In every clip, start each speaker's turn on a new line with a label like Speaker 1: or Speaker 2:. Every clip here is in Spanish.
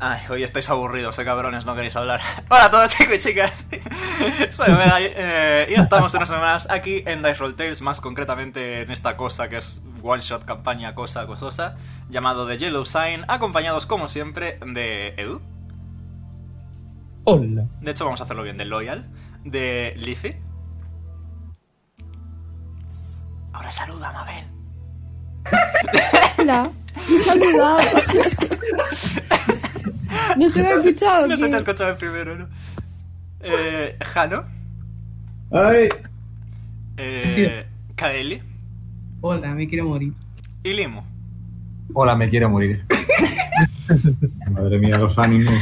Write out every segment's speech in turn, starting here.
Speaker 1: Ay, hoy estáis aburridos, eh, cabrones, no queréis hablar. Hola a todos, chicos y chicas. Soy Omega eh, y estamos una semana más aquí en Dice Roll Tales, más concretamente en esta cosa que es One Shot Campaña Cosa Cososa, llamado The Yellow Sign, acompañados como siempre de Edu.
Speaker 2: Hola.
Speaker 1: De hecho, vamos a hacerlo bien, de Loyal, de Lizzy. Ahora saluda, Mabel.
Speaker 3: Hola, me saludaba. No se me ha escuchado.
Speaker 1: No se te ha
Speaker 3: ¿qué?
Speaker 1: escuchado el primero, ¿no? Eh, Jano,
Speaker 2: Ay,
Speaker 1: eh, Kaeli
Speaker 4: Hola, me quiero morir.
Speaker 1: y Limo.
Speaker 5: Hola, me quiero morir.
Speaker 2: madre mía, los ánimos.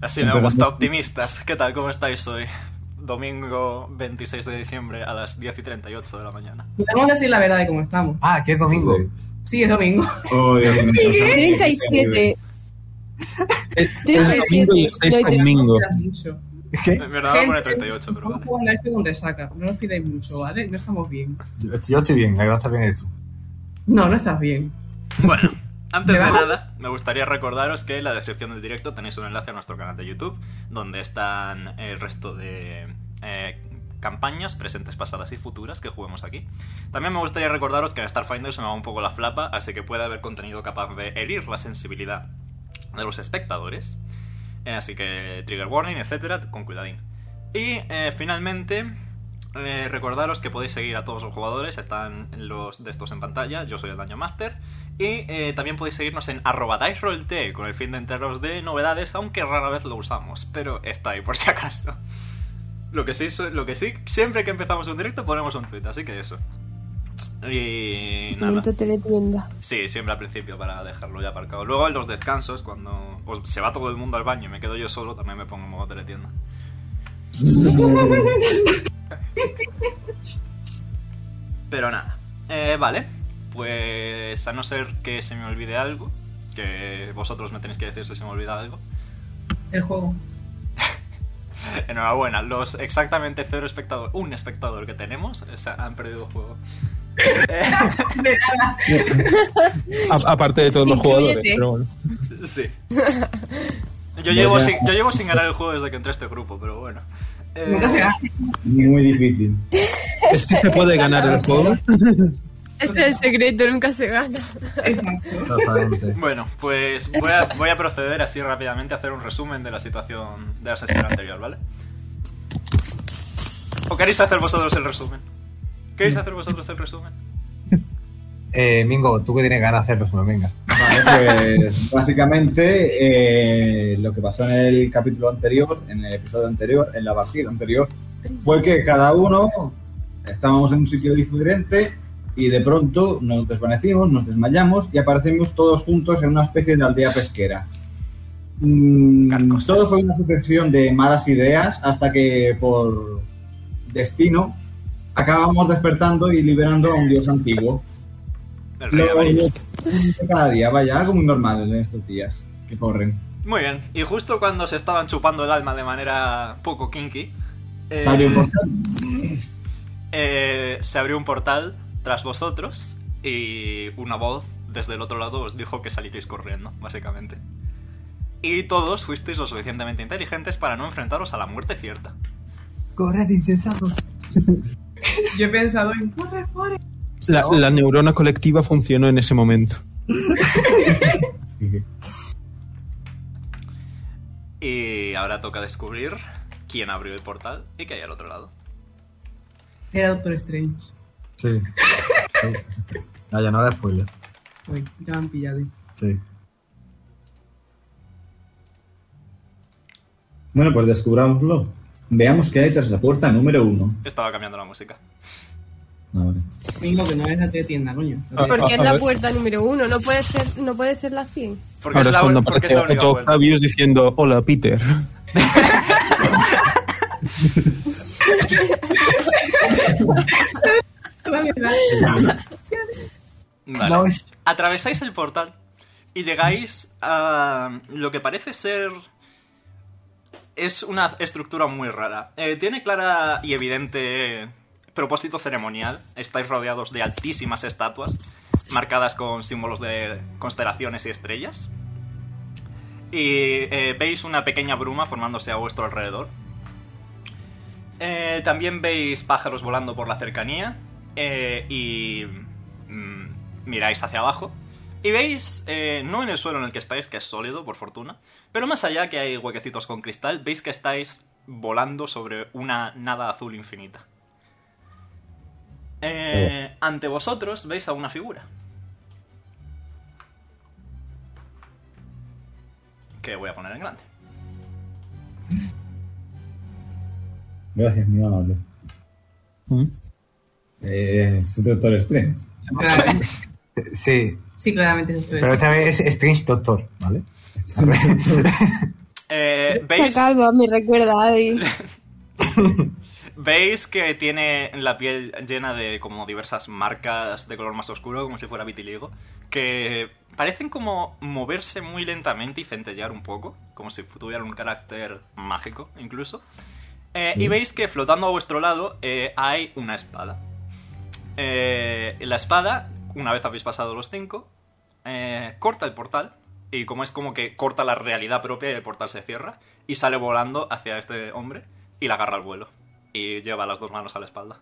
Speaker 1: Así me gusta optimistas. ¿Qué tal? ¿Cómo estáis hoy? Domingo 26 de diciembre a las 10 y 38 de la mañana.
Speaker 4: Podemos decir la verdad de cómo estamos.
Speaker 5: Ah, que es domingo.
Speaker 4: Sí, es domingo.
Speaker 2: Oh, Dios mío.
Speaker 3: 37.
Speaker 6: domingo y
Speaker 3: 37.
Speaker 6: estáis
Speaker 3: Lo he-
Speaker 6: Domingo.
Speaker 4: Las mucho.
Speaker 5: ¿Qué?
Speaker 1: En verdad va a poner 38, pero
Speaker 4: Vamos
Speaker 1: vale.
Speaker 4: a jugar esto con resaca. No nos pidáis mucho, ¿vale? No estamos bien.
Speaker 5: Yo, yo estoy bien, la que no está bien eres tú.
Speaker 4: No, no estás bien.
Speaker 1: Bueno, antes de
Speaker 4: ¿Me va?
Speaker 1: nada, me gustaría recordaros que en la descripción del directo tenéis un enlace a nuestro canal de YouTube, donde están el resto de eh, campañas presentes, pasadas y futuras que juguemos aquí. También me gustaría recordaros que en Starfinder se me va un poco la flapa, así que puede haber contenido capaz de herir la sensibilidad de los espectadores. Eh, así que trigger warning, etcétera, con cuidadín. Y eh, finalmente, eh, recordaros que podéis seguir a todos los jugadores, están los de estos en pantalla, yo soy el Daño Master, y eh, también podéis seguirnos en arroba DiceRollT con el fin de enteraros de novedades, aunque rara vez lo usamos, pero está ahí por si acaso. Lo que sí, so- lo que sí siempre que empezamos un directo ponemos un tweet, así que eso. Y nada.
Speaker 3: Momento teletienda.
Speaker 1: Sí, siempre al principio para dejarlo ya aparcado. Luego en los descansos, cuando pues, se va todo el mundo al baño y me quedo yo solo, también me pongo en modo teletienda. Pero nada. Eh, vale. Pues a no ser que se me olvide algo, que vosotros me tenéis que decir si se me olvida algo.
Speaker 4: El juego.
Speaker 1: Enhorabuena, los exactamente cero espectador, un espectador que tenemos, o sea, han perdido el juego.
Speaker 6: A- aparte de todos los
Speaker 3: Incluyete.
Speaker 6: jugadores. Pero bueno.
Speaker 1: Sí. Yo llevo,
Speaker 2: Vaya.
Speaker 1: sin, yo llevo sin ganar el juego desde que entré a este grupo, pero bueno. Eh,
Speaker 4: Nunca se gana.
Speaker 2: Muy difícil.
Speaker 6: ¿Sí se puede ganar el juego?
Speaker 3: Ese es el secreto, nunca se gana.
Speaker 4: Exacto.
Speaker 5: Exactamente.
Speaker 1: Bueno, pues voy a, voy a proceder así rápidamente a hacer un resumen de la situación de la sesión anterior, ¿vale? ¿O queréis hacer vosotros el resumen? ¿Queréis hacer vosotros el resumen?
Speaker 5: Eh, Mingo, tú que tienes ganas de hacer resumen, venga.
Speaker 2: Vale, pues básicamente eh, lo que pasó en el capítulo anterior, en el episodio anterior, en la partida anterior, fue que cada uno estábamos en un sitio diferente y de pronto nos desvanecimos, nos desmayamos y aparecimos todos juntos en una especie de aldea pesquera. Mm,
Speaker 1: Carcos.
Speaker 2: todo fue una sucesión de malas ideas hasta que por destino acabamos despertando y liberando a un dios antiguo.
Speaker 1: El rey
Speaker 2: Lo-
Speaker 1: Abel.
Speaker 2: lo- cada día, vaya, algo muy normal en estos días que corren.
Speaker 1: Muy bien, y justo cuando se estaban chupando el alma de manera poco kinky, eh,
Speaker 2: Salió un portal.
Speaker 1: eh, se abrió un portal tras vosotros y una voz desde el otro lado os dijo que salíais corriendo, básicamente. Y todos fuisteis lo suficientemente inteligentes para no enfrentaros a la muerte cierta.
Speaker 5: Correr, insensato.
Speaker 4: Yo he pensado en. ¡Corre, corre!
Speaker 6: La, la neurona colectiva funcionó en ese momento.
Speaker 1: Y ahora toca descubrir quién abrió el portal y qué hay al otro lado.
Speaker 4: Era Doctor Strange.
Speaker 5: Sí. sí. Calla, no hagas spoiler.
Speaker 4: Uy, ya me han pillado.
Speaker 5: Sí.
Speaker 2: Bueno, pues descubrámoslo. Veamos qué hay tras la puerta número uno.
Speaker 1: Estaba cambiando la música.
Speaker 2: Ah, vale.
Speaker 4: Mingo, que no eres la tía tienda, coño.
Speaker 6: Ah.
Speaker 3: Porque
Speaker 6: a
Speaker 3: es la
Speaker 6: ver.
Speaker 3: puerta número uno, no puede ser, no puede ser la 100.
Speaker 1: Porque
Speaker 6: Ahora
Speaker 1: es
Speaker 6: es
Speaker 1: la,
Speaker 6: cuando
Speaker 1: porque es la
Speaker 6: aparece
Speaker 1: única
Speaker 6: Otto
Speaker 1: vuelta.
Speaker 6: Octavius diciendo: Hola, Peter.
Speaker 4: Vale, vale.
Speaker 1: Vale. Atravesáis el portal y llegáis a lo que parece ser... Es una estructura muy rara. Eh, tiene clara y evidente propósito ceremonial. Estáis rodeados de altísimas estatuas marcadas con símbolos de constelaciones y estrellas. Y eh, veis una pequeña bruma formándose a vuestro alrededor. Eh, también veis pájaros volando por la cercanía. eh, y mm, miráis hacia abajo. Y veis, eh, no en el suelo en el que estáis, que es sólido, por fortuna, pero más allá que hay huequecitos con cristal, veis que estáis volando sobre una nada azul infinita. Eh, ante vosotros veis a una figura. Que voy a poner en grande.
Speaker 2: Gracias, mi amable.
Speaker 6: ¿Mm?
Speaker 2: Eh, es Doctor Strange.
Speaker 4: Claramente.
Speaker 5: Sí,
Speaker 4: Sí, claramente es
Speaker 5: pero esta vez es Strange Doctor, ¿vale?
Speaker 1: Eh,
Speaker 3: Esta
Speaker 1: veis,
Speaker 3: calva me recuerda a Abby.
Speaker 1: veis que tiene la piel llena de como diversas marcas de color más oscuro, como si fuera vitiligo, que parecen como moverse muy lentamente y centellar un poco, como si tuvieran un carácter mágico incluso. Eh, Y veis que flotando a vuestro lado eh, hay una espada. Eh, la espada, una vez habéis pasado los cinco, eh, corta el portal. Y como es como que corta la realidad propia y el portal se cierra. Y sale volando hacia este hombre y la agarra al vuelo. Y lleva las dos manos a la espalda.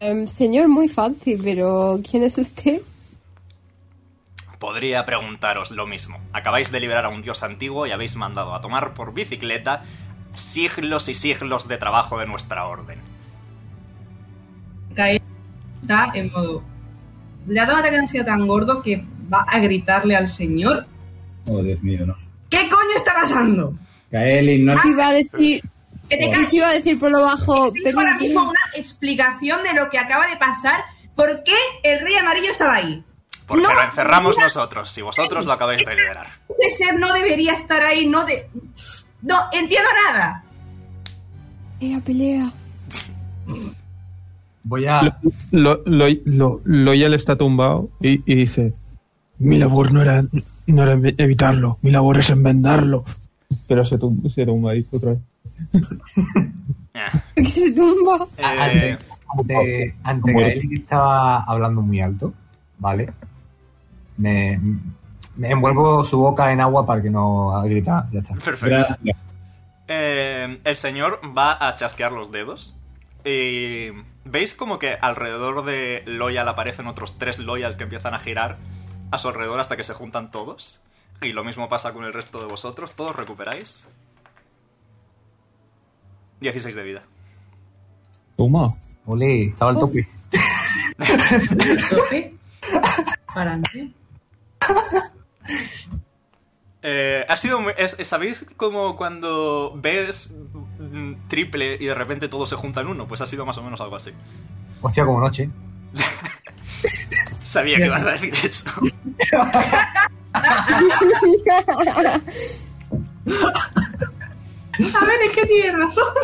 Speaker 3: Em, señor, muy fancy, pero ¿quién es usted?
Speaker 1: Podría preguntaros lo mismo. Acabáis de liberar a un dios antiguo y habéis mandado a tomar por bicicleta siglos y siglos de trabajo de nuestra orden.
Speaker 4: Cae está en modo. Le ha dado un ataque de ansiedad tan gordo que va a gritarle al señor.
Speaker 2: Oh, Dios mío, no.
Speaker 4: ¿Qué coño está pasando?
Speaker 2: Kaelin, no.
Speaker 1: Ah.
Speaker 3: Iba a decir,
Speaker 4: Que
Speaker 2: Oh.
Speaker 4: te
Speaker 3: sí que iba a decir por lo bajo,
Speaker 4: Necesito
Speaker 3: pero
Speaker 4: ahora mismo una explicación de lo que acaba de pasar. ¿Por qué el rey amarillo estaba ahí?
Speaker 1: Porque
Speaker 4: No,
Speaker 1: lo encerramos
Speaker 4: mira.
Speaker 1: nosotros y vosotros lo acabáis de liberar.
Speaker 4: Ese ser no debería estar ahí, no de... No, entiendo nada.
Speaker 3: Pelea, pelea.
Speaker 5: Voy a...
Speaker 6: Lo, lo, lo- Loyal está tumbado y, y dice: Mi labor no era, no era evitarlo, mi labor es enmendarlo. Pero se tum- se tumba ahí otra vez.
Speaker 4: Ah,
Speaker 1: Eh,
Speaker 3: Que se tumba.
Speaker 5: a-
Speaker 1: eh,
Speaker 5: Ante, ante, ante
Speaker 6: Como-
Speaker 5: Gael, que estaba hablando muy alto, ¿vale? Me, me envuelvo su boca en agua para que no grita, ya está.
Speaker 1: perfecto.
Speaker 2: Gracias.
Speaker 1: Eh, el señor va a chasquear los dedos. Y veis como que alrededor de Loyal aparecen otros tres Loyals que empiezan a girar a su alrededor hasta que se juntan todos. Y lo mismo pasa con el resto de vosotros. Todos recuperáis. 16 de vida.
Speaker 6: Tumbado.
Speaker 5: Ole, estaba al tope.
Speaker 4: ¿Tope? Para adelante.
Speaker 1: Eh, ha sido muy- es- ¿Sabéis como cuando ves mm, triple y de repente todos se juntan en uno? Pues ha sido más o menos algo así.
Speaker 5: Hostia, como noche.
Speaker 1: Sabía que ibas a decir eso.
Speaker 4: A ver, es que tiene razón.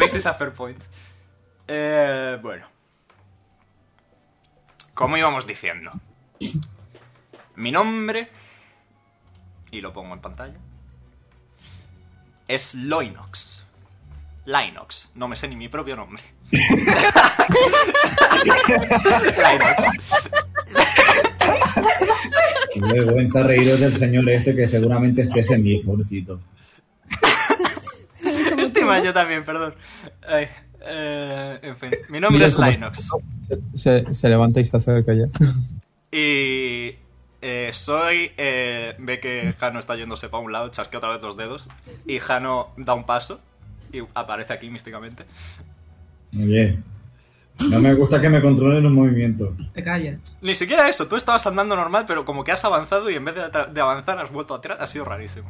Speaker 1: Race is a fair point. Eh, bueno. Como íbamos diciendo. Mi nombre. Y lo pongo en pantalla. Es Loinox. Linox. No me sé ni mi propio nombre. Linox.
Speaker 2: Qué vergüenza reíros del señor este que seguramente esté en mi pobrecito.
Speaker 1: Estoy mal yo Este también, perdón. Ay, eh, en fin. Mi nombre
Speaker 6: Mira
Speaker 1: es
Speaker 6: cómo-
Speaker 1: Linox.
Speaker 6: Se, se levanta y se acerca ya.
Speaker 1: Y eh, soy... eh, ve que Jano está yéndose para un lado, chasquea otra vez los dedos. Y Jano da un paso y aparece aquí místicamente.
Speaker 2: Oye, no me gusta que me controlen los movimientos.
Speaker 4: Te callas.
Speaker 1: Ni siquiera eso, tú estabas andando normal, pero como que has avanzado y en vez de, atra- de avanzar has vuelto atrás. Ha sido rarísimo.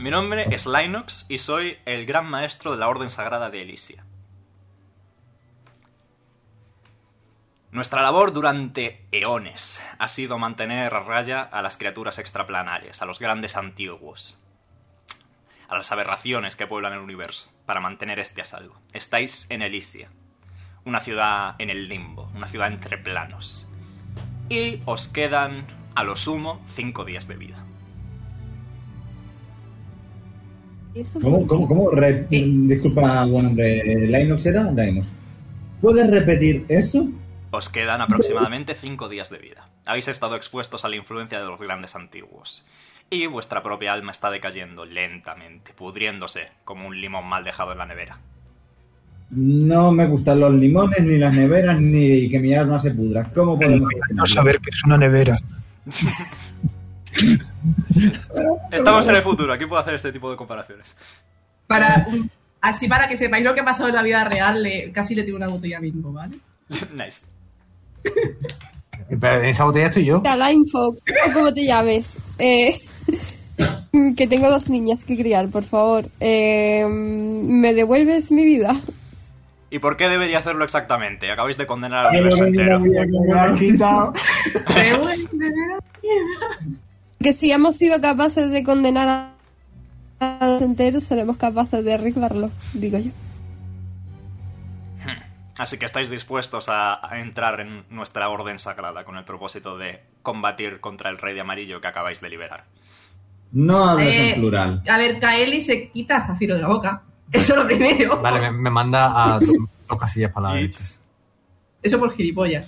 Speaker 1: Mi nombre es Linox y soy el gran maestro de la Orden Sagrada de Elysia. Nuestra labor durante eones ha sido mantener a raya a las criaturas extraplanarias, a los grandes antiguos, a las aberraciones que pueblan el universo, para mantener este a salvo. Estáis en Elysia, una ciudad en el limbo, una ciudad entre planos. Y os quedan, a lo sumo, cinco días de vida.
Speaker 3: Eso
Speaker 2: ¿Cómo,
Speaker 3: porque-
Speaker 2: cómo, cómo? Re-
Speaker 4: Sí.
Speaker 2: Disculpa, buen hombre. ¿Linux era? Linux. ¿Puedes repetir eso?
Speaker 1: Os quedan aproximadamente 5 días de vida. Habéis estado expuestos a la influencia de los grandes antiguos. Y vuestra propia alma está decayendo lentamente, pudriéndose como un limón mal dejado en la nevera.
Speaker 2: No me gustan los limones, ni las neveras, ni que mi alma se pudra. ¿Cómo podemos
Speaker 6: No saber que es una nevera.
Speaker 1: Estamos en el futuro, aquí puedo hacer este tipo de comparaciones.
Speaker 4: Para un- así para que sepáis lo que ha pasado en la vida real, le- casi le tiro una botella mismo, ¿vale?
Speaker 1: nice.
Speaker 5: Pero en esa botella estoy yo.
Speaker 3: Caroline Fox, o como te llames. Eh, que tengo dos niñas que criar, por favor. Eh, ¿Me devuelves mi vida?
Speaker 1: ¿Y por qué debería hacerlo exactamente? Acabáis de condenar al
Speaker 2: Ay, no,
Speaker 1: universo
Speaker 2: no, no,
Speaker 1: entero.
Speaker 2: no, no,
Speaker 5: Me
Speaker 4: Eh,
Speaker 5: la
Speaker 2: no, no.
Speaker 5: han quitado.
Speaker 4: Pero bueno, de verdad.
Speaker 3: Que si hemos sido capaces de condenar a a los enteros, seremos capaces de arreglarlo, digo yo.
Speaker 1: Así que estáis dispuestos a, a entrar en nuestra orden sagrada con el propósito de combatir contra el rey de amarillo que acabáis de liberar.
Speaker 2: No hables
Speaker 4: Eh,
Speaker 2: en plural.
Speaker 4: A ver, Kaeli se quita a Zafiro de la boca. Eso lo primero.
Speaker 5: Vale, me, me manda a dos, dos casillas para la
Speaker 1: Y-
Speaker 5: derecha.
Speaker 4: Eso por gilipollas.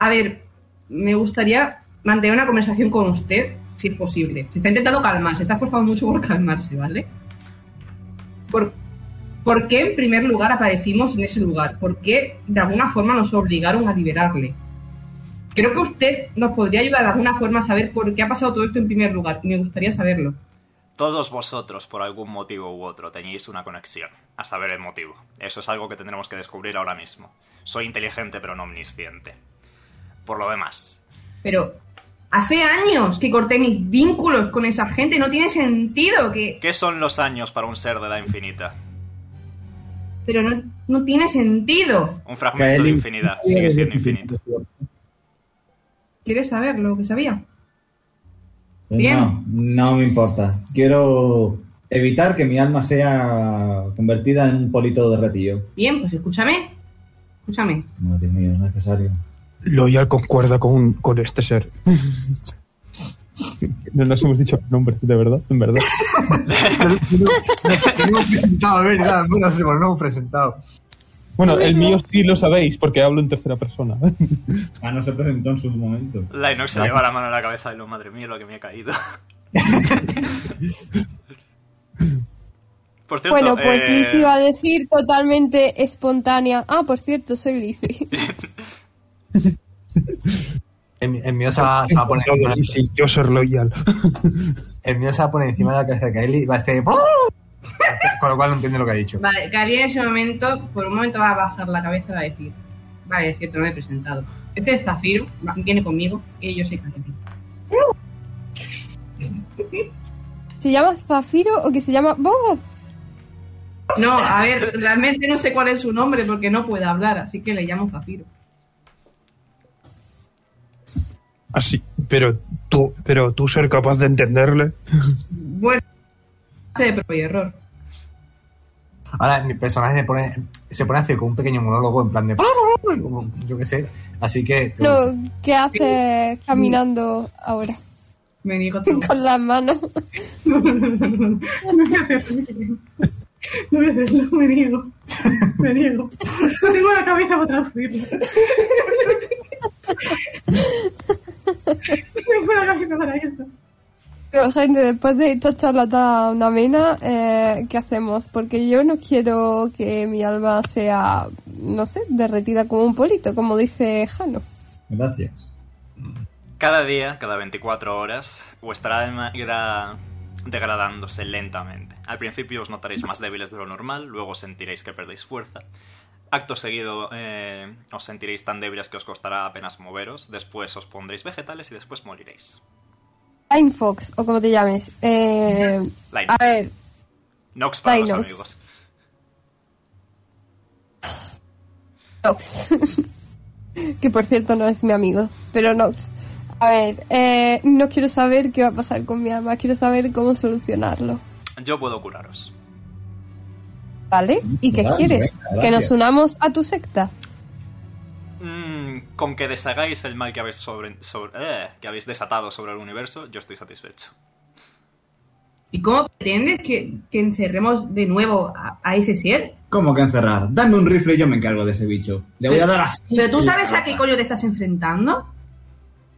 Speaker 4: A ver, me gustaría mantener una conversación con usted, si es posible. Se está intentando calmar, se está esforzando mucho por calmarse, ¿vale? ¿Por, por qué en primer lugar aparecimos en ese lugar? ¿Por qué de alguna forma nos obligaron a liberarle? Creo que usted nos podría ayudar de alguna forma a saber por qué ha pasado todo esto en primer lugar. y Me gustaría saberlo.
Speaker 1: Todos vosotros, por algún motivo u otro, tenéis una conexión, a saber el motivo. Eso es algo que tendremos que descubrir ahora mismo. Soy inteligente pero no omnisciente. Por lo demás,
Speaker 4: Pero hace años que corté mis vínculos con esa gente. No tiene sentido que
Speaker 1: ¿qué son los años para un ser de edad infinita?
Speaker 4: Pero no, no tiene sentido.
Speaker 1: Un fragmento de infinidad sigue siendo infinito.
Speaker 4: ¿Quieres saber lo que sabía? Bien.
Speaker 2: No, no me importa. Quiero evitar que mi alma sea convertida en un polito de ratillo.
Speaker 4: Bien, pues escúchame. Escúchame.
Speaker 2: No, Dios mío, es necesario.
Speaker 6: Loyal concuerda con, con este ser. No nos hemos dicho nombre, de verdad, en verdad.
Speaker 5: No hemos presentado, es verdad. No nos hemos presentado.
Speaker 6: Bueno, el mío sí lo sabéis porque hablo en tercera persona.
Speaker 2: Ah, no se presentó en su momento.
Speaker 1: Linux se lleva la mano a la cabeza y lo madre mía lo que me he caído. Por cierto,
Speaker 3: bueno, pues
Speaker 1: eh,
Speaker 3: Lizzie va a decir totalmente espontánea. Ah, por cierto, soy Lizzie.
Speaker 5: El, el mío se va, se va a poner encima,
Speaker 6: Sí, yo ser loyal.
Speaker 5: el mío se va a poner encima de la cabeza de Kaeli y va a hacer... Con lo cual no entiende lo que ha dicho.
Speaker 4: Vale, Karin en ese momento, por un momento va a bajar la cabeza y va a decir: Vale, es cierto, no me he presentado. Este es Zafiro, va- viene conmigo y yo soy Karin.
Speaker 3: ¿Se llama Zafiro o que se llama Bobo?
Speaker 4: No, a ver, realmente no sé cuál es su nombre porque no puede hablar, así que le llamo Zafiro.
Speaker 6: Así, pero tú, pero tú ser capaz de entenderle.
Speaker 4: Bueno, sé de propio error.
Speaker 5: Ahora mi personaje se pone, se pone a hacer como un pequeño monólogo en plan de... "¡Ah, como Yo qué sé. Así que...
Speaker 3: No, ¿qué hace caminando ahora?
Speaker 4: Me digo todo.
Speaker 3: Con las manos.
Speaker 4: No, no, no, no, no. No voy a hacerlo. No voy a hacerlo, me niego. Me niego. No tengo la cabeza para traducirlo. No tengo la cabeza para eso.
Speaker 3: Pero, gente, después de esta charla tan amena, eh, ¿qué hacemos? Porque yo no quiero que mi alma sea, no sé, derretida como un polito, como dice Jano.
Speaker 2: Gracias.
Speaker 1: Cada día, cada 24 horas, vuestra alma irá degradándose lentamente. Al principio os notaréis más débiles de lo normal, luego sentiréis que perdéis fuerza. Acto seguido eh, os sentiréis tan débiles que os costará apenas moveros, después os pondréis vegetales y después moriréis.
Speaker 3: Time Fox, o como te llames. Eh,
Speaker 1: Linux.
Speaker 3: a ver,
Speaker 1: Nox para los
Speaker 3: Linux.
Speaker 1: amigos.
Speaker 3: Nox. que por cierto no es mi amigo, pero Nox. A ver, eh, no quiero saber qué va a pasar con mi alma, quiero saber cómo solucionarlo.
Speaker 1: Yo puedo curaros.
Speaker 3: ¿Vale? ¿Y qué
Speaker 2: Vale,
Speaker 3: quieres?
Speaker 2: venga,
Speaker 3: Que nos
Speaker 2: gracias.
Speaker 3: unamos a tu secta.
Speaker 1: Mm, con que deshagáis el mal que habéis, sobre- sobre- eh, que habéis desatado sobre el universo, yo estoy satisfecho.
Speaker 4: ¿Y cómo pretendes que, que encerremos de nuevo a, a ese ser?
Speaker 2: ¿Cómo que encerrar? Dame un rifle y yo me encargo de ese bicho. Le voy a dar así.
Speaker 4: Pero tú sabes a qué coño te estás enfrentando.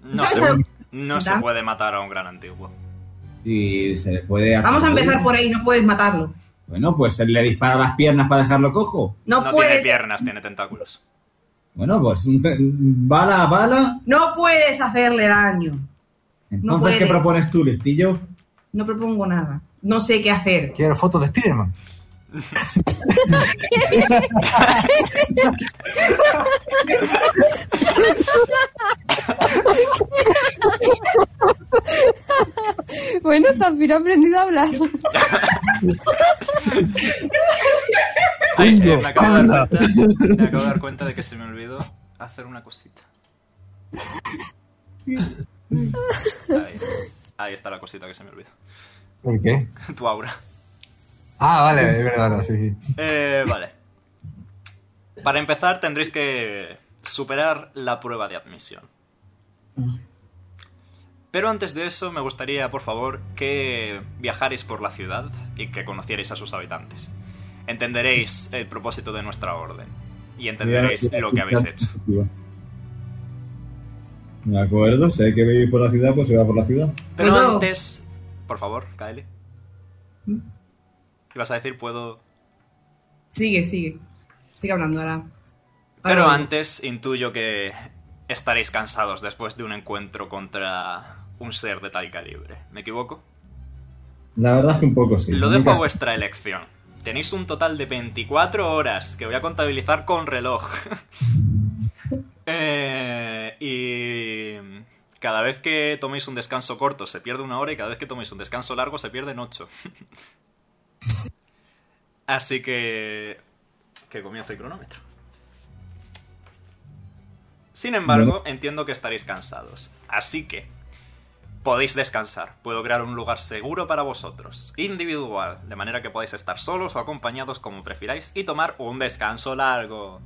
Speaker 1: No,
Speaker 4: ¿Sabes
Speaker 1: se,
Speaker 4: algo?
Speaker 1: no se puede matar a un gran antiguo.
Speaker 2: Y se le puede...
Speaker 4: Vamos a
Speaker 2: acudir.
Speaker 4: empezar por ahí, no puedes matarlo.
Speaker 2: Bueno, pues se le dispara las piernas para dejarlo cojo.
Speaker 4: No,
Speaker 1: No tiene
Speaker 4: puedes.
Speaker 1: piernas, tiene tentáculos.
Speaker 2: Bueno, pues un te- bala a bala.
Speaker 4: No puedes hacerle daño.
Speaker 2: Entonces, ¿qué
Speaker 4: puedes.
Speaker 2: propones tú, listillo?
Speaker 4: No propongo nada. No sé qué hacer.
Speaker 5: Quiero fotos de Spiderman.
Speaker 3: Bueno, Zafiro ha aprendido a hablar.
Speaker 1: Ay, eh,
Speaker 6: Bingo,
Speaker 1: me, acabo de
Speaker 6: anda.
Speaker 1: dar cuenta, me acabo de dar cuenta de que se me olvidó hacer una cosita. Ahí, ahí está la cosita que se me olvidó.
Speaker 5: ¿Por qué?
Speaker 1: Tu aura.
Speaker 5: Ah, vale, es verdad, verdad, sí, sí.
Speaker 1: Eh, vale. Para empezar tendréis que superar la prueba de admisión. Pero antes de eso me gustaría, por favor, que viajarais por la ciudad y que conocierais a sus habitantes. Entenderéis el propósito de nuestra orden y entenderéis lo que habéis hecho.
Speaker 2: De acuerdo, si hay que vivir por la ciudad, pues se va por la ciudad.
Speaker 1: Pero
Speaker 4: ¿Puedo?
Speaker 1: antes, por favor, Kaeli. Ibas a decir puedo...
Speaker 4: Sigue, sigue. Sigue hablando ahora.
Speaker 1: Pero
Speaker 4: Ahora-
Speaker 1: antes intuyo que estaréis cansados después de un encuentro contra un ser de tal calibre. ¿Me equivoco?
Speaker 2: La verdad es que un poco sí.
Speaker 1: Lo dejo
Speaker 2: Nunca
Speaker 1: a
Speaker 2: se-
Speaker 1: vuestra elección. Tenéis un total de 24 horas que voy a contabilizar con reloj. Eh, y cada vez que toméis un descanso corto se pierde una hora y cada vez que toméis un descanso largo se pierden 8. Así que... Que comience el cronómetro. Sin embargo, entiendo que estaréis cansados. Así que Podéis descansar. Puedo crear un lugar seguro para vosotros, individual, de manera que podáis estar solos o acompañados como prefiráis y tomar un descanso largo.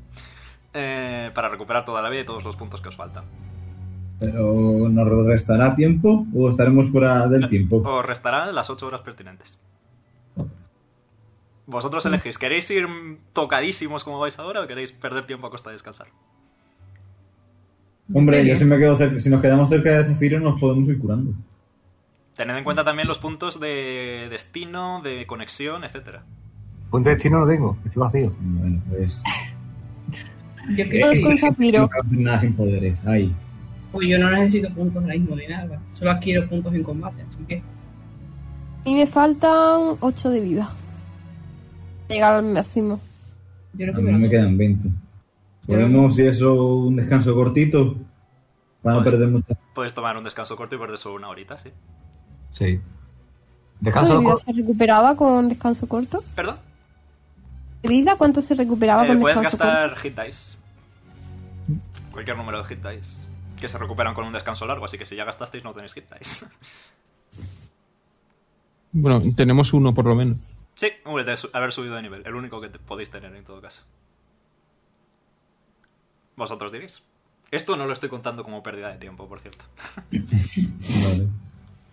Speaker 1: Eh, para recuperar toda la vida y todos los puntos que os faltan.
Speaker 2: Pero nos restará tiempo o estaremos fuera del tiempo.
Speaker 1: Os restarán las 8 horas pertinentes. Vosotros elegís, ¿queréis ir mm, tocadísimos como vais ahora o queréis perder tiempo a costa de descansar?
Speaker 2: Hombre,
Speaker 4: Sí.
Speaker 2: yo si, me quedo cer- si nos quedamos cerca de Zafiro nos podemos ir curando.
Speaker 1: Tened en cuenta
Speaker 3: Mm.
Speaker 1: también los puntos de destino, de conexión, etcétera.
Speaker 5: Punto de destino no tengo, estoy vacío.
Speaker 2: Bueno, pues...
Speaker 4: Yo es que
Speaker 3: Todos
Speaker 4: sí.
Speaker 3: con
Speaker 2: No
Speaker 3: Zafiro.
Speaker 2: quiero hacer nada sin poderes, ahí.
Speaker 4: Pues yo no necesito puntos ahora mismo de nada. Solo adquiero puntos en combate, así que.
Speaker 3: Y me faltan 8 de vida. Llegar al máximo.
Speaker 4: Yo creo
Speaker 2: A
Speaker 4: que
Speaker 2: mí
Speaker 4: lo-
Speaker 2: me quedan 20. ¿Podemos, si eso, un descanso cortito? Para no
Speaker 1: Pues-
Speaker 2: perder mucho
Speaker 1: Podéis tomar un descanso corto y perder solo una horita, ¿sí?
Speaker 5: Sí.
Speaker 3: ¿Cuánto
Speaker 5: Descanso
Speaker 3: de vida
Speaker 5: corto.
Speaker 3: se recuperaba con descanso corto?
Speaker 1: ¿Perdón?
Speaker 3: ¿De vida cuánto se recuperaba
Speaker 1: Eh,
Speaker 3: con
Speaker 1: puedes
Speaker 3: Ah, descanso corto?
Speaker 1: gastar hit dice. Cualquier número de hit dice. Que se recuperan con un descanso largo, así que si ya gastasteis no tenéis hit dice.
Speaker 6: Bueno, tenemos uno por lo menos.
Speaker 1: sí, hombre, de su- haber subido de nivel. El único que te- podéis tener en todo caso. Vosotros diréis. Esto no lo estoy contando como pérdida de tiempo, por cierto.
Speaker 2: Vale.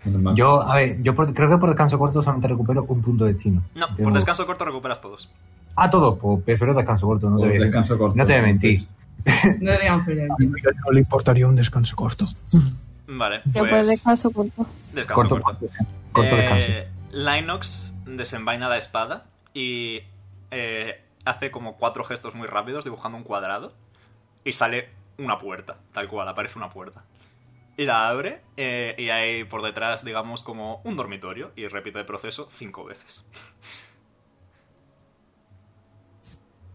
Speaker 2: Normal.
Speaker 5: Yo, a ver, yo por- creo que por descanso corto solamente recupero un punto de destino.
Speaker 1: No,
Speaker 5: Tengo-
Speaker 1: por descanso corto recuperas todos.
Speaker 5: Ah, todo. Pues prefiero descanso corto, no
Speaker 2: O
Speaker 5: te voy a-
Speaker 2: descanso corto.
Speaker 5: No te voy a mentir.
Speaker 4: No deberíamos perder el tiempo.
Speaker 6: No le importaría un descanso corto.
Speaker 1: Vale,
Speaker 3: Pero por
Speaker 1: pues
Speaker 3: descanso corto.
Speaker 1: descanso
Speaker 5: Corto,
Speaker 1: corto.
Speaker 5: corto
Speaker 1: Eh,
Speaker 5: descanso.
Speaker 1: Linox desenvaina la espada y eh, hace como cuatro gestos muy rápidos dibujando un cuadrado y sale una puerta, tal cual, aparece una puerta. Y la abre eh, y hay por detrás, digamos, como un dormitorio y repite el proceso cinco veces.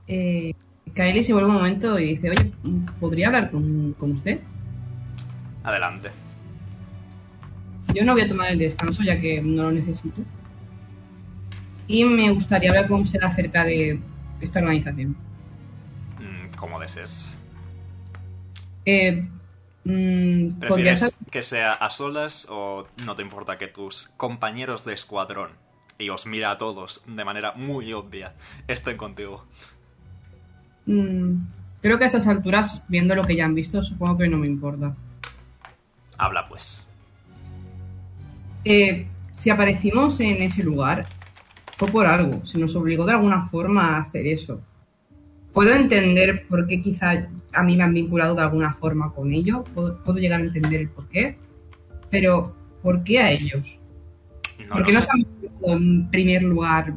Speaker 4: Eh, Kaeli se vuelve un momento y dice: Oye, ¿podría hablar con, con usted?
Speaker 1: Adelante.
Speaker 4: Yo no voy a tomar el descanso ya que no lo necesito. Y me gustaría hablar con usted acerca de esta organización.
Speaker 1: Mm, como desees.
Speaker 4: Eh, mm, ¿Podría saber?
Speaker 1: ¿Prefieres que sea a solas o no te importa que tus compañeros de escuadrón, y os mira a todos de manera muy obvia, estén contigo?
Speaker 4: Mm, creo que a estas alturas, viendo lo que ya han visto, supongo que no me importa.
Speaker 1: Habla pues.
Speaker 4: Eh, si aparecimos en ese lugar, fue por algo, se nos obligó de alguna forma a hacer eso. Puedo entender por qué quizá a mí me han vinculado de alguna forma con ello, puedo, puedo llegar a entender el por qué, pero ¿por qué a ellos?
Speaker 1: No
Speaker 4: ¿Por
Speaker 1: lo
Speaker 4: qué nos
Speaker 1: sé.
Speaker 4: han vinculado en primer lugar?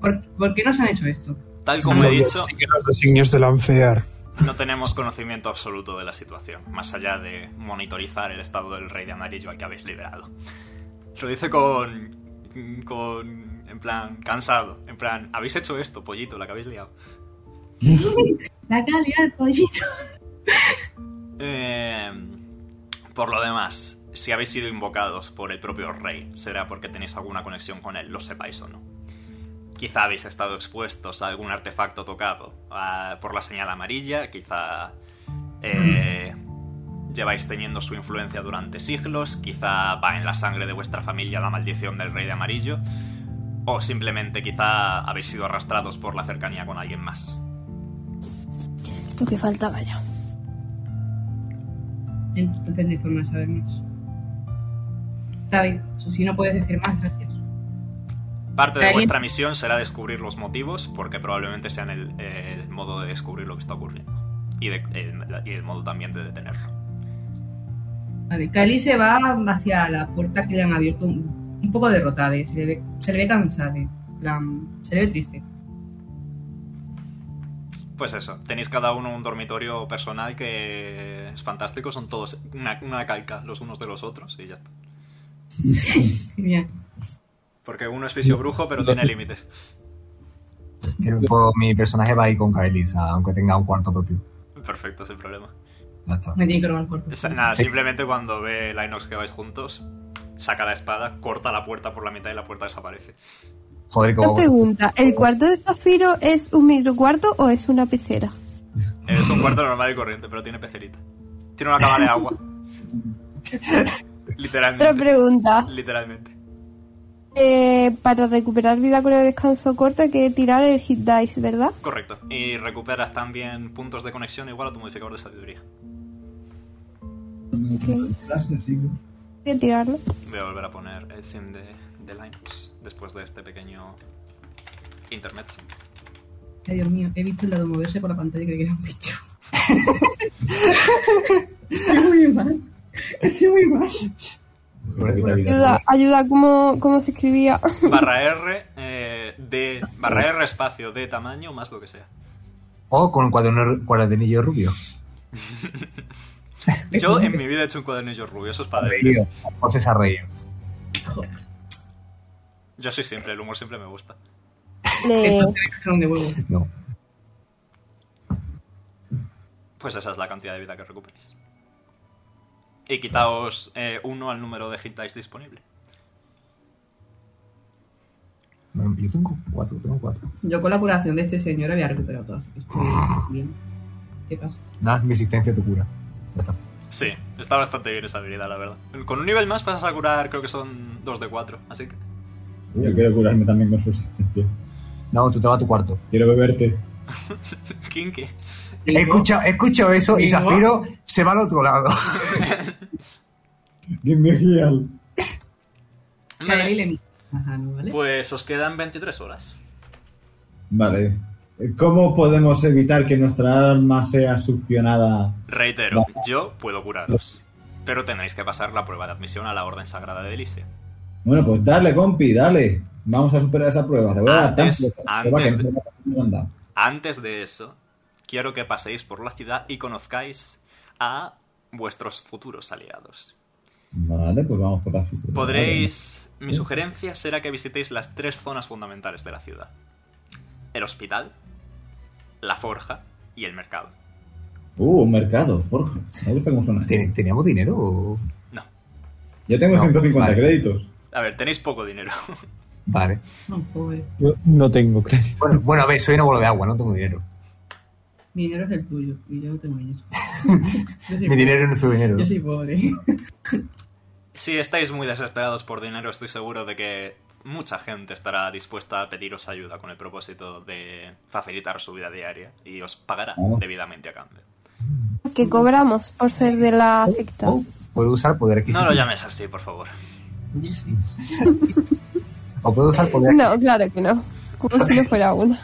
Speaker 4: ¿Por, por qué nos han hecho esto?
Speaker 1: Tal como he dicho,
Speaker 6: Sí que los designios del Anfear.
Speaker 1: no tenemos conocimiento absoluto de la situación, más allá de monitorizar el estado del rey de amarillo al que habéis liberado. Lo dice con. con. en plan, cansado. En plan, habéis hecho esto, pollito, la que habéis liado.
Speaker 4: La calidad, pollito.
Speaker 1: Eh, por lo demás, si habéis sido invocados por el propio rey, será porque tenéis alguna conexión con él, lo sepáis o no. Quizá habéis estado expuestos a algún artefacto tocado a- por la señal amarilla, quizá eh, lleváis teniendo su influencia durante siglos, quizá va en la sangre de vuestra familia la maldición del rey de amarillo, o simplemente quizá habéis sido arrastrados por la cercanía con alguien más.
Speaker 3: Lo que faltaba ya.
Speaker 4: Entonces no hay forma de saber más. Está bien, eso sí, no puedes decir más, gracias.
Speaker 1: Parte de
Speaker 4: Cali-
Speaker 1: vuestra misión será descubrir los motivos, porque probablemente sean el, el modo de descubrir lo que está ocurriendo. Y, de- el, y el modo también de detenerlo.
Speaker 4: Vale, Kylie se va hacia la puerta que le han abierto un, un poco derrotada, ¿eh? se le ve, se le ve cansada, ¿eh? en plan, se le ve triste.
Speaker 1: Pues eso, tenéis cada uno un dormitorio personal que es fantástico, son todos una, una calca los unos de los otros y ya está.
Speaker 4: Genial.
Speaker 1: Porque uno es fisio brujo, pero tiene límites.
Speaker 5: Pero puedo- mi personaje va ahí con Kylie, o sea, aunque tenga un cuarto propio.
Speaker 1: Perfecto, sin problema.
Speaker 5: Ya está.
Speaker 4: Me tiene que robar el cuarto.
Speaker 1: O sea, nada,
Speaker 5: Sí.
Speaker 1: simplemente cuando ve la inox que vais juntos, saca la espada, corta la puerta por la mitad y la puerta desaparece.
Speaker 5: Joder,
Speaker 3: Una
Speaker 5: como...
Speaker 3: pregunta, ¿el cuarto de zafiro es un microcuarto o es una pecera?
Speaker 1: Es un cuarto normal y corriente, pero tiene pecerita. Tiene una cama de agua. Literalmente.
Speaker 3: Otra pregunta,
Speaker 1: Literalmente.
Speaker 3: eh, para recuperar vida con el descanso corto hay que tirar el hit dice, ¿verdad?
Speaker 1: Correcto. Y recuperas también puntos de conexión igual a tu modificador de sabiduría.
Speaker 3: Voy a tirarlo.
Speaker 1: Voy a volver a poner el theme de, de Linux después de este pequeño internet.
Speaker 4: Ay, Dios mío, he visto el dado moverse por la pantalla y creí que era un bicho. es muy mal. Es muy mal.
Speaker 5: Pobrecita vida.
Speaker 3: Ayuda, ayuda, ¿cómo, cómo se escribía?
Speaker 1: Barra R eh, de barra R espacio de tamaño más lo que sea.
Speaker 5: O con un cuadernillo, cuadernillo rubio.
Speaker 1: Yo en mi vida he hecho un cuadernillo rubio, eso es para
Speaker 5: Reír.
Speaker 1: débiles.
Speaker 5: Pues es a reír.
Speaker 1: Yo soy siempre, el humor siempre me gusta.
Speaker 3: Le-
Speaker 4: Entonces me dejaron de huevo.
Speaker 5: No.
Speaker 1: Pues esa es la cantidad de vida que recuperéis. Y quitaos eh, uno al número de hit dice disponible.
Speaker 5: Bueno, Yo tengo cuatro, tengo cuatro.
Speaker 4: Yo con la curación de este señor había recuperado todas. Bien. ¿Qué pasa?
Speaker 5: Nada, mi existencia te cura. Ya está.
Speaker 1: Sí, está bastante bien esa habilidad, la verdad. Con un nivel más pasas a curar, creo que son 2 de 4, así que...
Speaker 2: Yo quiero curarme también con su existencia.
Speaker 5: No, tú te vas a tu cuarto.
Speaker 2: Quiero beberte.
Speaker 1: Kinky.
Speaker 5: Escucho, escucho eso y
Speaker 4: Digo.
Speaker 5: Zafiro se va al otro lado.
Speaker 2: Give me heal.
Speaker 4: Kylie le mira. Ajá, no, ¿vale?
Speaker 1: Pues os quedan 23 horas.
Speaker 2: Vale. ¿Cómo podemos evitar que nuestra alma sea succionada?
Speaker 1: Reitero, yo puedo curaros. Pero tendréis que pasar la prueba de admisión a la Orden Sagrada de Delicia.
Speaker 2: Bueno, pues dale, compi, dale. Vamos a superar esa prueba. Le voy a dar
Speaker 1: Antes-
Speaker 2: tantas pruebas
Speaker 1: antes
Speaker 2: que no me han dado.
Speaker 1: Antes de eso, quiero que paséis por la ciudad y conozcáis a vuestros futuros aliados.
Speaker 2: Vale, pues vamos por la futura.
Speaker 1: Podréis... Mi sugerencia será que visitéis las tres zonas fundamentales de la ciudad. El hospital, la forja y el mercado.
Speaker 2: Uh, un mercado, Forja. Me gusta cómo suena.
Speaker 5: ¿Ten- ¿Teníamos dinero o...?
Speaker 1: No.
Speaker 2: Yo tengo
Speaker 5: No,
Speaker 2: 150
Speaker 5: vale.
Speaker 2: créditos.
Speaker 1: A ver, tenéis poco dinero.
Speaker 5: Vale.
Speaker 1: Pues-
Speaker 4: No, pobre.
Speaker 6: Yo no tengo crédito.
Speaker 5: Bueno, bueno, a ver, soy un abuelo de agua, no tengo dinero.
Speaker 4: Mi dinero es el tuyo y yo no tengo dinero. Yo soy
Speaker 5: Mi
Speaker 4: pobre.
Speaker 5: dinero no es tu dinero.
Speaker 4: Yo soy pobre.
Speaker 1: Si estáis muy desesperados por dinero, estoy seguro de que mucha gente estará dispuesta a pediros ayuda con el propósito de facilitar su vida diaria y os pagará debidamente a cambio.
Speaker 3: que cobramos por ser de la secta.
Speaker 5: Oh, puedo usar poder
Speaker 1: No
Speaker 5: adquisitivo.
Speaker 1: lo llames así, por favor.
Speaker 5: ¿O puedo usar poder?
Speaker 3: No, claro que no. Como si no fuera una.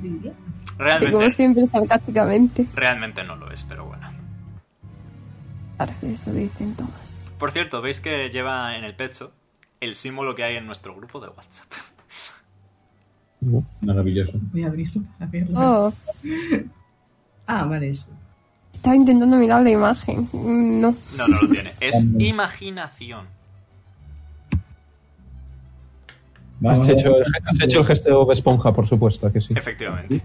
Speaker 3: Que como
Speaker 1: Realmente,
Speaker 3: siempre, sarcásticamente.
Speaker 1: realmente no lo es, pero bueno.
Speaker 3: Claro, eso dicen todos.
Speaker 1: Por cierto, veis que lleva en el pecho el símbolo que hay en nuestro grupo de WhatsApp.
Speaker 2: Maravilloso.
Speaker 4: Voy a abrirlo para verlo.
Speaker 3: Oh,
Speaker 4: Ah, vale, eso.
Speaker 3: estaba intentando mirar la imagen. Mm, No.
Speaker 1: No, no lo tiene. Es imaginación.
Speaker 6: Has hecho, el, has hecho el gesto de Bob Esponja, por supuesto, que sí.
Speaker 1: Efectivamente.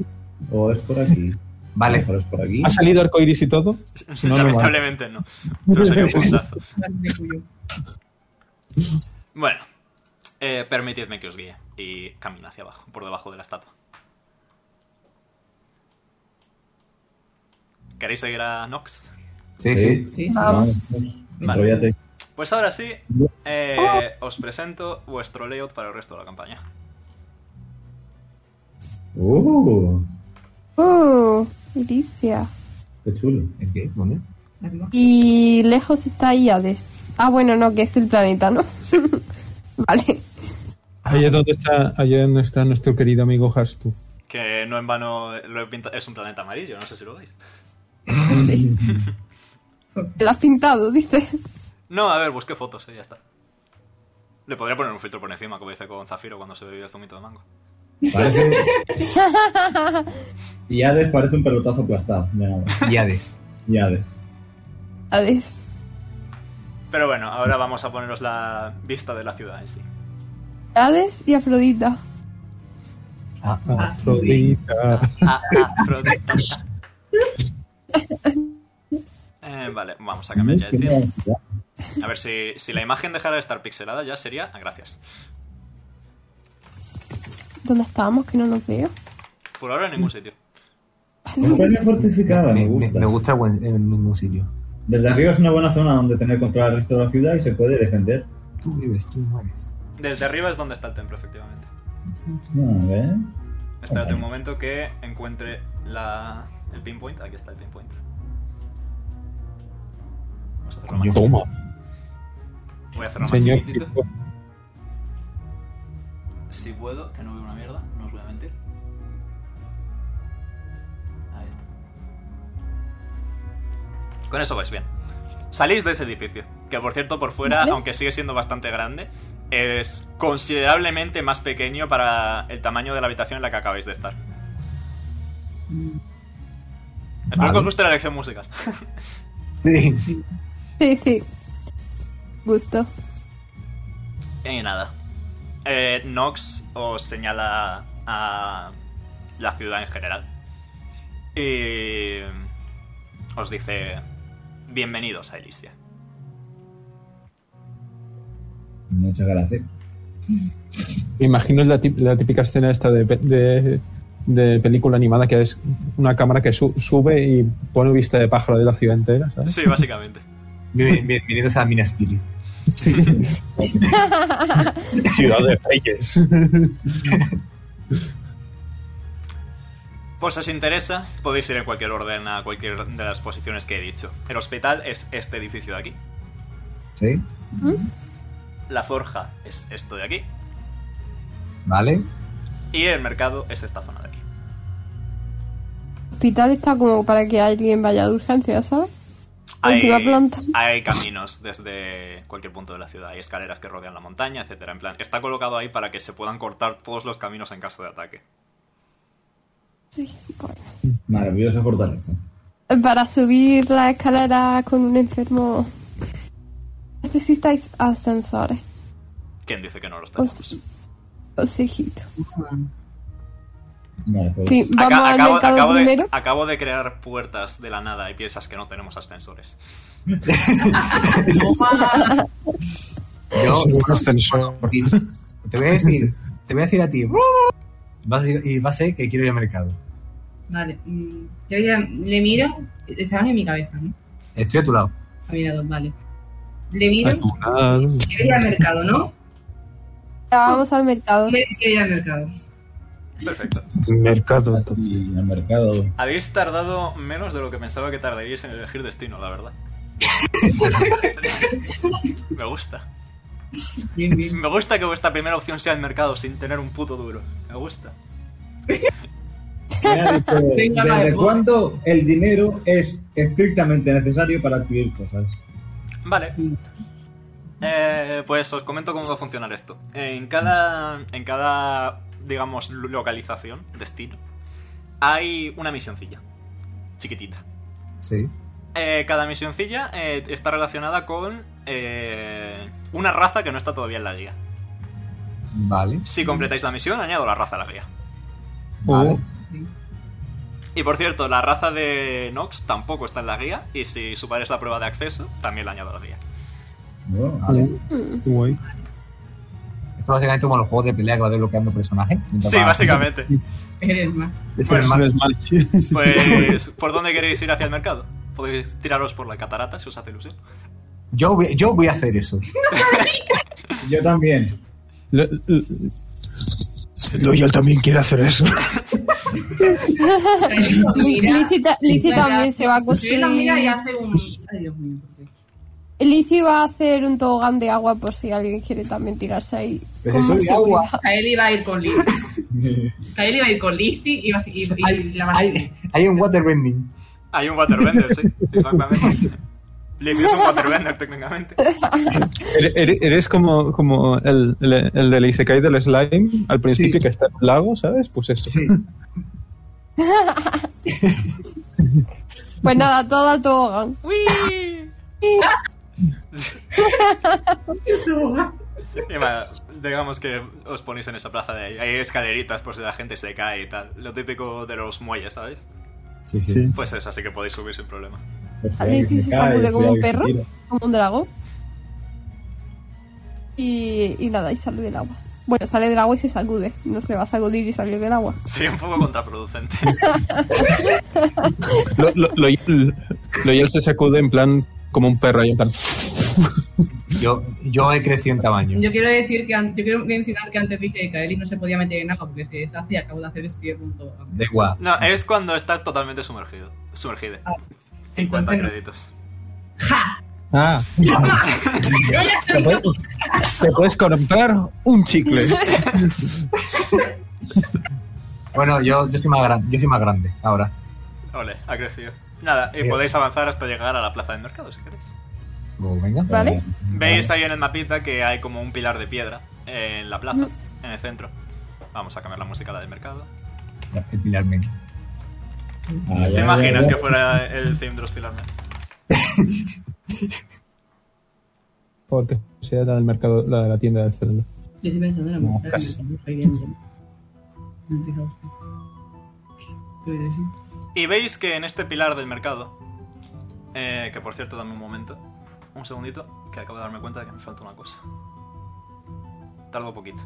Speaker 2: O es por aquí.
Speaker 5: Vale.
Speaker 2: O es por aquí.
Speaker 6: ¿Ha salido arcoiris y todo? Si no, no vale.
Speaker 1: Lamentablemente no. pues, Pero sería un puntazo.
Speaker 4: Vale, de cuyo.
Speaker 1: Bueno, eh, permitidme que os guíe y camina hacia abajo, por debajo de la estatua. ¿Queréis seguir a Nox?
Speaker 5: Sí, sí.
Speaker 4: Sí, sí.
Speaker 3: Vamos.
Speaker 1: Vale.
Speaker 2: Enrollate.
Speaker 1: Pues ahora sí, eh, os presento vuestro layout para el resto de la campaña.
Speaker 2: Uh,
Speaker 3: Oh, Iricia.
Speaker 2: qué chulo.
Speaker 5: ¿El qué? ¿Dónde?
Speaker 4: Arriba.
Speaker 3: Y lejos está Iades. Ah, bueno, no, que es el planeta, ¿no? vale.
Speaker 6: Ahí es donde está, ahí es donde está nuestro querido amigo Hastu.
Speaker 1: Que no en vano lo he pintado- es un planeta amarillo, no sé si lo veis.
Speaker 3: Sí. Lo has pintado, dice.
Speaker 1: No, a ver, busqué fotos, eh, ya está. Le podría poner un filtro por encima, como hice con Zafiro cuando se bebió el zumito de mango.
Speaker 2: Parece. y Hades parece un pelotazo aplastado. De nada.
Speaker 5: Y Hades.
Speaker 2: Y Hades.
Speaker 3: Hades.
Speaker 1: Pero bueno, ahora vamos a poneros la vista de la ciudad en sí.
Speaker 3: Hades y Afrodita.
Speaker 5: Ah,
Speaker 6: Afrodita.
Speaker 1: Ah, Afrodita. Eh, vale, vamos a cambiar ya el tiempo. A ver, si, si la imagen dejara de estar pixelada ya sería... ah, gracias.
Speaker 3: ¿Dónde estábamos? Que no nos veo.
Speaker 1: Por ahora en ningún sitio.
Speaker 2: España fortificada, me
Speaker 5: Ah, me,
Speaker 2: gusta.
Speaker 5: me gusta el buen- en ningún sitio.
Speaker 2: Desde arriba es una buena zona donde tener control al resto de la ciudad y se puede defender.
Speaker 5: Tú vives, tú mueres.
Speaker 1: Desde arriba es donde está el templo, efectivamente.
Speaker 2: A ver.
Speaker 1: Espérate un momento que encuentre la, el pinpoint. Aquí está el pinpoint. Vamos a hacerlo más
Speaker 5: Coño.
Speaker 1: chiquito.
Speaker 6: Toma,
Speaker 1: Voy a hacerlo más
Speaker 6: señor.
Speaker 1: chiquitito. Si puedo, que no veo una mierda, no os voy a mentir. Ahí está. Con eso vais bien. Salís de ese edificio, que por cierto por fuera,
Speaker 3: Vale.
Speaker 1: aunque sigue siendo bastante grande, es considerablemente más pequeño para el tamaño de la habitación en la que acabáis de estar. Espero que os guste la lección musical.
Speaker 5: Sí.
Speaker 3: Sí, sí. Gusto.
Speaker 1: Y nada. Eh, Nox os señala a la ciudad en general. Y os dice, bienvenidos a Elysia.
Speaker 2: Muchas gracias.
Speaker 6: Me imagino la, tip- la típica escena esta de, pe- de- de película animada que es una cámara que su- sube y pone vista de pájaro de la ciudad entera, ¿sabes?
Speaker 1: Sí, básicamente.
Speaker 5: Bien- Bienvenidos a Minas Tirith.
Speaker 6: Ciudad de Reyes.
Speaker 1: Por si os interesa, podéis ir en cualquier orden a cualquier de las posiciones que he dicho. El hospital es este edificio de aquí.
Speaker 5: Sí.
Speaker 1: La forja es esto de aquí.
Speaker 5: Vale.
Speaker 1: Y el mercado es esta zona de aquí.
Speaker 3: hospital está como para que alguien vaya de urgencia, ¿sabes? Última planta.
Speaker 1: hay caminos desde cualquier punto de la ciudad, hay escaleras que rodean la montaña, etcétera. En plan, está colocado ahí para que se puedan cortar todos los caminos en caso de ataque.
Speaker 3: Sí, bueno.
Speaker 2: Maravillosa fortaleza.
Speaker 3: Para subir la escalera con un enfermo necesitáis ascensores.
Speaker 1: ¿Quién dice que no los tenemos?
Speaker 3: Os, os hijito.
Speaker 2: Vale, pues.
Speaker 3: Sí, vamos
Speaker 1: Aca-
Speaker 3: al
Speaker 1: acabo,
Speaker 3: mercado
Speaker 1: acabo
Speaker 3: primero.
Speaker 1: de, acabo de crear puertas de la nada y piensas que no tenemos ascensores.
Speaker 4: Toma.
Speaker 5: Yo, te voy a decir, te voy a decir a ti. Vas a ir- y vas a ir que quiero ir al mercado.
Speaker 4: Vale. mm, Yo ya le miro. Estabas en mi cabeza, ¿no?
Speaker 5: Estoy a tu lado.
Speaker 4: Ha mirado, vale. Le miro. Quiero ir al mercado, ¿no?
Speaker 3: Ya vamos al mercado.
Speaker 4: Me dice que quiero ir al mercado.
Speaker 1: Perfecto.
Speaker 6: Mercado.
Speaker 2: Y en el mercado.
Speaker 1: Habéis tardado menos de lo que pensaba que tardaríais en elegir destino, la verdad. Me gusta.
Speaker 4: Bien, bien.
Speaker 1: Me gusta que vuestra primera opción sea el mercado sin tener un puto duro. Me gusta.
Speaker 2: Mira, dice,
Speaker 4: Venga, va,
Speaker 2: ¿Desde
Speaker 4: voy.
Speaker 2: cuándo el dinero es estrictamente necesario para adquirir cosas?
Speaker 1: Vale. Eh, pues os comento cómo va a funcionar esto. En cada, en cada, digamos, lo- localización, destino, hay una misioncilla. Chiquitita.
Speaker 5: Sí.
Speaker 1: Eh, cada misioncilla eh, está relacionada con eh, una raza que no está todavía en la guía.
Speaker 5: Vale.
Speaker 1: Si completáis la misión, añado la raza a la guía.
Speaker 5: Vale.
Speaker 1: Y por cierto, la raza de Nox tampoco está en la guía. Y si superáis la prueba de acceso, también la añado a la guía.
Speaker 2: Bueno,
Speaker 5: Vale.
Speaker 6: Guay.
Speaker 5: Esto básicamente como los juegos de pelea que va desbloqueando personajes.
Speaker 1: Sí, básicamente.
Speaker 4: Eres más.
Speaker 5: Es
Speaker 1: Pues-
Speaker 5: el
Speaker 6: Smash.
Speaker 5: más-
Speaker 6: Smash.
Speaker 1: Pues, ¿por dónde queréis ir hacia el mercado? Podéis tiraros por la catarata si os hace ilusión.
Speaker 5: yo, voy, yo voy a hacer eso.
Speaker 2: Yo también.
Speaker 6: Lo- lo- Loyal también quiere hacer eso.
Speaker 3: Li- Lizzie Lici
Speaker 4: Mira,
Speaker 3: también se va a
Speaker 4: Yo la mira y
Speaker 3: construir.
Speaker 4: hace un. Ay, Dios mío. ¿por qué?
Speaker 3: Lizzie va a hacer un tobogán de agua por si alguien quiere también tirarse ahí.
Speaker 5: Pero
Speaker 3: Con
Speaker 5: si soy
Speaker 3: más
Speaker 5: agua.
Speaker 3: seguridad.
Speaker 4: Kael iba a ir con Lizzie. Kael iba a ir con Lizzie y, va- y, y
Speaker 5: Hay,
Speaker 4: la va a
Speaker 5: hay, hay un waterbending.
Speaker 1: Hay un waterbender, sí, exactamente. Lizzie es un waterbender, técnicamente.
Speaker 6: Eres, eres como, como el, el, el del Isekai del Slime al principio
Speaker 5: Sí.
Speaker 6: que está en un lago, ¿sabes? Pues eso.
Speaker 5: Sí.
Speaker 3: Pues nada, todo al tobogán.
Speaker 1: Y va, digamos que os ponéis en esa plaza de ahí. Hay escaleritas por si la gente se cae y tal. Lo típico de los muelles, ¿sabes?
Speaker 5: Sí, sí.
Speaker 6: Sí.
Speaker 1: Pues eso, así que podéis subir sin problema.
Speaker 2: Pues si
Speaker 3: A
Speaker 2: alguien
Speaker 3: Lizzie se
Speaker 2: se cae,
Speaker 3: sacude
Speaker 2: si
Speaker 3: como un
Speaker 2: alguien se
Speaker 3: perro,
Speaker 2: tira.
Speaker 3: como un dragón. Y, y nada, y sale del agua. Bueno, sale del agua y se sacude. No se va a sacudir y salir del agua.
Speaker 1: Sería un poco contraproducente.
Speaker 6: Lo- lo- Loyal- Loyal se sacude en plan como un perro y en plan.
Speaker 5: Yo, yo he crecido en tamaño.
Speaker 4: Yo quiero decir que an- yo quiero mencionar que antes dije que Kaeli no se podía meter en agua porque se deshace y acabo de hacer este punto.
Speaker 5: Da igual.
Speaker 1: No, es cuando estás totalmente sumergido. Sumergido. 50
Speaker 4: entonces no.
Speaker 1: créditos.
Speaker 6: Ah, te puedes, te puedes comprar un chicle.
Speaker 5: Bueno, yo, yo, soy más gran, yo soy más grande ahora.
Speaker 1: Ole, ha crecido. Nada, y
Speaker 5: Bien.
Speaker 1: podéis avanzar hasta llegar a la plaza del mercado, si queréis.
Speaker 5: Luego, venga. Eh,
Speaker 3: ¿Vale?
Speaker 1: Veis ahí en el mapita que hay como un pilar de piedra en la plaza, en el centro. Vamos a cambiar la música a la del mercado.
Speaker 5: El pilar men.
Speaker 2: Ah,
Speaker 1: ¿Te
Speaker 2: ya,
Speaker 1: imaginas
Speaker 2: ya,
Speaker 1: que
Speaker 2: ya.
Speaker 1: fuera el theme de los Pilar Man?
Speaker 6: Porque sea la del mercado, la de la tienda del celular.
Speaker 4: Yo estoy pensando en la
Speaker 5: No,
Speaker 4: mujer.
Speaker 5: casi.
Speaker 4: me estoy viendo. No sé, Jauste. Pero sí.
Speaker 1: Y veis que en este pilar del mercado, eh, que por cierto, dame un momento, un segundito, que acabo de darme cuenta de que me falta una cosa. Tardo poquito.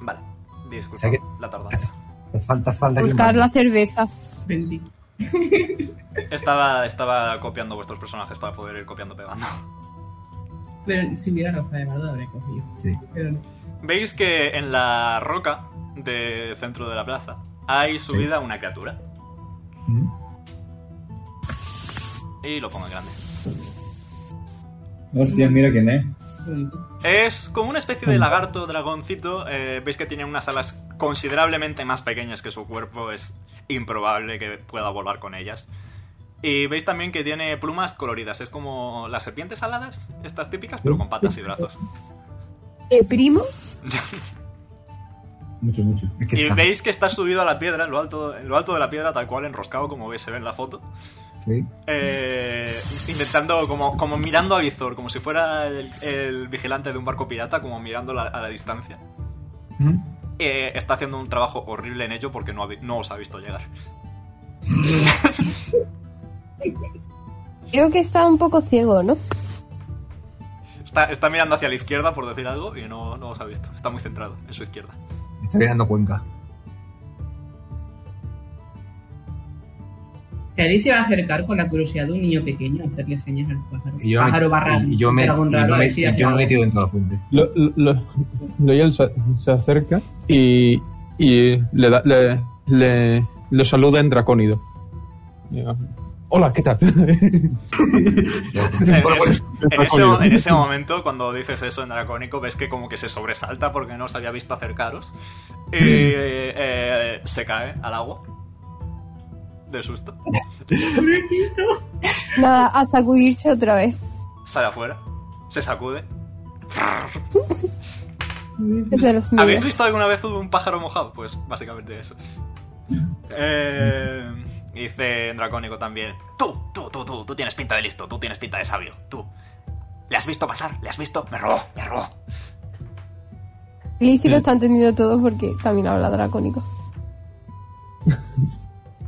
Speaker 1: Vale, disculpa
Speaker 5: O sea que-
Speaker 1: la tardanza.
Speaker 5: Te falta, falta. que-
Speaker 3: Buscar la cerveza.
Speaker 4: Bendito.
Speaker 1: Estaba, estaba copiando vuestros personajes para poder ir copiando pegando.
Speaker 4: Pero si hubiera ropa de bardo, habría cogido.
Speaker 5: Sí.
Speaker 4: Pero no.
Speaker 1: Veis que en la roca de centro de la plaza hay subida una criatura.
Speaker 5: Mm.
Speaker 1: Y lo pongo en grande.
Speaker 2: Hostia, mira quién es.
Speaker 4: Qué bonito.
Speaker 1: Es como una especie de lagarto dragoncito. eh, Veis que tiene unas alas considerablemente más pequeñas que su cuerpo. Es improbable que pueda volar con ellas. Y veis también que tiene plumas coloridas. Es como las serpientes aladas, estas típicas, pero con patas y brazos.
Speaker 3: ¿El Eh, primo?
Speaker 2: Mucho, mucho.
Speaker 5: Es que
Speaker 1: Y
Speaker 5: está-
Speaker 1: veis que está subido a la piedra, en lo alto, en lo alto de la piedra, tal cual, enroscado, como veis, se ve en la foto.
Speaker 5: Sí.
Speaker 1: Eh, intentando, como, como mirando a Vizor, como si fuera el, el vigilante de un barco pirata, como mirando la- a la distancia.
Speaker 5: Mm.
Speaker 1: Eh, está haciendo un trabajo horrible en ello porque no, ha vi- no os ha visto llegar.
Speaker 3: Creo que está un poco ciego, ¿no?
Speaker 1: Está, está mirando hacia la izquierda, por decir algo, y no, no os ha visto. Está muy centrado en su izquierda.
Speaker 5: Me está mirando cuenca.
Speaker 4: Kaeli se va a acercar con la curiosidad de un niño pequeño a hacerle señas al pájaro.
Speaker 5: Y yo,
Speaker 4: pájaro barra.
Speaker 5: y yo me, y
Speaker 4: dragón raro,
Speaker 5: yo
Speaker 4: a
Speaker 5: me,
Speaker 4: ver si hace
Speaker 5: y yo me he
Speaker 4: algo.
Speaker 5: metido dentro de la fuente.
Speaker 6: Lo- lo- lo- Loyal se, se acerca y, y le, da- le, le- le saluda en dracónido. Diga, hola, ¿qué tal?
Speaker 1: En,
Speaker 5: Bueno,
Speaker 1: ese-
Speaker 5: bueno,
Speaker 1: Eh, en ese,
Speaker 6: dracónico.
Speaker 1: en ese momento, cuando dices eso en Dracónico, ves que como que se sobresalta porque no os había visto acercaros. Y eh, se cae al agua. De susto.
Speaker 3: Nada, a sacudirse otra vez.
Speaker 1: Sale afuera. Se sacude.
Speaker 3: Es de los míos.
Speaker 1: ¿Habéis visto alguna vez un pájaro mojado? Pues básicamente eso. Eh, dice en Dracónico también. Tú, tú, tú, tú, tú tienes pinta de listo, tú tienes pinta de sabio, tú. ¿Le has visto pasar? ¿Le has visto? Me robó, me robó.
Speaker 3: Lizzie lo está entendiendo todo porque también habla dracónico.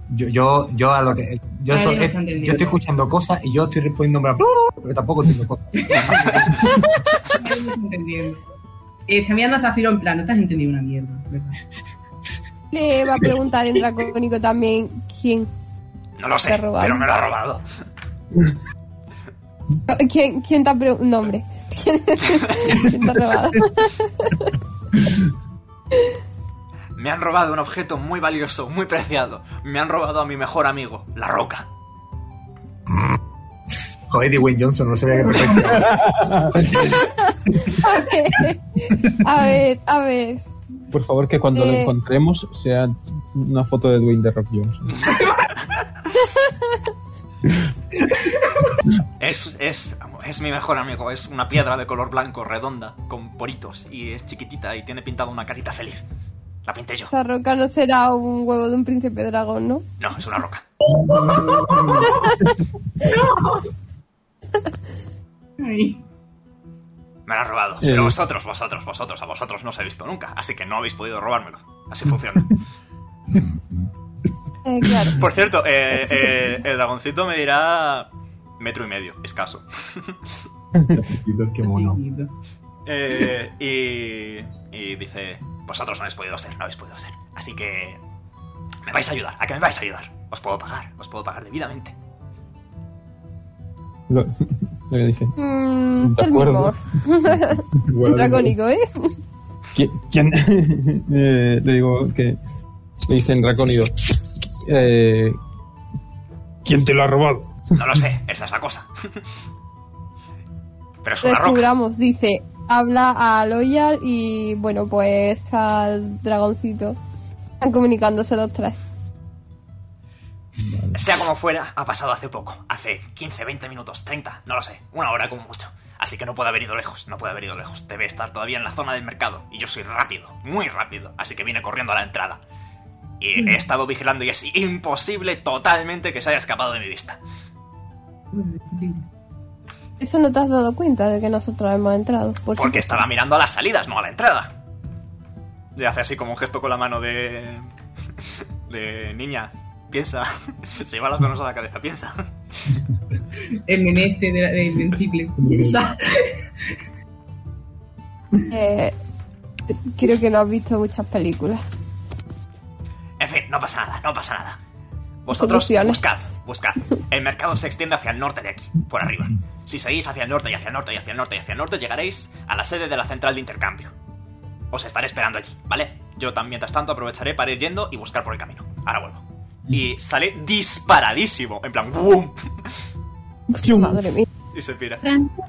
Speaker 5: Yo, yo, yo a lo que. Yo,
Speaker 4: Nadie
Speaker 5: so-
Speaker 4: nos ha
Speaker 5: eh,
Speaker 4: entendido.
Speaker 5: yo estoy escuchando cosas y yo estoy respondiendo. Pero tampoco tengo cosas.
Speaker 4: No estás entendiendo. Eh, está mirando a Zafiro en plan, no te has entendido una mierda, ¿verdad?
Speaker 3: Le va a preguntar en dracónico también quién,
Speaker 1: No lo
Speaker 3: Te
Speaker 1: sé,
Speaker 3: ha robado.
Speaker 1: pero me lo ha robado.
Speaker 3: quién, quién te ha preguntado. Un nombre. ¿Quién te ha robado?
Speaker 1: Me han robado un objeto muy valioso, muy preciado. Me han robado a mi mejor amigo, la roca.
Speaker 5: Joder, Dwayne Johnson, no sabía que perfecto.
Speaker 3: A ver, a ver, a ver.
Speaker 6: Por favor, que cuando lo
Speaker 3: Eh.
Speaker 6: encontremos sea una foto de Dwayne de Rock Johnson.
Speaker 1: Es, es, es mi mejor amigo, es una piedra de color blanco, redonda, con poritos, y es chiquitita y tiene pintada una carita feliz. La pinté yo.
Speaker 3: Esta roca no será un huevo de un príncipe dragón, ¿no?
Speaker 1: No, es una roca.
Speaker 4: Ay.
Speaker 1: Me la han robado.
Speaker 6: Sí.
Speaker 1: Pero vosotros, vosotros, vosotros, a vosotros no os he visto nunca. Así que no habéis podido robármelo. Así funciona.
Speaker 3: Eh, claro.
Speaker 1: Por cierto, eh,
Speaker 3: Sí, sí.
Speaker 1: eh, el dragoncito me dirá metro y medio, escaso.
Speaker 5: Qué mono.
Speaker 4: Chiquito.
Speaker 1: Eh, y, y dice, vosotros no habéis podido ser, no habéis podido ser. Así que me vais a ayudar, ¿a que me vais a ayudar? Os puedo pagar, os puedo pagar debidamente.
Speaker 6: Lo, lo que dice.
Speaker 3: Mm,
Speaker 6: De
Speaker 3: el
Speaker 6: acuerdo.
Speaker 3: mejor. Dracónico, ¿eh?
Speaker 6: ¿Qui- ¿Quién? Eh, le digo que. Le dicen Dracónido. Eh, ¿Quién te lo ha robado?
Speaker 1: No lo sé, esa es la cosa. Pero es
Speaker 3: Lo
Speaker 1: una roca.
Speaker 3: descubramos, dice. Habla a Loyal y, bueno, pues al dragoncito. Están comunicándose los tres.
Speaker 1: Sea como fuera, ha pasado hace poco. Hace 15, 20 minutos, 30, no lo sé. Una hora como mucho. Así que no puede haber ido lejos, no puede haber ido lejos. Debe estar todavía en la zona del mercado. Y yo soy rápido, muy rápido. Así que vine corriendo a la entrada. Y he estado vigilando y es imposible totalmente que se haya escapado de mi vista.
Speaker 3: Eso no te has dado cuenta de que nosotros hemos entrado. Por
Speaker 1: Porque
Speaker 3: supuesto.
Speaker 1: estaba mirando a las salidas, no a la entrada. Y hace así como un gesto con la mano de... De niña, piensa. Se lleva las manos a la cabeza, piensa.
Speaker 4: El nene este de, la- de Invencible. Esa.
Speaker 3: Eh, creo que no has visto muchas películas.
Speaker 1: En fin, no pasa nada, no pasa nada. Vosotros
Speaker 3: Soluciones.
Speaker 1: buscad, buscad. El mercado se extiende hacia el norte de aquí, por arriba. Si seguís hacia el norte y hacia el norte y hacia el norte y hacia el norte, llegaréis a la sede de la central de intercambio. Os estaré esperando allí, ¿vale? Yo también, mientras tanto, aprovecharé para ir yendo y buscar por el camino. Ahora vuelvo. Y sale disparadísimo, en plan, ¡boom!
Speaker 3: Madre mía.
Speaker 1: Y se pira.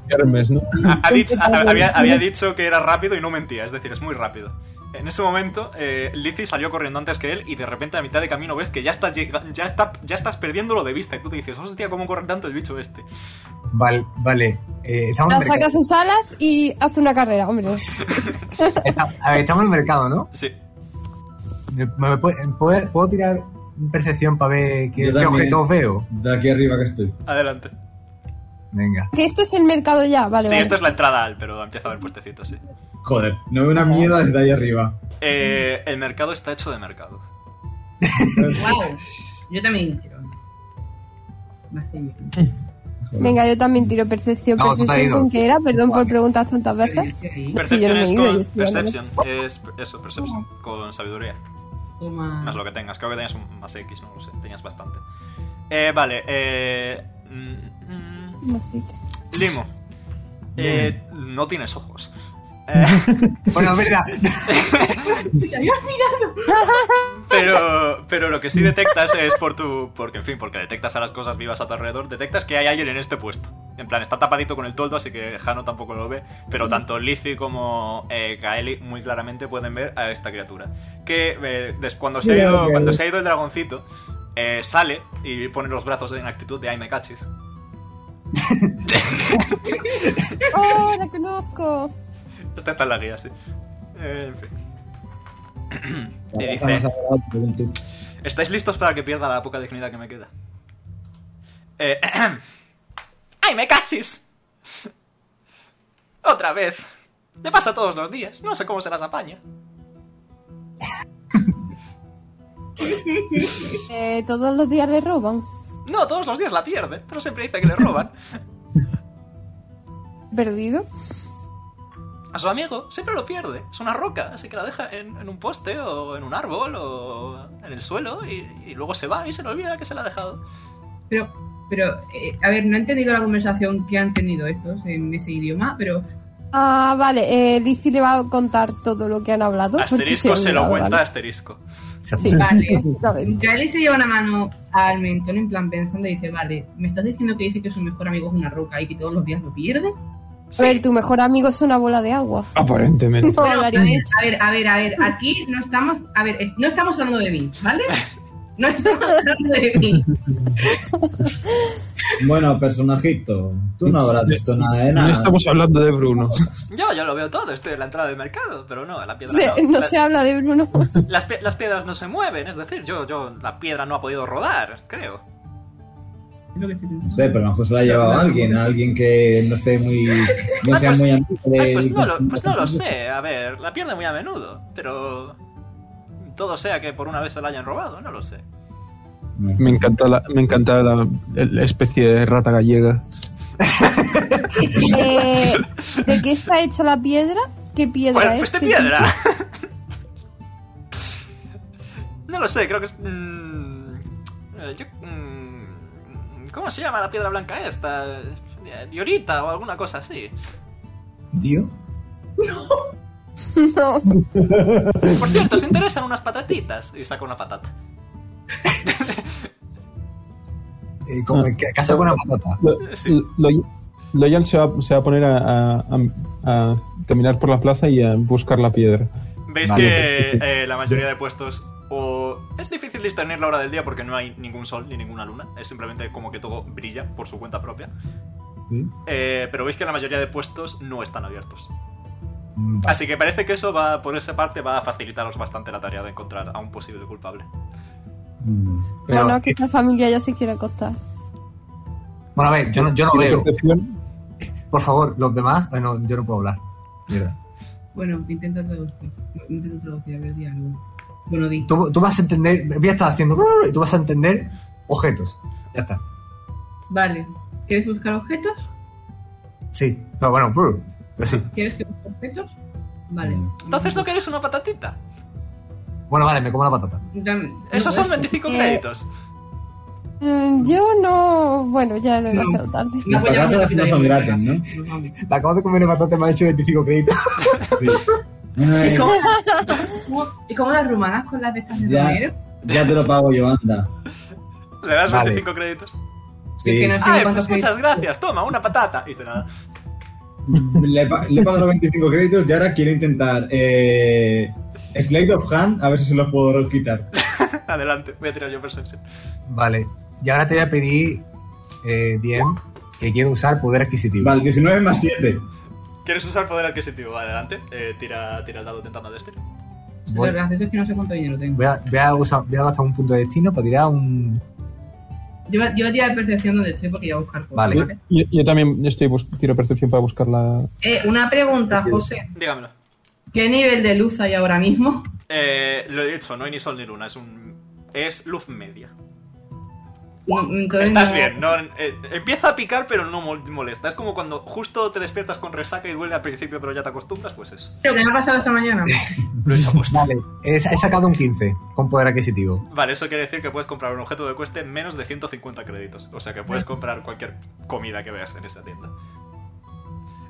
Speaker 6: Hermes, ¿no?
Speaker 1: Ha- ha dicho- ha- había, había dicho que era rápido y no mentía, es decir, es muy rápido. En ese momento, eh, Lizzie salió corriendo antes que él y de repente a mitad de camino ves que ya estás, llega- ya está, ya estás perdiéndolo de vista y tú te dices, hostia, ¿cómo corre tanto el bicho este?
Speaker 5: Vale, vale. Eh, estamos, en
Speaker 3: La
Speaker 5: el
Speaker 3: saca
Speaker 5: mercado.
Speaker 3: sus alas y hace una carrera, hombre.
Speaker 5: Está- a ver, estamos en el mercado, ¿no?
Speaker 1: Sí.
Speaker 5: ¿Me, me puede- eh, puede- puedo tirar percepción para ver qué,
Speaker 2: Yo
Speaker 5: qué
Speaker 2: también.
Speaker 5: objetos veo?
Speaker 2: De aquí arriba que estoy.
Speaker 1: Adelante.
Speaker 5: Venga.
Speaker 3: Que esto es el mercado ya, vale.
Speaker 1: sí,
Speaker 3: vale.
Speaker 1: esto es la entrada al, pero empieza a haber puestecitos, sí.
Speaker 2: Joder, no veo una mierda desde ahí arriba.
Speaker 1: Eh, el mercado está hecho de mercado.
Speaker 4: Wow. Yo también quiero. Me hace bien.
Speaker 3: Venga, yo también tiro percepción.
Speaker 5: No, tú te has
Speaker 3: percepción
Speaker 5: ido.
Speaker 3: con que era, perdón por preguntar tantas
Speaker 4: Pero yo
Speaker 3: veces.
Speaker 4: estoy ahí.
Speaker 1: Percepción
Speaker 3: me he
Speaker 1: es
Speaker 3: ido, yo
Speaker 1: con...
Speaker 3: estoy hablando.
Speaker 1: Perception es... Eso, Perception. Con sabiduría.
Speaker 4: Toma.
Speaker 1: Más lo que tengas. Creo que tenías un más X, no lo sé. Tenías bastante. Eh, vale. Eh... mm, mm.
Speaker 3: No sé.
Speaker 1: Limo. Eh, no tienes ojos. Eh,
Speaker 5: Bueno, es verdad.
Speaker 4: Te había olvidado.
Speaker 1: Pero, pero lo que sí detectas es por tu. Porque, en fin, porque detectas a las cosas vivas a tu alrededor, detectas que hay alguien en este puesto. En plan, está tapadito con el toldo, así que Jano tampoco lo ve. Pero tanto Lizzie como eh, Kaeli muy claramente pueden ver a esta criatura. Que eh, des- cuando, se ha ido, cuando se ha ido el dragoncito, eh, sale y pone los brazos en actitud de ay me cachis.
Speaker 3: ¡Oh, la conozco!
Speaker 1: Esta está en la guía, sí. Eh, en fin. Y
Speaker 2: La
Speaker 1: dice-
Speaker 2: raza nos ha dado otro del tipo.
Speaker 1: ¿Estáis listos para que pierda la poca dignidad que me queda? Eh, ¡Ay, me cachis! Otra vez. Me pasa todos los días. No sé cómo se las apaña.
Speaker 3: Eh, todos los días le roban.
Speaker 1: No, todos los días la pierde, pero siempre dice que le roban.
Speaker 3: ¿Perdido?
Speaker 1: A su amigo siempre lo pierde. Es una roca, así que la deja en, en un poste o en un árbol o en el suelo y, y luego se va y se le olvida que se la ha dejado.
Speaker 4: Pero, pero eh, a ver, no he entendido la conversación que han tenido estos en ese idioma, pero
Speaker 3: Ah, vale. Eh, Lizzie le va a contar todo lo que han hablado. porque
Speaker 1: Asterisco se lo
Speaker 3: olvidaba,
Speaker 1: cuenta
Speaker 3: pues vale.
Speaker 1: Asterisco.
Speaker 3: Sí,
Speaker 4: Vale.
Speaker 3: básicamente.
Speaker 4: Kaeli se lleva una mano al mentón en plan pensando y dice, vale, ¿me estás diciendo que dice que su mejor amigo es una roca y que todos los días lo pierde?
Speaker 3: A ver, tu mejor amigo es una bola de agua.
Speaker 6: Aparentemente.
Speaker 3: No,
Speaker 4: Pero, a
Speaker 3: Darío.
Speaker 4: ver, a ver, a ver, a ver, aquí no estamos, a ver, es- no estamos hablando de mí, ¿vale? No estamos hablando de mí.
Speaker 2: Bueno, personajito, tú no habrás visto nada de nada.
Speaker 6: No estamos hablando de Bruno.
Speaker 1: Yo, yo lo veo todo, estoy en la entrada del mercado, pero no, la piedra
Speaker 3: Se-
Speaker 1: no.
Speaker 3: no
Speaker 1: La-
Speaker 3: se habla de Bruno.
Speaker 1: Las, pie- las piedras no se mueven, es decir, yo, yo, la piedra no ha podido rodar, creo.
Speaker 4: Es lo que estoy
Speaker 2: No
Speaker 4: pensando.
Speaker 2: sé, pero a lo mejor se la ha llevado alguien, alguien que no esté muy. No
Speaker 1: Ah,
Speaker 2: sea
Speaker 1: pues-
Speaker 2: muy amigo de-
Speaker 1: Ay, pues, no lo, pues no lo sé, a ver, la pierde muy a menudo, pero todo sea que por una vez se la hayan robado, no lo sé.
Speaker 6: Me encanta la, me encanta la, la especie de rata gallega.
Speaker 3: Eh, ¿De qué está hecha la piedra? ¿Qué piedra
Speaker 1: Pues,
Speaker 3: es?
Speaker 1: pues de
Speaker 3: ¿Qué
Speaker 1: piedra. no lo sé, creo que es... mm, eh, yo, mm, ¿Cómo se llama la piedra blanca esta? Eh, Diorita o alguna cosa así.
Speaker 5: Tío.
Speaker 3: tipo? No.
Speaker 1: Por cierto, os interesan unas patatitas. Y saca una patata.
Speaker 5: Eh,
Speaker 3: Ah.
Speaker 5: como que caso con una patata.
Speaker 6: Lo-
Speaker 1: Sí.
Speaker 6: lo- Loyal se va, se va a poner a, a- a- a caminar por la plaza y a buscar la piedra.
Speaker 1: Veis
Speaker 5: Vale.
Speaker 1: que eh, la mayoría de puestos o es difícil discernir la hora del día porque no hay ningún sol ni ninguna luna, es simplemente como que todo brilla por su cuenta propia.
Speaker 5: Sí.
Speaker 1: Eh, pero veis que la mayoría de puestos no están abiertos.
Speaker 5: Mm, vale.
Speaker 1: Así que parece que eso va, por esa parte, va a facilitaros bastante la tarea de encontrar a un posible culpable.
Speaker 2: Mm.
Speaker 5: Pero-
Speaker 3: Bueno, que la familia ya se quiere acostar.
Speaker 5: Bueno, a ver, yo no, yo no
Speaker 6: Tira
Speaker 5: veo.
Speaker 6: percepción.
Speaker 5: Por favor, los demás. Ay, no, yo no puedo hablar. Mierda.
Speaker 4: Bueno, intenta traducir. Intenta traducir, a ver si algo. Bueno, di.
Speaker 5: Tú, tú vas a entender. Voy a estar haciendo. Y tú vas a entender objetos. Ya está.
Speaker 4: Vale. ¿Quieres buscar objetos?
Speaker 5: Sí. Pero bueno, brr, pero sí.
Speaker 4: ¿Quieres que busque objetos? Vale.
Speaker 1: Mm. Entonces, ¿no queréis una patatita?
Speaker 5: Bueno, vale, me como la patata.
Speaker 4: Dame-
Speaker 1: Esos
Speaker 4: no,
Speaker 1: son 25
Speaker 3: Eh,
Speaker 1: créditos.
Speaker 3: Mm, Yo no. Bueno, ya es demasiado tarde.
Speaker 4: No
Speaker 2: Las
Speaker 4: apoyamos
Speaker 2: patatas no son
Speaker 4: capitalismo.
Speaker 2: gratis, ¿no?
Speaker 4: Nos vamos.
Speaker 5: Me acabo de comer una patata y me ha hecho 25 créditos.
Speaker 2: Ay,
Speaker 4: ¿Y cómo, cómo- y cómo las rumanas con las de estas de
Speaker 2: Ya.
Speaker 4: dinero?
Speaker 2: ya te lo pago yo, anda.
Speaker 1: ¿Le das
Speaker 5: vale.
Speaker 1: 25 créditos?
Speaker 2: Sí.
Speaker 4: que no sé
Speaker 1: Ay,
Speaker 4: cuántos
Speaker 1: pues muchas
Speaker 4: créditos.
Speaker 1: gracias. Toma, una patata. Y de nada.
Speaker 2: Le, pa- le pago los 25 créditos y ahora quiero intentar eh, Slide of Hand, a ver si se los puedo quitar.
Speaker 1: Adelante, voy a tirar yo Perception.
Speaker 5: Vale. Y ahora te voy a pedir, eh, bien, que quiero usar poder adquisitivo.
Speaker 2: Vale, 19 más 7.
Speaker 1: ¿Quieres usar poder adquisitivo? Vale, Adelante. Eh, tira, tira el dado tentando de este.
Speaker 4: Lo gracioso es que no sé cuánto dinero tengo.
Speaker 5: Voy a, voy a usar- voy a gastar un punto de destino para tirar un.
Speaker 4: Yo, yo voy a tirar percepción donde estoy porque voy a buscar. cosas,
Speaker 5: Vale.
Speaker 6: Yo, yo- yo también estoy bus- tiro percepción para buscar la.
Speaker 4: Eh, una pregunta, José.
Speaker 1: Dígamelo.
Speaker 4: ¿Qué nivel de luz hay ahora mismo?
Speaker 1: Eh, lo he dicho, no hay ni sol ni luna, es un. Es luz media.
Speaker 4: No, entonces
Speaker 1: Estás
Speaker 4: no-
Speaker 1: bien, no, eh, empieza a picar pero no mol- molesta. Es como cuando justo te despiertas con resaca y duele al principio pero ya te acostumbras, pues eso.
Speaker 4: ¿Pero qué me ha pasado esta mañana?
Speaker 5: Vale. He, he sacado un 15 con poder adquisitivo.
Speaker 1: Vale, eso quiere decir que puedes comprar un objeto que cueste menos de 150 créditos. O sea que puedes comprar cualquier comida que veas en esa tienda.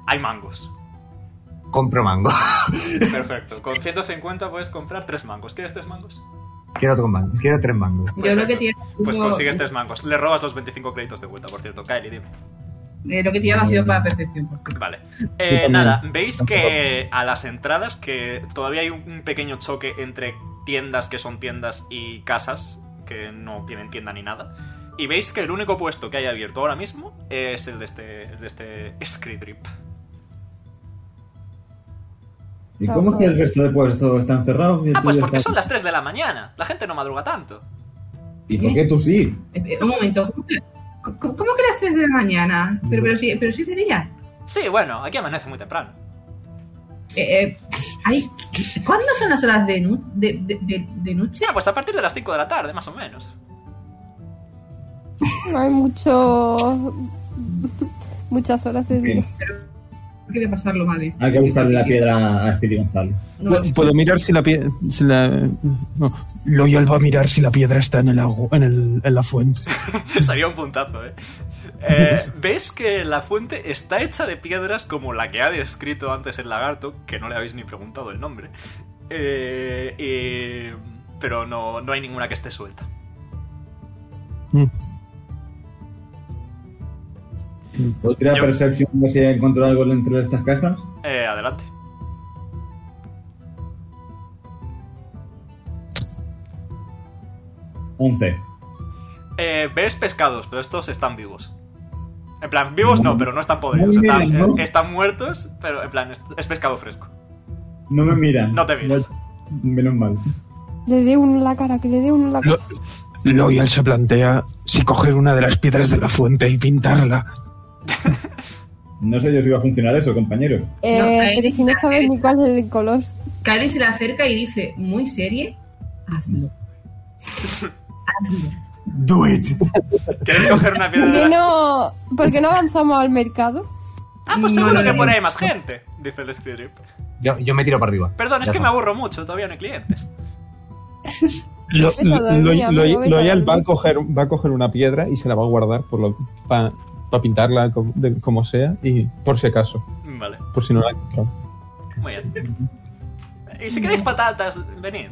Speaker 1: Hay mangos.
Speaker 5: Compro mango.
Speaker 1: Perfecto. Con 150 puedes comprar tres mangos. ¿Quieres tres mangos?
Speaker 5: Quiero, otro mango. Quiero tres mangos.
Speaker 4: Yo lo que tiene.
Speaker 1: Pues consigues tres mangos. Le robas los 25 créditos de vuelta, por cierto. Kylie, dime.
Speaker 4: Eh, lo que he tirado ha sido para percepción. por cierto.
Speaker 1: Vale.
Speaker 5: Yo
Speaker 1: Eh,
Speaker 5: también.
Speaker 1: nada, veis que a las entradas que todavía hay un un pequeño choque entre tiendas que son tiendas y casas que no tienen tienda ni nada. Y veis que el único puesto que hay abierto ahora mismo es el de este, el de este Skridrip.
Speaker 2: ¿Y cómo es que el resto de puestos están cerrados? y el
Speaker 1: Ah, pues
Speaker 2: tuyo
Speaker 1: porque
Speaker 2: está-
Speaker 1: son las 3 de la mañana. La gente no madruga tanto.
Speaker 2: ¿Y por qué tú sí?
Speaker 4: Eh, eh, un momento. ¿cómo que- ¿Cómo, cómo que las 3 de la mañana? Pero, pero, sí, pero sí es de día.
Speaker 1: Sí, bueno, aquí amanece muy temprano.
Speaker 4: Eh, eh, ay, ¿Cuándo son las horas de, nu- de, de, de- de noche?
Speaker 1: Ya, pues a partir de las 5 de la tarde, más o menos.
Speaker 3: No hay mucho. Muchas horas de día.
Speaker 4: Que voy a pasarlo mal. eh.
Speaker 2: Hay que buscarle la piedra a Speedy González.
Speaker 4: No,
Speaker 6: Pu- Puedo mirar si la piedra. Si la, no, Loyal va a mirar si la piedra está en el agua, en, el, en la fuente.
Speaker 1: Sería un puntazo, ¿eh? Eh, ¿Ves que la fuente está hecha de piedras como la que ha descrito antes el lagarto? Que no le habéis ni preguntado el nombre. Eh, eh, pero no, no hay ninguna que esté suelta.
Speaker 6: Mm.
Speaker 2: ¿Puedo tirar
Speaker 1: Yo-
Speaker 2: percepción a ver si encuentro algo dentro de estas cajas?
Speaker 1: Eh, adelante.
Speaker 2: Once.
Speaker 1: Eh, ¿Ves pescados? Pero estos están vivos. En plan, vivos no, pero no están podridos.
Speaker 2: Muy
Speaker 1: Están,
Speaker 2: bien, ¿no?
Speaker 1: eh, están muertos, pero en plan, es, es pescado fresco.
Speaker 2: No me miran.
Speaker 1: No te miran.
Speaker 2: Menos mal.
Speaker 3: Le dé uno en la cara, que le dé uno en la cara.
Speaker 6: Lo- Loyal se plantea si coger una de las piedras de la fuente y pintarla.
Speaker 2: No sé yo si va a funcionar eso, compañero.
Speaker 3: Eh,
Speaker 4: No, a él
Speaker 3: pero si no
Speaker 4: está-
Speaker 3: sabes ni cuál es el color.
Speaker 4: Kylie se le acerca y dice, muy serie, hazlo. hazlo.
Speaker 5: Do it.
Speaker 1: ¿Quieres coger una piedra?
Speaker 3: ¿Por
Speaker 1: de
Speaker 3: qué
Speaker 1: la-
Speaker 3: no, por qué no avanzamos al mercado?
Speaker 1: Ah, pues
Speaker 4: No,
Speaker 1: seguro
Speaker 4: no,
Speaker 1: que
Speaker 4: no.
Speaker 1: por ahí hay más gente, dice el Squidrip.
Speaker 5: Yo, yo me tiro para arriba.
Speaker 1: Perdón, es
Speaker 5: Ya
Speaker 1: que me
Speaker 5: está.
Speaker 1: aburro mucho, todavía no hay clientes.
Speaker 6: Lo-
Speaker 3: Vete a dormir,
Speaker 6: lo- lo-
Speaker 3: amigo,
Speaker 6: lo-
Speaker 3: vete a
Speaker 6: Loyal va a
Speaker 3: dormir.
Speaker 6: coger va a coger una piedra y se la va a guardar por lo para pintarla co- de- como sea y por si acaso,
Speaker 1: Vale,
Speaker 6: por si no la encontramos.
Speaker 1: muy bien. Y si queréis patatas, venid.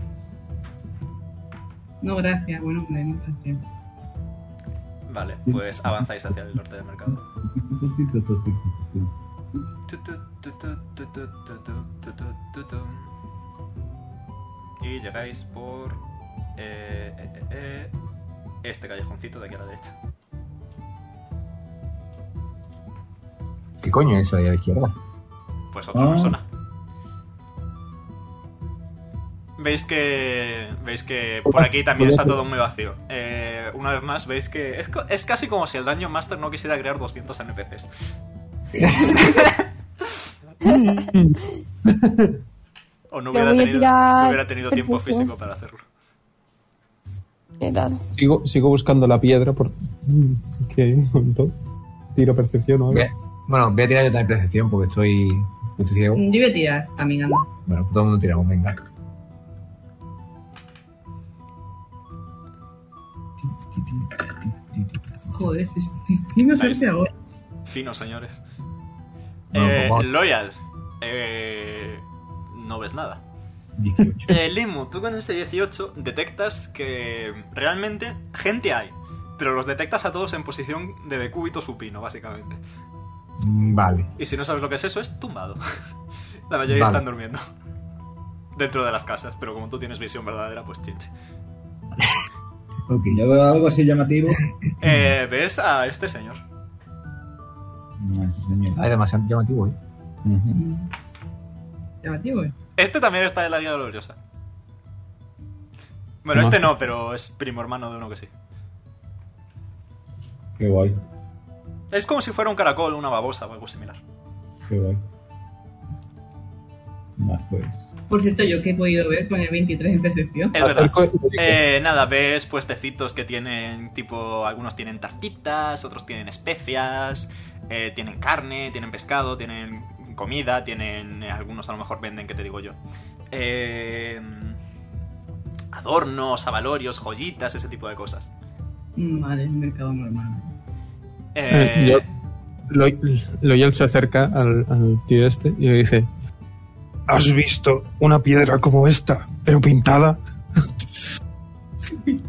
Speaker 4: No, gracias. Bueno, bueno, gracias.
Speaker 1: Vale, pues avanzáis hacia el norte del mercado. Tu, tu, tu, tu, tu, tu, tu, tu, tu, tu, tu, tu. Y llegáis por eh, eh, eh, eh, este callejoncito de aquí a la derecha.
Speaker 5: ¿Qué coño es eso ahí a la izquierda?
Speaker 1: Pues otra
Speaker 2: Ah.
Speaker 1: persona. Veis que. Veis que por aquí también está todo muy vacío. Eh, una vez más, veis que. Es, co- es casi como si el Dungeon Master no quisiera crear 200 NPCs. o no
Speaker 3: Le
Speaker 1: hubiera
Speaker 3: voy a
Speaker 1: tenido,
Speaker 3: tirar
Speaker 1: no hubiera tenido tiempo
Speaker 3: percepción.
Speaker 1: físico para hacerlo.
Speaker 3: Era-
Speaker 6: Sigo, sigo buscando la piedra por que encontró. Tiro percepción o algo.
Speaker 5: Voy a- bueno, voy a tirar yo también percepción porque estoy, estoy ciego.
Speaker 4: Mm, Yo voy a tirar caminando.
Speaker 5: Bueno, pues todo el mundo tiramos, venga.
Speaker 4: Joder, este estoy teniendo
Speaker 1: Nice.
Speaker 4: suerte ahora.
Speaker 1: Finos, señores.
Speaker 5: Bueno, pues,
Speaker 1: Eh,
Speaker 5: vamos.
Speaker 1: Loyal. eh, no ves nada.
Speaker 5: 18.
Speaker 1: Eh, Limu, tú con este 18 detectas que realmente gente hay, pero los detectas a todos en posición de decúbito supino, básicamente.
Speaker 5: Mm, Vale.
Speaker 1: Y si no sabes lo que es eso, es tumbado. La mayoría
Speaker 5: Vale.
Speaker 1: están durmiendo dentro de las casas, pero como tú tienes visión verdadera, pues chinche.
Speaker 5: Ok.
Speaker 2: Yo veo algo así llamativo.
Speaker 1: Eh, ¿Ves a este señor?
Speaker 2: No, ese señor.
Speaker 5: Ah, es demasiado llamativo, ¿eh?
Speaker 2: Ujú.
Speaker 4: Mm. Llamativo, eh.
Speaker 1: Este también está en la guía gloriosa. Bueno,
Speaker 6: No.
Speaker 1: este no, pero es primo hermano de uno que sí.
Speaker 2: Qué guay,
Speaker 1: Es como si fuera un caracol, una babosa o algo similar.
Speaker 2: qué guay. Más pues.
Speaker 4: Por cierto, yo que he podido ver con el 23 en percepción.
Speaker 1: Es verdad.
Speaker 6: Acerco-
Speaker 1: Eh, nada, ves puestecitos que tienen, tipo, algunos tienen tartitas, otros tienen especias, eh, tienen carne, tienen pescado, tienen comida, tienen, eh, algunos a lo mejor venden, que te digo yo. Eh, adornos, avalorios, joyitas, ese tipo de cosas.
Speaker 4: Mm, Vale, es un mercado normal.
Speaker 1: Eh,
Speaker 6: Eh, yo- Lo- Loyal se acerca al, al tío este y le dice: ¿Has visto una piedra como esta, pero pintada?
Speaker 1: Pero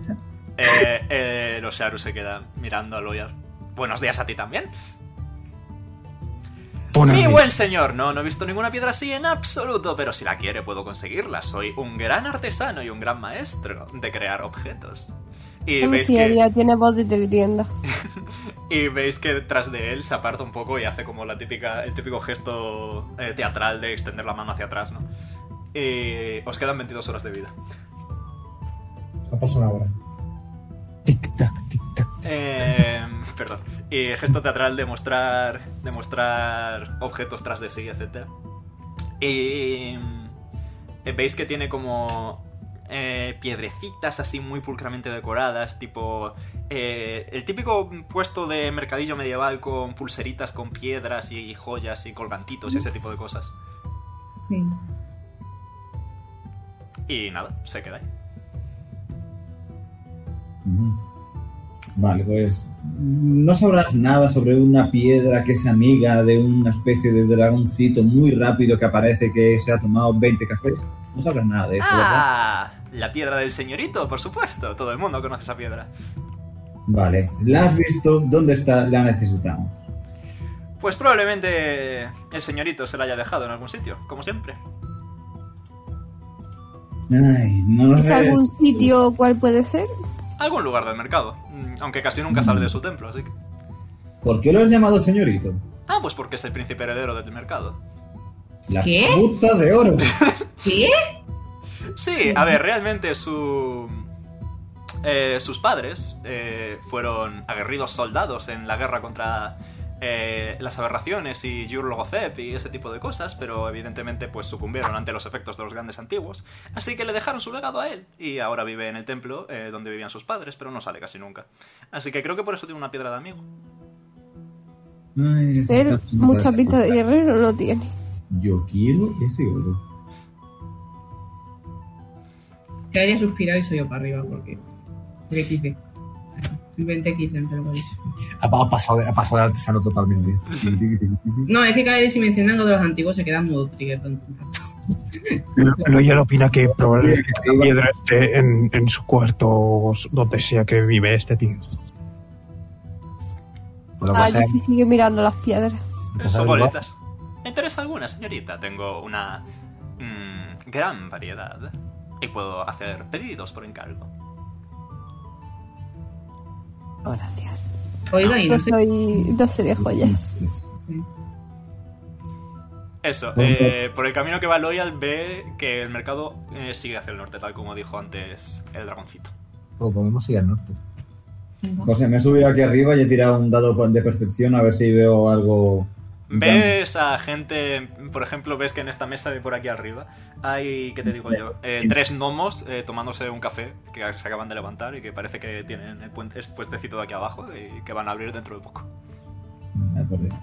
Speaker 1: eh, Sharu se queda mirando a Loyal. Buenos días a ti también.
Speaker 6: Pon
Speaker 1: Mi
Speaker 6: así.
Speaker 1: buen señor, no, no he visto ninguna piedra así en absoluto, pero si la quiere puedo conseguirla. Soy un gran artesano y un gran maestro de crear objetos. Y
Speaker 3: En
Speaker 1: veis que,
Speaker 3: serio, tiene voz de teletienda.
Speaker 1: y veis que detrás de él se aparta un poco y hace como la típica, el típico gesto eh, teatral de extender la mano hacia atrás, ¿no? Y os quedan 22 horas de vida.
Speaker 7: Ha pasado una hora.
Speaker 6: Tic tac, tic tac.
Speaker 1: Eh, perdón. Y gesto teatral de mostrar, de mostrar objetos tras de sí, etc. Y eh, veis que tiene como eh, piedrecitas así muy pulcramente decoradas, tipo eh, el típico puesto de mercadillo medieval con pulseritas, con piedras y joyas y colgantitos y ese tipo de cosas.
Speaker 4: Sí.
Speaker 1: Y nada, se queda ahí.
Speaker 2: Ujú. Vale, pues no sabrás nada sobre una piedra que es amiga de una especie de dragoncito muy rápido que aparece que se ha tomado 20 cafés. No sabrás nada de eso, ¿verdad?
Speaker 1: ¡Ah! La piedra del señorito, por supuesto. Todo el mundo conoce esa piedra.
Speaker 2: Vale, la has visto, ¿dónde está? La necesitamos.
Speaker 1: Pues probablemente el señorito se la haya dejado en algún sitio, como siempre.
Speaker 2: Ay, no lo
Speaker 3: ¿Es
Speaker 2: sé.
Speaker 3: algún sitio cuál puede ser?
Speaker 1: Algún lugar del mercado, mm, aunque casi nunca sale de su templo, así que...
Speaker 2: ¿Por qué lo has llamado señorito?
Speaker 1: Ah, pues porque es el príncipe heredero del mercado.
Speaker 2: La
Speaker 4: ¿Qué?
Speaker 2: puta de oro.
Speaker 4: ¿Qué?
Speaker 1: Sí, a ver, realmente su... eh, sus padres eh, fueron aguerridos soldados en la guerra contra eh, las aberraciones y Yur Logozep y ese tipo de cosas, pero evidentemente pues sucumbieron ante los efectos de los grandes antiguos, así que le dejaron su legado a él y ahora vive en el templo eh, donde vivían sus padres, pero no sale casi nunca. Así que creo que por eso tiene una piedra de amigo.
Speaker 2: Ay,
Speaker 3: Ser
Speaker 2: necesitamos
Speaker 3: mucha
Speaker 2: otra
Speaker 3: pinta de
Speaker 2: cosa.
Speaker 3: guerrero no tiene.
Speaker 2: Yo quiero ese oro.
Speaker 4: Que haya suspirado y soy yo para arriba, porque. Soy de quise. Soy 20 quise, pero lo he dicho.
Speaker 5: Ha, ha pasado, de- ha pasado de artesano totalmente.
Speaker 4: No, es que cada vez si mencionan algo de los antiguos se queda mudo trigger. tanto.
Speaker 6: Loyal opina que probablemente
Speaker 2: Oye, que
Speaker 6: la
Speaker 2: te
Speaker 6: piedra esté en, en su cuarto o donde sea que vive este tío.
Speaker 5: Bueno,
Speaker 3: Ah,
Speaker 5: pues, eh,
Speaker 3: Yuffie sigue mirando las piedras.
Speaker 5: pues,
Speaker 1: Son
Speaker 5: eh,
Speaker 1: boletas. ¿Me interesa alguna, señorita? Tengo una mm, gran variedad y puedo hacer pedidos por encargo.
Speaker 3: Oh, gracias.
Speaker 4: Oiga, y
Speaker 3: Yo
Speaker 4: no sé.
Speaker 3: Pues soy 12 de joyas.
Speaker 1: Eso,
Speaker 2: Ujú.
Speaker 1: eh, por el camino que va Loyal ve que el mercado eh, sigue hacia el norte, tal como dijo antes el dragoncito.
Speaker 5: pues podemos ir al norte.
Speaker 2: José, me he subido aquí arriba y he tirado un dado de percepción a ver si veo algo.
Speaker 1: ¿Ves a gente, por ejemplo, ves que en esta mesa de por aquí arriba hay, ¿qué te digo yo? Eh, tres gnomos eh, tomándose un café que se acaban de levantar y que parece que tienen el puente- el puestecito de aquí abajo y que van a abrir dentro de poco.
Speaker 2: Ah, correcto.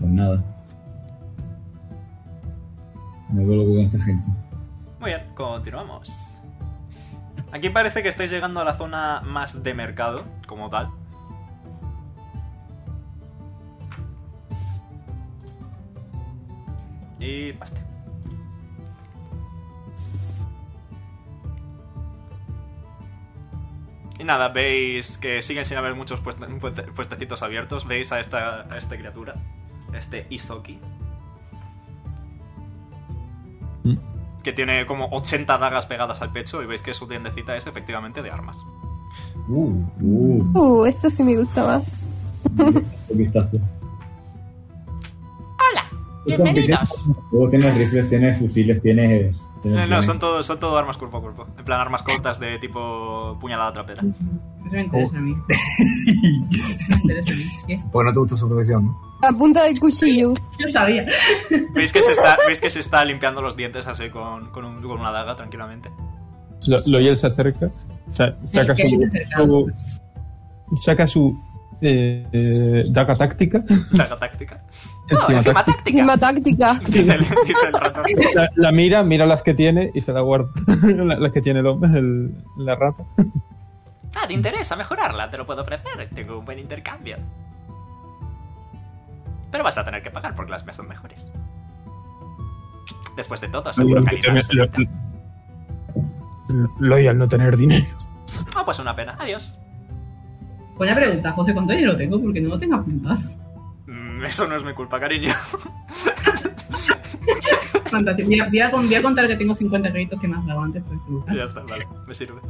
Speaker 2: Pues nada. Me vuelvo con esta gente.
Speaker 1: Muy bien, continuamos. Aquí parece que estáis llegando a la zona más de mercado, como tal. Y paste. Y nada, veis que siguen sin haber muchos pueste- pueste- puestecitos abiertos. Veis a esta, a esta criatura, este Isoki, que tiene como 80 dagas pegadas al pecho y veis que su tiendecita es efectivamente de armas.
Speaker 2: Uh, uh,
Speaker 3: Uh, esto sí me gusta más.
Speaker 2: qué vistazo. Hola,
Speaker 1: bienvenidos.
Speaker 2: Luego tienes rifles, tienes fusiles, tienes. tienes-
Speaker 1: Eh, no,
Speaker 2: tienes-
Speaker 1: son todo, son todo armas cuerpo a cuerpo. En plan, armas cortas de tipo puñalada trapera.
Speaker 4: Mm. Eso me interesa a mí. Me interesa a mí. ¿Qué?
Speaker 5: Porque no te gusta su profesión, ¿no?
Speaker 3: La punta del cuchillo.
Speaker 4: Yo sabía.
Speaker 1: ¿Veis que se está, veis que se está limpiando los dientes así con, con, un- con una daga tranquilamente?
Speaker 6: Lo- Loyal se acerca, sa- saca
Speaker 4: que se
Speaker 6: su,
Speaker 4: acerca.
Speaker 6: su- saca su eh, eh, daga táctica,
Speaker 1: Daga táctica. No,
Speaker 6: Encima
Speaker 1: encima táctica.
Speaker 3: Encima táctica.
Speaker 1: Dice el, dice el ratón.
Speaker 6: la, la mira, mira las que tiene y se la guarda, La- las que tiene el, hombre, el- la rata.
Speaker 1: Ah, te interesa mejorarla, te lo puedo ofrecer. Tengo un buen intercambio. Pero vas a tener que pagar porque las mías son mejores. Después de todo, seguro que
Speaker 6: Loyal no tener dinero.
Speaker 1: Ah, pues una pena. Adiós.
Speaker 4: Buena pregunta, José, ¿cuánto yo lo tengo? Porque no lo tengo apuntado.
Speaker 1: Mm, eso no es mi culpa, cariño.
Speaker 4: Fantástico. Voy a, voy a con- voy a contar que tengo 50 créditos que me has dado antes por equivocar.
Speaker 1: ya está, vale. Me sirve.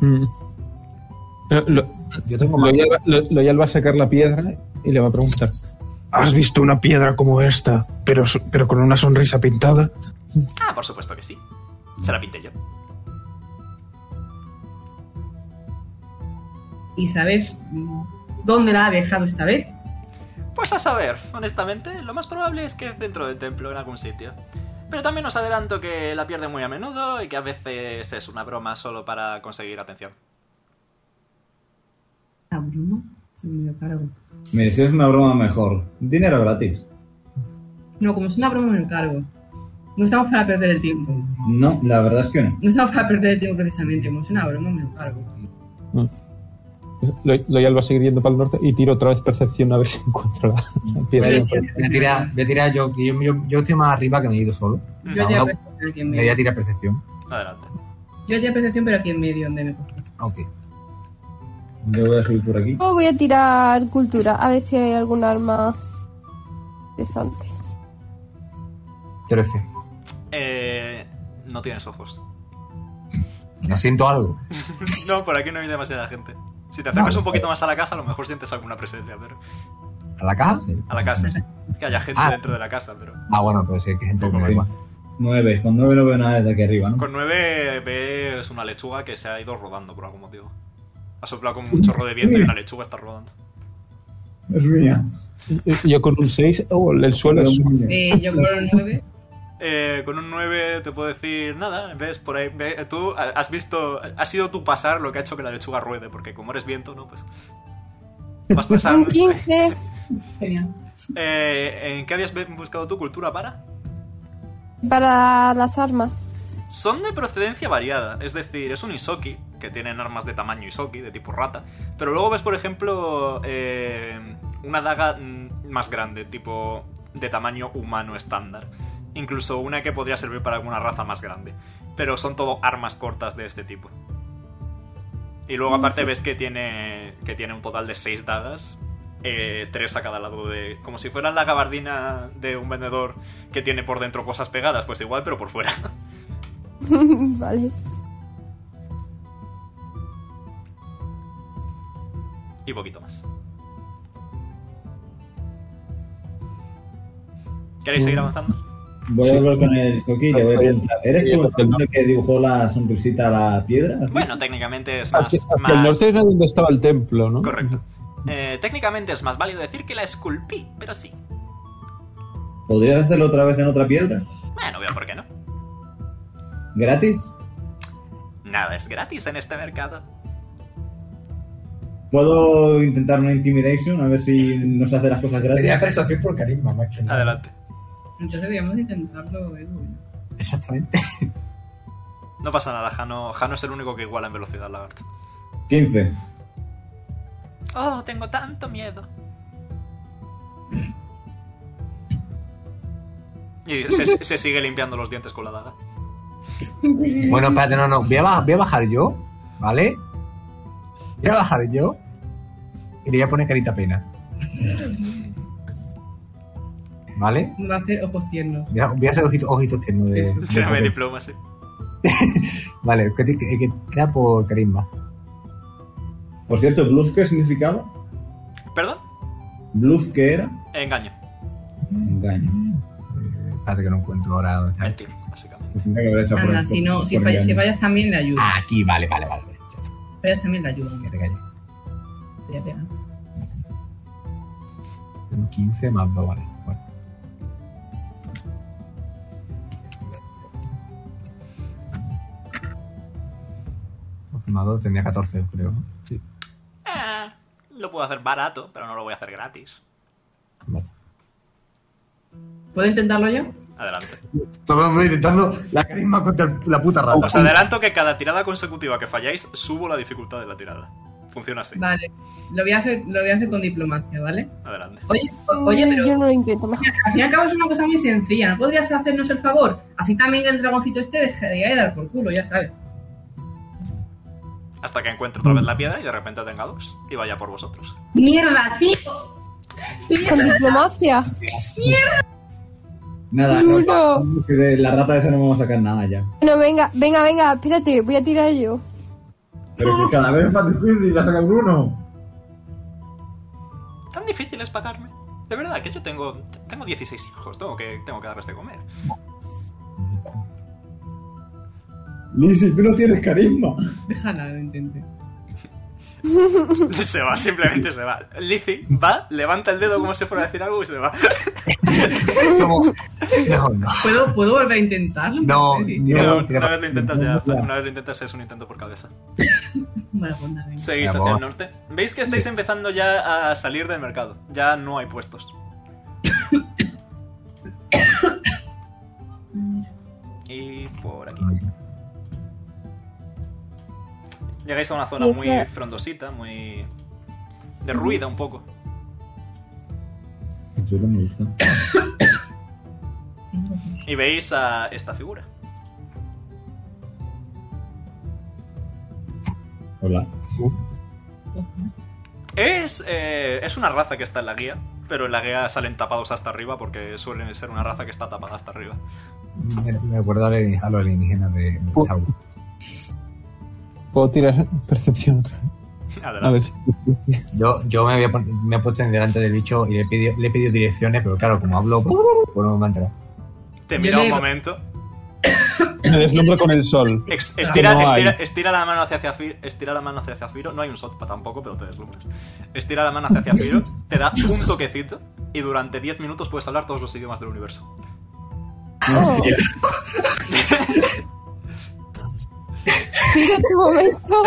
Speaker 6: Mm. Lo- lo-
Speaker 5: Yo tengo más.
Speaker 6: Loyal, va- Lo- Loyal va a sacar la piedra y le va a preguntar. ¿Has visto una piedra como esta, pero, so- pero con una sonrisa pintada?
Speaker 1: Ah, por supuesto que sí. Se la pinté yo.
Speaker 4: ¿Y sabes mm, dónde la ha dejado esta vez?
Speaker 1: Pues a saber, honestamente, lo más probable es que dentro del templo, en algún sitio. Pero también os adelanto que la pierde muy a menudo y que a veces es una broma solo para conseguir atención.
Speaker 4: ¿A Ah, Bruno? Me lo cargo.
Speaker 2: Mire, si es una broma mejor. Dinero gratis.
Speaker 4: No, como es una broma, me lo cargo. No estamos para perder el tiempo.
Speaker 2: No, la verdad es que no.
Speaker 4: No estamos para perder el tiempo precisamente. Como es una broma, me lo cargo.
Speaker 2: Mm.
Speaker 6: Lo- Loyal va a seguir yendo para el norte y tiro otra vez percepción a ver si encuentro la, la piedra.
Speaker 4: Vale.
Speaker 5: Voy a tirar, voy a tirar yo, que yo, yo, yo estoy más arriba que me he ido solo.
Speaker 4: Yo
Speaker 5: Ah,
Speaker 4: haría
Speaker 5: no.
Speaker 4: percepción aquí en
Speaker 5: Me voy a
Speaker 4: medio.
Speaker 5: tirar percepción.
Speaker 1: Adelante.
Speaker 4: Yo haría percepción, pero aquí en medio, donde me cojo.
Speaker 5: Ok.
Speaker 2: Yo voy a subir por aquí.
Speaker 3: Yo voy a tirar cultura, a ver si hay algún arma interesante.
Speaker 5: 13.
Speaker 1: Eh, no tienes ojos.
Speaker 5: No siento algo.
Speaker 1: No, por aquí no hay demasiada gente. Si te acercas
Speaker 5: Vale.
Speaker 1: un poquito más a la casa, a lo mejor sientes alguna presencia, pero...
Speaker 5: ¿A la caja?
Speaker 1: A la casa. Que haya gente
Speaker 5: Ah.
Speaker 1: dentro de la casa, pero...
Speaker 5: Ah, bueno, pero sí, que gente
Speaker 1: Poco
Speaker 5: me da
Speaker 1: más.
Speaker 5: igual.
Speaker 2: Nueve. Con nueve no veo nada desde aquí arriba, ¿no?
Speaker 1: Con 9 ves una lechuga que se ha ido rodando por algún motivo. Ha soplado como un chorro de viento y una lechuga está rodando.
Speaker 2: Es mía.
Speaker 6: Yo con un 6, oh, el suelo es...
Speaker 2: Pero mía.
Speaker 4: Eh, yo con el 9.
Speaker 1: Eh, con un 9 te puedo decir nada, ves por ahí, ve- tú has visto, ha sido tu pasar lo que ha hecho que la lechuga ruede, porque como eres viento, ¿no? Pues vas
Speaker 3: Un
Speaker 1: pasando.
Speaker 3: 15,
Speaker 4: Genial.
Speaker 1: Eh, ¿En qué habías be- buscado tu cultura para?
Speaker 3: Para las armas.
Speaker 1: Son de procedencia variada, es decir, es un Isoki, que tienen armas de tamaño Isoki, de tipo rata, pero luego ves, por ejemplo, eh, una daga mm, más grande, tipo de tamaño humano estándar, incluso una que podría servir para alguna raza más grande, pero son todo armas cortas de este tipo. Y luego aparte ves que tiene, que tiene un total de seis dagas, eh, tres a cada lado de... como si fueran la gabardina de un vendedor que tiene por dentro cosas pegadas, pues igual, pero por fuera.
Speaker 3: vale.
Speaker 1: y poquito más. ¿Queréis
Speaker 6: Mm.
Speaker 1: seguir avanzando?
Speaker 2: Voy a hablar con el Soki y le voy a preguntar. ¿Eres tú el que dibujó la sonrisita a la piedra?
Speaker 1: Bueno, técnicamente es más.
Speaker 6: Hacia, hacia
Speaker 1: más-
Speaker 6: el norte era donde estaba el templo, ¿no?
Speaker 1: Correcto. Eh, técnicamente es más válido decir que la esculpí, pero sí.
Speaker 2: ¿Podrías hacerlo otra vez en otra piedra?
Speaker 1: Bueno, veo por qué no.
Speaker 2: ¿Gratis?
Speaker 1: Nada es gratis en este mercado.
Speaker 2: ¿Puedo intentar una intimidation? A ver si nos hace las cosas gratis.
Speaker 5: Sería persuasión por carisma, más que nada.
Speaker 1: Adelante.
Speaker 4: Entonces deberíamos intentarlo, Edu.
Speaker 5: Exactamente.
Speaker 1: No pasa nada, Jano. Jano es el único que iguala en velocidad, lagarto.
Speaker 2: 15.
Speaker 1: Oh, tengo tanto miedo. Y se, se sigue limpiando los dientes con la daga.
Speaker 5: Bueno, espérate, no, no. Voy a, baj- voy a bajar yo, ¿vale? Voy a bajar yo y le voy a poner carita pena. ¿Vale?
Speaker 4: Va a hacer ojos tiernos.
Speaker 5: Voy a, voy a hacer ojitos, ojitos tiernos de.
Speaker 4: Eso.
Speaker 1: Tírame
Speaker 5: de-
Speaker 1: diploma, sí.
Speaker 5: Vale, que, te- que, que era por carisma.
Speaker 2: Por cierto, ¿bluff qué significaba?
Speaker 1: ¿Perdón?
Speaker 2: ¿Bluff qué era?
Speaker 1: Engaño.
Speaker 2: Engaño.
Speaker 5: Eh, Espérate que no encuentro ahora dónde está.
Speaker 1: Mentira, básicamente.
Speaker 2: Pues Tendría que haber hecho por-
Speaker 4: Anda, si no,
Speaker 2: por-
Speaker 4: si
Speaker 2: por
Speaker 4: fallas, si
Speaker 2: engaño.
Speaker 4: fallas también le ayuda.
Speaker 5: Ah, aquí, vale, vale, vale. vale. Ya está,
Speaker 4: Fallas también le ayuda.
Speaker 5: que te calles.
Speaker 4: Ya pega.
Speaker 5: Tengo 15 más 2, vale. Bueno. Doce Más 2 tenía 14, creo. ¿no? Sí.
Speaker 1: Eh, lo puedo hacer barato, pero no lo voy a hacer gratis.
Speaker 5: Vale.
Speaker 4: ¿Puedo intentarlo yo?
Speaker 1: Adelante.
Speaker 5: Todo el mundo intentando la carisma contra el- la puta rata.
Speaker 1: Os adelanto que cada tirada consecutiva que falláis, subo la dificultad de la tirada. Funciona así.
Speaker 4: Vale. Lo voy a hacer, lo voy a hacer con diplomacia, ¿vale?
Speaker 1: Adelante.
Speaker 4: Oye, o- oye, pero
Speaker 3: Yo no lo intento, mejor.
Speaker 4: al fin y al cabo es una cosa muy sencilla. ¿No podrías hacernos el favor? Así también el dragoncito este dejaría de dar por culo, ya sabes.
Speaker 1: Hasta que encuentre otra vez la piedra y de repente tenga dos y vaya por vosotros.
Speaker 4: ¡Mierda, tío!
Speaker 3: Con diplomacia.
Speaker 2: Nada,
Speaker 3: Duro.
Speaker 2: no, que de la rata esa no vamos a sacar nada ya.
Speaker 3: No, venga, venga, venga, espérate, voy a tirar yo.
Speaker 2: Pero que cada vez es más difícil la saca Bruno.
Speaker 1: Tan difícil es pagarme. De verdad, que yo tengo, tengo 16 hijos, tengo que, tengo que darles de comer.
Speaker 2: Lizzy, tú no tienes carisma.
Speaker 4: Déjala, lo intente.
Speaker 1: Se va, simplemente se va. Lizzie va, levanta el dedo como si fuera a decir algo y se va.
Speaker 5: Como- No, no.
Speaker 4: ¿Puedo, ¿Puedo volver a intentarlo?
Speaker 5: No,
Speaker 4: Sí.
Speaker 5: ni-
Speaker 1: Pero
Speaker 5: tira
Speaker 1: una
Speaker 5: pa-
Speaker 1: vez lo intentas ya, una vez lo intentas es un intento por cabeza.
Speaker 4: Vale, pues nada, venga.
Speaker 1: Seguís
Speaker 5: Vamos.
Speaker 1: hacia el norte. Veis que estáis empezando ya a salir del mercado. Ya no hay puestos. y por aquí. Llegáis a una zona
Speaker 3: Y es
Speaker 1: muy
Speaker 3: la-
Speaker 1: frondosita, muy derruida un poco.
Speaker 2: Chulo, me gusta.
Speaker 1: Y veis a esta figura.
Speaker 2: Hola.
Speaker 1: Es, eh, es una raza que está en la guía, pero en la guía salen tapados hasta arriba porque suelen ser una raza que está tapada hasta arriba.
Speaker 5: Me, me acuerdo alien- a los alienígenas de, de
Speaker 6: Pu-
Speaker 5: Star Wars.
Speaker 6: Puedo tirar percepción otra vez.
Speaker 1: Adelante.
Speaker 6: A ver si.
Speaker 5: Yo, yo me, había pon- me he puesto en delante del bicho y le he pedido, le he pedido direcciones, pero claro, como hablo, bueno, no me ha enterado.
Speaker 1: Te
Speaker 4: Yo
Speaker 1: mira un
Speaker 4: le-
Speaker 1: momento.
Speaker 6: Me deslumbro con el sol.
Speaker 1: Ex- estira,
Speaker 6: No hay.
Speaker 1: estira- estira la mano hacia Zafiro, estira la mano hacia Zafiro, no hay un shot tampoco, pero te deslumbras. Estira la mano hacia Zafiro, te da un toquecito y durante 10 minutos puedes hablar todos los idiomas del universo.
Speaker 3: Oh. Mira tu momento.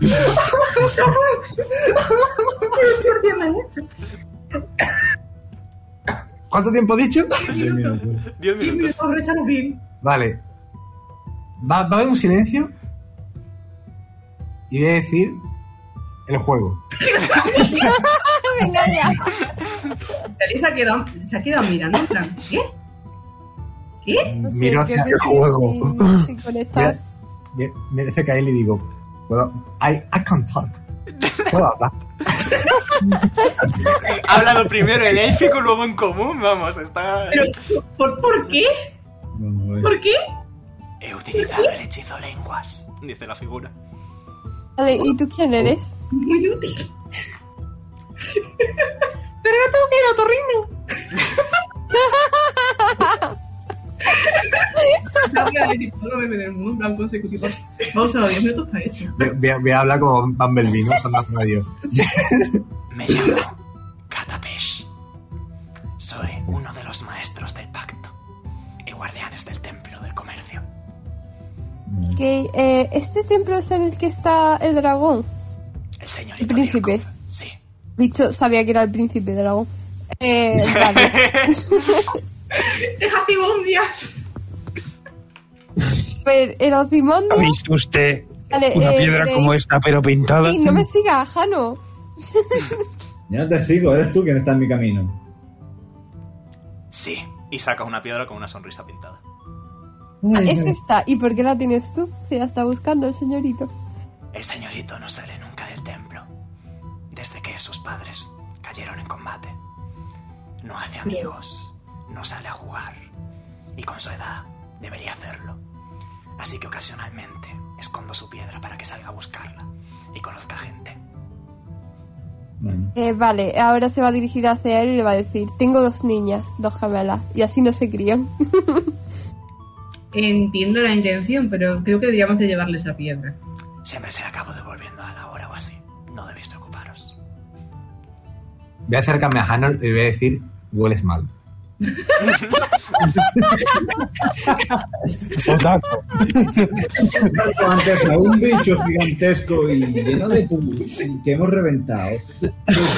Speaker 5: ¿Cuánto tiempo he dicho?
Speaker 2: Diez minutos.
Speaker 1: 10
Speaker 4: Y me
Speaker 1: minutos.
Speaker 4: aprovechalo bien.
Speaker 5: Vale. Va, va a haber un silencio y voy a decir el juego.
Speaker 3: venga ya.
Speaker 4: Dalí se ha quedado, se ha quedado mirando en plan, ¿qué? ¿Qué?
Speaker 3: No sé,
Speaker 5: Miro
Speaker 3: que
Speaker 5: hacia
Speaker 3: te
Speaker 5: el
Speaker 3: estoy
Speaker 5: juego.
Speaker 3: sin- sin conectar.
Speaker 5: Me- Me dice que a él le digo, "Puedo- I, I can talk. Puedo hablar.
Speaker 1: Ha hablado primero en élfico, luego en común, vamos, está...
Speaker 4: Pero, ¿por, ¿por qué?
Speaker 2: No, no, eh.
Speaker 4: ¿Por qué?
Speaker 1: He utilizado el hechizo lenguas, dice la figura.
Speaker 3: Vale, ¿y tú quién eres?
Speaker 4: Muy útil. Pero no tengo que ir a Torrino. No voy a decir del mundo en plan consecutivo. Vamos a los 10 minutos para eso.
Speaker 5: Voy, voy a- voy a hablar como Bumblebee, ¿no? Son las radio.
Speaker 1: Me llamo Katapesh. Soy uno de los maestros del pacto y guardianes del templo del comercio.
Speaker 3: Que eh, este templo es en el que está el dragón.
Speaker 1: El
Speaker 3: El
Speaker 1: señorito
Speaker 3: príncipe.
Speaker 1: Dirkov. Sí.
Speaker 3: Bicho, sabía que era el príncipe dragón. Eh, vale.
Speaker 4: ¡Es así, bombias!
Speaker 3: Pero Pues, el Ocimondio.
Speaker 6: ¿Ha visto usted
Speaker 3: Vale,
Speaker 6: una
Speaker 3: eh,
Speaker 6: piedra
Speaker 3: ¿queréis-
Speaker 6: como esta, pero pintada?
Speaker 3: Ey, no me sigas, Jano.
Speaker 2: Ya no te sigo, eres tú quien está en mi camino.
Speaker 1: Sí. Y saca una piedra con una sonrisa pintada.
Speaker 3: Ah, es esta. ¿Y por qué la tienes tú? Si la está buscando el señorito.
Speaker 1: El señorito no sale nunca del templo. Desde que sus padres cayeron en combate. No hace amigos. No sale a jugar. Y con su edad debería hacerlo. Así que ocasionalmente escondo su piedra para que salga a buscarla y conozca gente.
Speaker 2: Bueno,
Speaker 3: Eh, vale, ahora se va a dirigir hacia él y le va a decir: Tengo dos niñas, dos gemelas. Y así no se crían.
Speaker 4: Entiendo la intención, pero creo que deberíamos de llevarle esa piedra.
Speaker 1: Siempre se la acabo devolviendo a la hora o así. No debéis preocuparos.
Speaker 5: Voy a acercarme a Hanor y voy a decir, hueles mal.
Speaker 6: Otaku.
Speaker 2: Pero antes a un bicho gigantesco y lleno de pus y que hemos reventado. Pues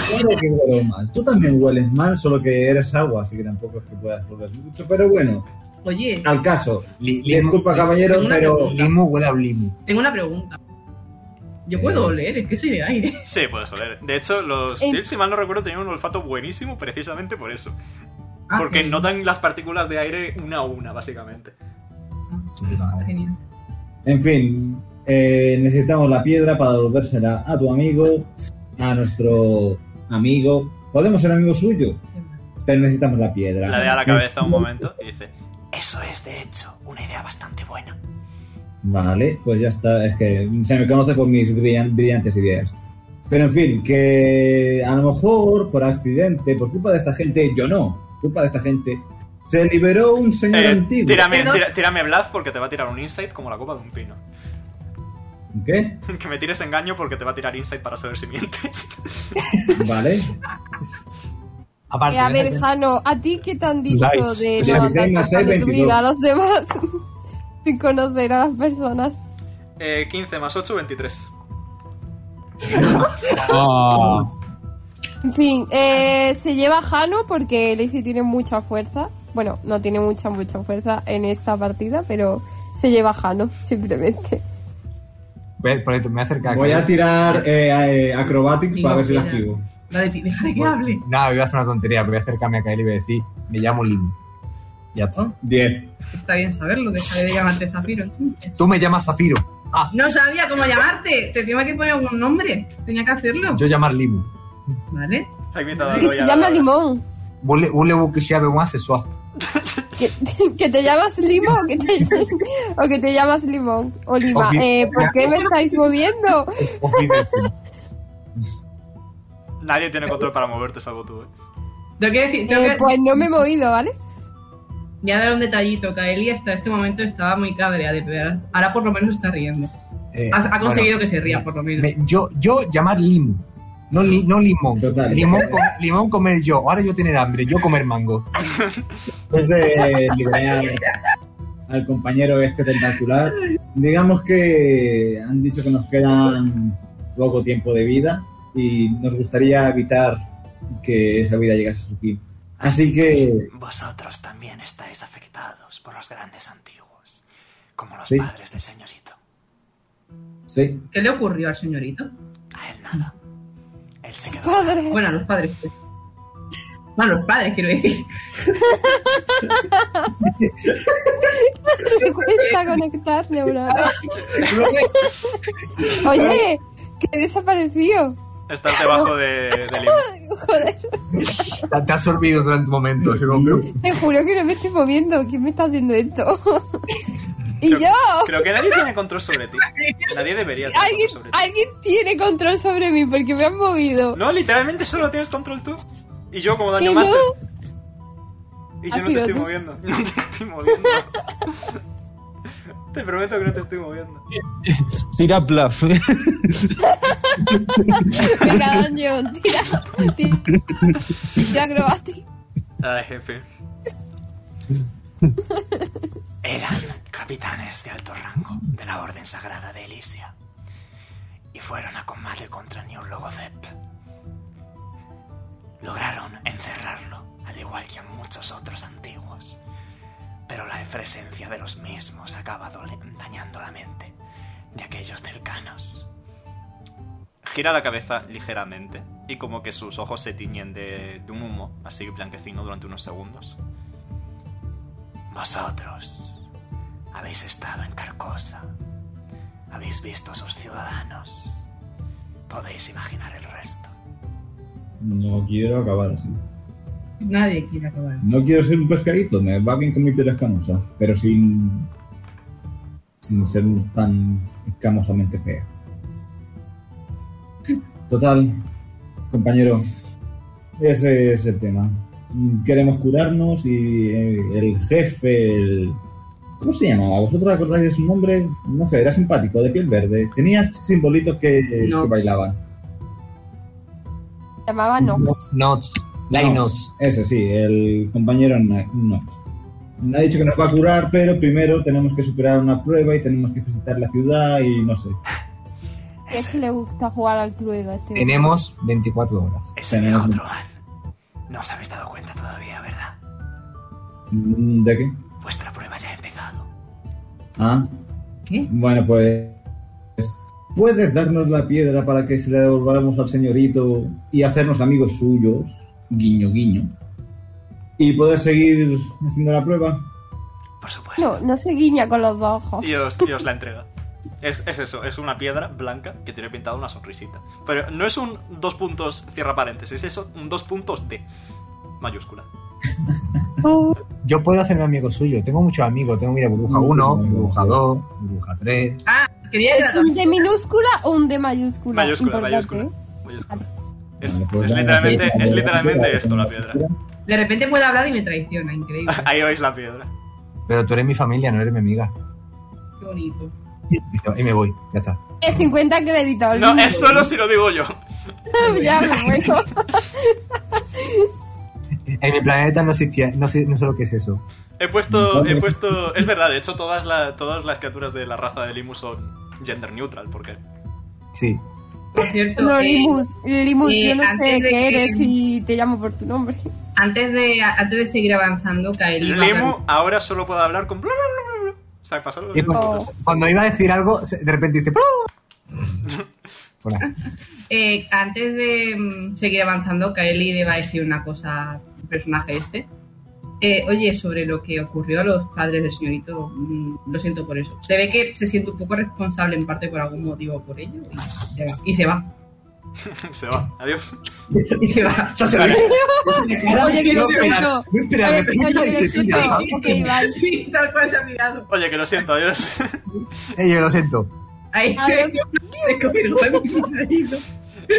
Speaker 2: claro que huelo mal. Tú también hueles mal, solo que eres agua, así que tampoco es que puedas volver mucho. Pero bueno,
Speaker 4: Oye,
Speaker 2: al caso.
Speaker 5: Li-
Speaker 2: Disculpa, caballero,
Speaker 4: Tengo una
Speaker 2: pero.
Speaker 4: pregunta.
Speaker 5: Limu huele a Limu.
Speaker 4: tengo una pregunta. Yo puedo oler, es que soy de aire.
Speaker 1: Sí, puedes oler. De hecho, los
Speaker 3: En-
Speaker 1: Sylph, si mal no recuerdo, tenían un olfato buenísimo precisamente por eso.
Speaker 4: Ah,
Speaker 1: Porque
Speaker 4: sí.
Speaker 1: notan las partículas de aire una a una, básicamente.
Speaker 4: Genial.
Speaker 2: En fin, Eh, necesitamos la piedra para devolvérsela a tu amigo, a nuestro amigo. Podemos ser amigos suyos, pero necesitamos la piedra.
Speaker 1: Le da la cabeza un momento y dice: Eso es, de hecho, una idea bastante buena.
Speaker 2: Vale, pues ya está. Es que se me conoce por mis brillan- brillantes ideas. Pero en fin, que a lo mejor por accidente, por culpa de esta gente, yo no, culpa de esta gente, se liberó un señor
Speaker 1: Eh,
Speaker 2: antiguo.
Speaker 1: tírame,
Speaker 4: Perdón.
Speaker 1: tira- tírame Blaz porque te va a tirar un insight como la copa de un pino.
Speaker 2: ¿Qué?
Speaker 1: Que me tires engaño porque te va a tirar insight para saber si mientes.
Speaker 2: Vale.
Speaker 5: Aparte,
Speaker 3: Eh, a ver,
Speaker 5: esa-
Speaker 3: Jano, ¿a ti qué te han dicho
Speaker 6: Likes.
Speaker 3: de no
Speaker 2: 16
Speaker 3: andar
Speaker 2: más seis,
Speaker 3: contando tu
Speaker 2: 22.
Speaker 3: vida a los demás sin conocer a las personas?
Speaker 1: Eh, 15 más 8, 23.
Speaker 6: Ah,
Speaker 3: En fin, eh, se lleva a Jano porque Lacey tiene mucha fuerza. Bueno, no tiene mucha, mucha fuerza en esta partida, pero se lleva a Jano, simplemente.
Speaker 5: Ve, por ahí, me acerca.
Speaker 2: Voy a tirar eh, a- eh, acrobatics
Speaker 4: Y
Speaker 2: para
Speaker 4: no
Speaker 2: ver si la
Speaker 4: tira.
Speaker 2: esquivo.
Speaker 4: Dale, ti- déjale que hable.
Speaker 5: Nada, voy a hacer una tontería. Voy a acercarme a Kael y voy a decir: Me llamo Lim. Ya está.
Speaker 2: 10.
Speaker 4: Está bien saberlo, déjale de llamarte Zafiro. entonces.
Speaker 5: Tú me llamas Zafiro. Ah,
Speaker 4: No sabía cómo llamarte. Te tenía que poner un nombre. Tenía que hacerlo.
Speaker 5: yo llamar Lim.
Speaker 4: Vale.
Speaker 1: Ahí me está
Speaker 3: Que
Speaker 1: dando
Speaker 3: se
Speaker 1: ya
Speaker 3: llama
Speaker 1: la-
Speaker 3: Limón.
Speaker 5: Vole- vole bu que sea más sexual.
Speaker 3: Que, que te llamas Limo o que te, o que te llamas Limón. O Lima.
Speaker 5: Ok.
Speaker 3: Eh, ¿Por qué me estáis moviendo?
Speaker 5: Os pido esto.
Speaker 1: Nadie tiene control para moverte salvo tú, eh.
Speaker 4: Tengo que decir, tengo
Speaker 3: Eh,
Speaker 4: que-
Speaker 3: pues no me he movido, ¿vale?
Speaker 4: voy a dar un detallito. Kaeli hasta este momento estaba muy cabreada, pero ahora- ahora por lo menos está riendo.
Speaker 5: Eh,
Speaker 4: Ha, ha conseguido
Speaker 5: bueno,
Speaker 4: que se ría, por lo menos.
Speaker 5: me- yo, yo llamar Lim. No, li- no limón.
Speaker 2: Total.
Speaker 5: Limón, com- limón comer yo. Ahora yo tener hambre. Yo comer mango.
Speaker 2: Después de liberar al compañero este tentacular, digamos que han dicho que nos quedan poco tiempo de vida y nos gustaría evitar que esa vida llegase a su fin. Así que
Speaker 1: Vosotros también estáis afectados por los grandes antiguos, como los
Speaker 2: Sí.
Speaker 1: padres del señorito.
Speaker 2: sí,
Speaker 4: ¿Qué le ocurrió al señorito?
Speaker 1: A él nada. Él se quedó.
Speaker 3: Padre.
Speaker 4: Bueno, a los padres. pues. Bueno, a los padres, quiero decir.
Speaker 3: Me cuesta conectar neuronas. Oye, que he desaparecido.
Speaker 1: Estás debajo de, de Lim.
Speaker 3: Joder,
Speaker 5: Te, te has sorbido durante un momento. así como que-
Speaker 3: te juro que no me estoy moviendo. ¿Quién me está haciendo esto? y yo.
Speaker 1: Creo que nadie tiene control sobre ti. Nadie debería tener
Speaker 3: ¿Alguien,
Speaker 1: control sobre ti.
Speaker 3: alguien tiene control sobre mí porque me han movido.
Speaker 1: No, literalmente solo tienes control tú. Y yo como daño
Speaker 3: ¿Que
Speaker 1: master. Y yo
Speaker 3: Ha
Speaker 1: no te
Speaker 3: sido
Speaker 1: estoy
Speaker 3: tú.
Speaker 1: moviendo. No te estoy moviendo. te prometo que no te estoy moviendo.
Speaker 6: tira bluff.
Speaker 3: Venga, daño, tira. Tira, tira acrobática.
Speaker 1: Ay, jefe. Eran capitanes de alto rango de la Orden Sagrada de Elysia. Y fueron a combate contra New Logozep. Lograron encerrarlo, al igual que a muchos otros antiguos. Pero la presencia de los mismos acaba dole- dañando la mente de aquellos cercanos. Gira la cabeza ligeramente y como que sus ojos se tiñen de, de un humo así blanquecino durante unos segundos. Vosotros habéis estado en Carcosa. Habéis visto a sus ciudadanos. Podéis imaginar el resto.
Speaker 2: no quiero acabar así.
Speaker 4: Nadie quiere acabar.
Speaker 2: No quiero ser un pescadito, me va bien con mi piel escamosa, pero sin, sin ser tan escamosamente fea. Total, compañero, ese es el tema. Mm, Queremos curarnos y eh, el jefe, el... ¿Cómo se llamaba? ¿Vosotros acordáis de su nombre? No sé, era simpático, de piel verde. Tenía simbolitos que,
Speaker 4: No.
Speaker 2: que bailaban.
Speaker 3: Llamaba no.
Speaker 5: Nots. Light
Speaker 2: Knox.
Speaker 5: notes.
Speaker 2: Ese sí, el compañero Kno- Knox. Me ha dicho que nos va a curar, pero primero tenemos que superar una prueba y tenemos que visitar la ciudad y no sé.
Speaker 3: Es que le gusta jugar al Cluedo a este.
Speaker 5: Tenemos 24 horas.
Speaker 1: Ese
Speaker 2: Tenemos
Speaker 1: viejo
Speaker 2: un-
Speaker 1: truán. No os habéis dado cuenta todavía, ¿verdad?
Speaker 2: Mm, ¿De qué?
Speaker 1: Vuestra prueba ya ha empezado.
Speaker 2: Ah,
Speaker 4: ¿Qué?
Speaker 2: bueno, pues. ¿Puedes darnos la piedra para que se la devolvamos al señorito y hacernos amigos suyos? Guiño, guiño. ¿Y poder seguir haciendo la prueba?
Speaker 1: Por supuesto.
Speaker 3: No, no se guiña con los dos ojos.
Speaker 1: Y os, la entrega. Es, es eso, es una piedra blanca que tiene pintada una sonrisita. Pero no es un dos puntos, cierra paréntesis, es un dos puntos T, mayúscula.
Speaker 5: Yo puedo hacerme amigo suyo. Tengo muchos amigos. Tengo mi de burbuja 1, mi de burbuja 2, mi de burbuja 3.
Speaker 4: Ah, quería
Speaker 3: ¿Es un D minúscula o un D mayúscula?
Speaker 1: Mayúscula,
Speaker 3: Importante.
Speaker 1: mayúscula. mayúscula. Es,
Speaker 2: pues
Speaker 1: es literalmente, es literalmente esto la piedra.
Speaker 4: De repente puede hablar y me traiciona, increíble.
Speaker 1: Ahí veis la piedra.
Speaker 5: Pero tú eres mi familia, no eres mi amiga.
Speaker 4: Qué bonito.
Speaker 5: Y me voy, ya está.
Speaker 3: Es 50 créditos.
Speaker 1: No,
Speaker 3: olvídalo.
Speaker 1: es solo si lo digo yo.
Speaker 3: ya me muero.
Speaker 5: En mi planeta no existía, no sé, no sé lo que es eso.
Speaker 1: He puesto, he puesto. Es verdad, de hecho, todas, la- todas las criaturas de la raza de Limus son gender neutral, porque.
Speaker 5: Sí.
Speaker 4: Por cierto,
Speaker 3: No,
Speaker 4: eh,
Speaker 3: Limus, Limus,
Speaker 4: eh,
Speaker 3: yo no
Speaker 4: antes
Speaker 3: sé
Speaker 4: de
Speaker 3: qué
Speaker 4: que-
Speaker 3: eres y te llamo por tu nombre.
Speaker 4: antes, de, antes de seguir avanzando, Kaeli va a hablar-
Speaker 1: Limu ahora solo puede hablar con. Bla, bla, bla, bla, bla. O sea, pasaron los
Speaker 5: Y cuando,
Speaker 3: Oh.
Speaker 5: cuando iba a decir algo, se- de repente dice. Hola.
Speaker 4: Eh, antes de mm, seguir avanzando, Kaeli le va a decir una cosa al personaje este. Eh, oye, sobre lo que ocurrió a los padres del señorito, mm, lo siento por eso. Se ve que se siente un poco responsable en parte por algún motivo por ello y se va. Y se va.
Speaker 1: Se va, adiós.
Speaker 4: Y se va.
Speaker 3: Oye, que lo escucho. Oye, oye, que lo escucho. Ah, Ok, vale.
Speaker 4: Sí, tal cual se ha mirado.
Speaker 1: Oye, que lo siento, adiós.
Speaker 5: Eh, yo lo siento.
Speaker 4: Ahí
Speaker 3: Adiós.
Speaker 4: se cogió.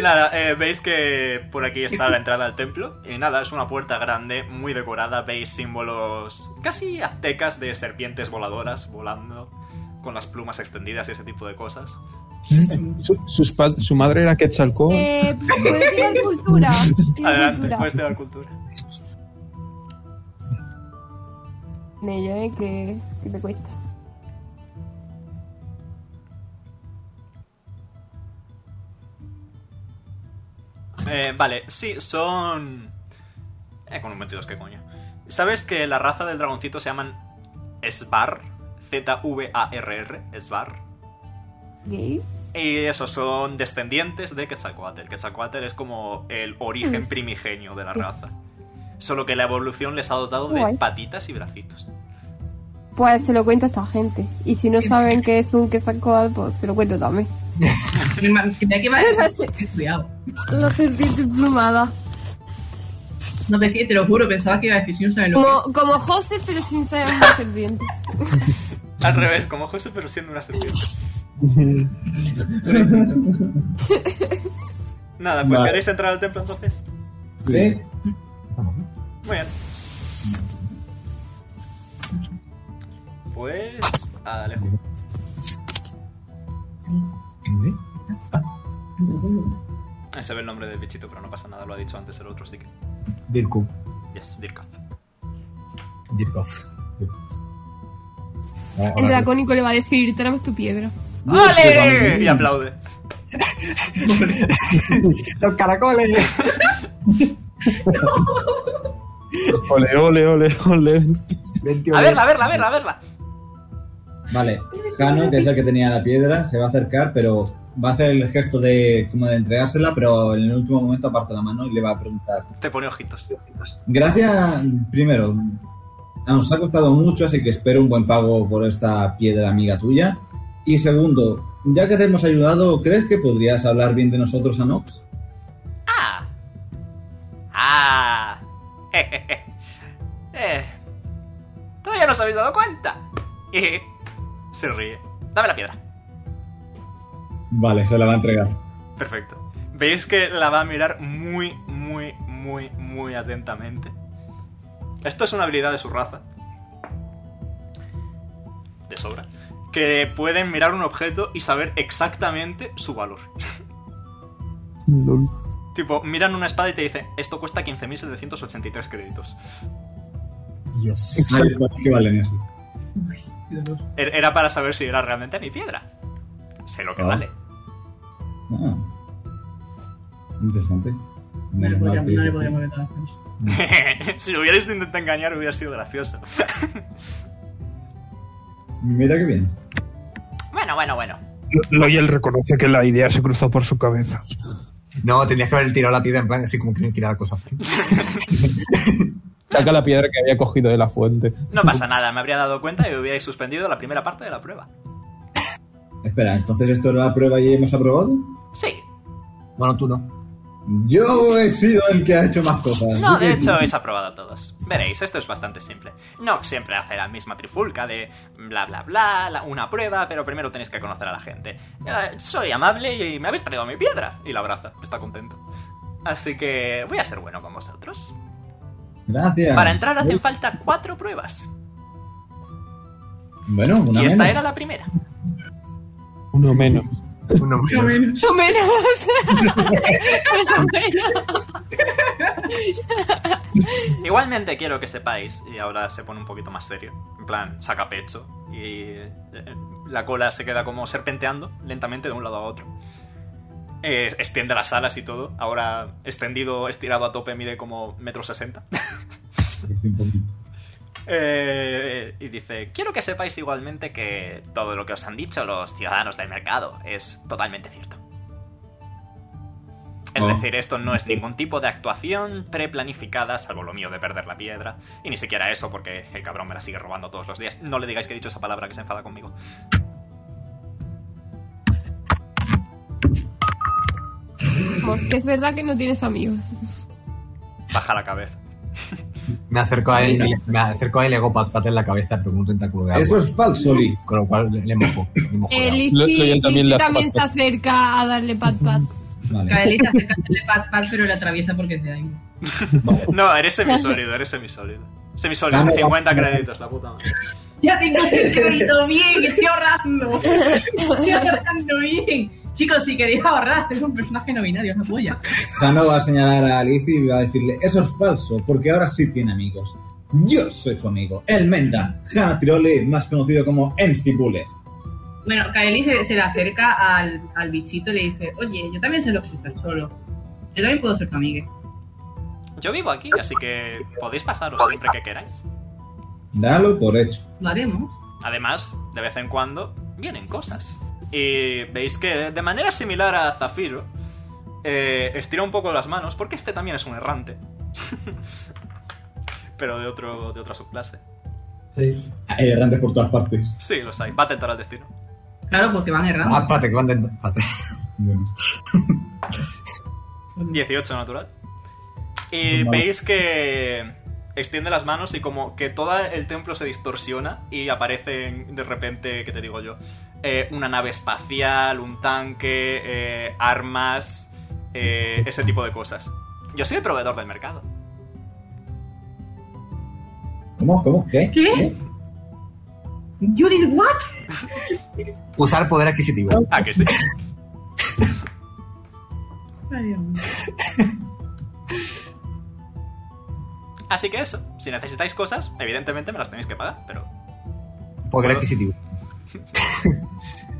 Speaker 1: Nada, eh, veis que por aquí está la entrada al templo. Y nada, es una puerta grande, muy decorada. Veis símbolos casi aztecas de serpientes voladoras volando con las plumas extendidas y ese tipo de cosas.
Speaker 6: Su, sus pa- su madre era Quetzalcóatl.
Speaker 3: Eh, ¿Puedes tirar cultura? Tira
Speaker 1: Adelante,
Speaker 3: cultura.
Speaker 6: pues.
Speaker 1: puedes tirar cultura.
Speaker 3: En ello, eh, que, que te cuesta.
Speaker 1: Eh, vale, sí, son. Eh, con un 22, qué coño. ¿Sabes que la raza del dragoncito se llaman Svar? Z-V-A-R-R, Svar.
Speaker 3: Ok.
Speaker 1: Y esos son descendientes de Quetzalcoatl. Quetzalcoatl es como el origen primigenio de la raza. Solo que la evolución les ha dotado de
Speaker 3: Guay.
Speaker 1: patitas y bracitos.
Speaker 3: Pues se lo cuento a esta gente. Y si no saben que es un quetzalcoatl, pues se lo cuento también.
Speaker 4: Me ma- Creía que iba a decir, cuidado.
Speaker 3: La serpiente plumada.
Speaker 4: No, pero es que te lo juro, pensaba que iba a decir, si no saben lo que
Speaker 3: Como, como José, pero sin ser una serpiente.
Speaker 1: Al revés, como José, pero siendo una serpiente. Nada, pues
Speaker 2: Vale.
Speaker 1: queréis entrar al templo entonces.
Speaker 2: Sí.
Speaker 5: Eh,
Speaker 1: Muy bien. Pues. Alejo. Eh, Se ve el nombre del bichito, pero no pasa nada, lo ha dicho antes el otro, así que.
Speaker 5: Dirku.
Speaker 1: Yes, Dirkaf.
Speaker 5: Dirkov.
Speaker 3: El dracónico le va a decir, tenemos tu piedra.
Speaker 1: ¡Ale! Y aplaude.
Speaker 5: Los caracoles.
Speaker 6: Ole, ole, ole, ole.
Speaker 1: A verla, a verla, a verla, a verla.
Speaker 2: Vale, Jano, que es el que tenía la piedra, se va a acercar, pero va a hacer el gesto de como de entregársela, pero en el último momento aparta la mano y le va a preguntar.
Speaker 1: Te pone ojitos.
Speaker 2: Gracias, primero, Ah, nos ha costado mucho, así que espero un buen pago por esta piedra amiga tuya. Y segundo, ya que te hemos ayudado, ¿crees que podrías hablar bien de nosotros a Nox?
Speaker 1: ¡Ah! ¡Ah! Jejeje. Eh. Todavía no os habéis dado cuenta. Jeje. Se ríe. Dame la piedra.
Speaker 2: Vale, se la va a entregar.
Speaker 1: Perfecto. Veis que la va a mirar muy, muy, muy, muy atentamente. Esto es una habilidad de su raza. De sobra. Que pueden mirar un objeto y saber exactamente su valor.
Speaker 6: Lol.
Speaker 1: tipo, miran una espada y te dicen, esto cuesta 15.783 créditos.
Speaker 5: Dios.
Speaker 2: Ay, ¿Qué valen eso?
Speaker 1: Er- Era para saber si era realmente mi piedra. Sé lo que
Speaker 2: Ah.
Speaker 1: vale.
Speaker 2: Ah. Interesante.
Speaker 4: No le
Speaker 2: Menos mal
Speaker 4: podríamos
Speaker 2: que-
Speaker 4: no le podríamos ver todas las cosas.
Speaker 1: si lo hubierais intentado engañar hubiera sido gracioso.
Speaker 2: Mira qué bien.
Speaker 1: Bueno, bueno, bueno.
Speaker 6: Loyal reconoce que la idea se cruzó por su cabeza.
Speaker 5: No, tenías que haber tirado la piedra en plan así como que no quiera la cosa.
Speaker 6: Saca la piedra que había cogido de la fuente.
Speaker 1: No pasa nada, me habría dado cuenta y hubierais suspendido la primera parte de la prueba.
Speaker 2: Espera, entonces esto era la prueba y hemos aprobado.
Speaker 1: Sí.
Speaker 5: Bueno, tú no.
Speaker 2: Yo he sido el que ha hecho más cosas.
Speaker 1: No,
Speaker 2: así
Speaker 1: de
Speaker 2: que-
Speaker 1: hecho es aprobado todos. Veréis, esto es bastante simple. No siempre hace la misma trifulca de bla bla bla, la- una prueba, pero primero tenéis que conocer a la gente. Eh, soy amable y me habéis traído mi piedra. Y la abraza, está contento. Así que voy a ser bueno con vosotros.
Speaker 2: Gracias.
Speaker 1: Para entrar hacen falta cuatro pruebas.
Speaker 2: Bueno, una
Speaker 1: Y esta
Speaker 2: menos.
Speaker 1: era la primera.
Speaker 6: Uno menos.
Speaker 5: Uno menos.
Speaker 3: No menos. No menos.
Speaker 1: Igualmente quiero que sepáis, y ahora se pone un poquito más serio, en plan, saca pecho y eh, la cola se queda como serpenteando lentamente de un lado a otro. Eh, extiende las alas y todo, ahora extendido, estirado a tope, mide como metro sesenta.
Speaker 2: Un poquito.
Speaker 1: Eh, y dice, quiero que sepáis igualmente que todo lo que os han dicho los ciudadanos del mercado es totalmente cierto. Es
Speaker 2: Oh.
Speaker 1: decir, esto no es ningún tipo de actuación preplanificada, salvo lo mío de perder la piedra. Y ni siquiera eso, porque el cabrón me la sigue robando todos los días. No le digáis que he dicho esa palabra que se enfada conmigo.
Speaker 3: Vamos, que es verdad que no tienes amigos.
Speaker 1: Baja la cabeza.
Speaker 5: Me acerco a él, y le- me acerco a él y le hago pat pat en la cabeza, pregunto en taco de agua.
Speaker 2: Eso es falso, Lee.
Speaker 5: Con lo cual le, le mojo. Le mojo de
Speaker 3: Eh,
Speaker 5: agua.
Speaker 3: Lizzy
Speaker 6: Lo- lo- yo también
Speaker 3: Lizzy
Speaker 6: le hago
Speaker 3: también se
Speaker 6: pat, pat.
Speaker 3: acerca a darle pat pat.
Speaker 2: Vale.
Speaker 4: Kaeli se acerca a hacerle pat pat, pero le atraviesa porque es de ahí.
Speaker 1: No, eres semisólido, eres semisólido. Semisólido,
Speaker 2: Dame-
Speaker 1: 50 créditos, la puta madre.
Speaker 4: Ya tengo el crédito bien, estoy ahorrando. Estoy ahorrando bien. Chicos, si queréis ahorrar, es un personaje no binario, es la polla.
Speaker 2: Jano va a señalar a Alice y va a decirle, eso es falso, porque ahora sí tiene amigos. Yo soy su amigo, el Menda, Jano Tiroli, más conocido como MC Bullet.
Speaker 4: Bueno, Kaeli se, se le acerca al, al bichito y le dice, oye, yo también sé lo que es estar solo. Yo también puedo ser tu amiga.
Speaker 1: Yo vivo aquí, así que podéis pasaros siempre que queráis.
Speaker 2: Dalo por hecho.
Speaker 4: Lo haremos.
Speaker 1: Además, de vez en cuando vienen cosas. Y veis que de manera similar a Zafiro, eh, estira un poco las manos, porque este también es un errante. Pero de, otro, de otra subclase.
Speaker 7: Sí.
Speaker 2: Hay errantes por todas partes.
Speaker 1: Sí, los hay. Va a tentar al destino.
Speaker 4: Claro, porque van
Speaker 5: Ah,
Speaker 4: errando.
Speaker 5: espérate, que van de... espérate.
Speaker 2: Bueno,
Speaker 1: 18 natural. Y
Speaker 2: Vale.
Speaker 1: veis que extiende las manos y como que todo el templo se distorsiona y aparecen de repente, ¿qué te digo yo? Eh, una nave espacial, un tanque, eh, armas, eh, ese tipo de cosas. Yo soy el proveedor del mercado.
Speaker 2: ¿Cómo? ¿Cómo? ¿Qué?
Speaker 4: ¿Qué? You did what?
Speaker 5: Usar poder adquisitivo.
Speaker 1: Ah, que sí. Así que eso, si necesitáis cosas, evidentemente me las tenéis que pagar, pero
Speaker 5: Poder adquisitivo.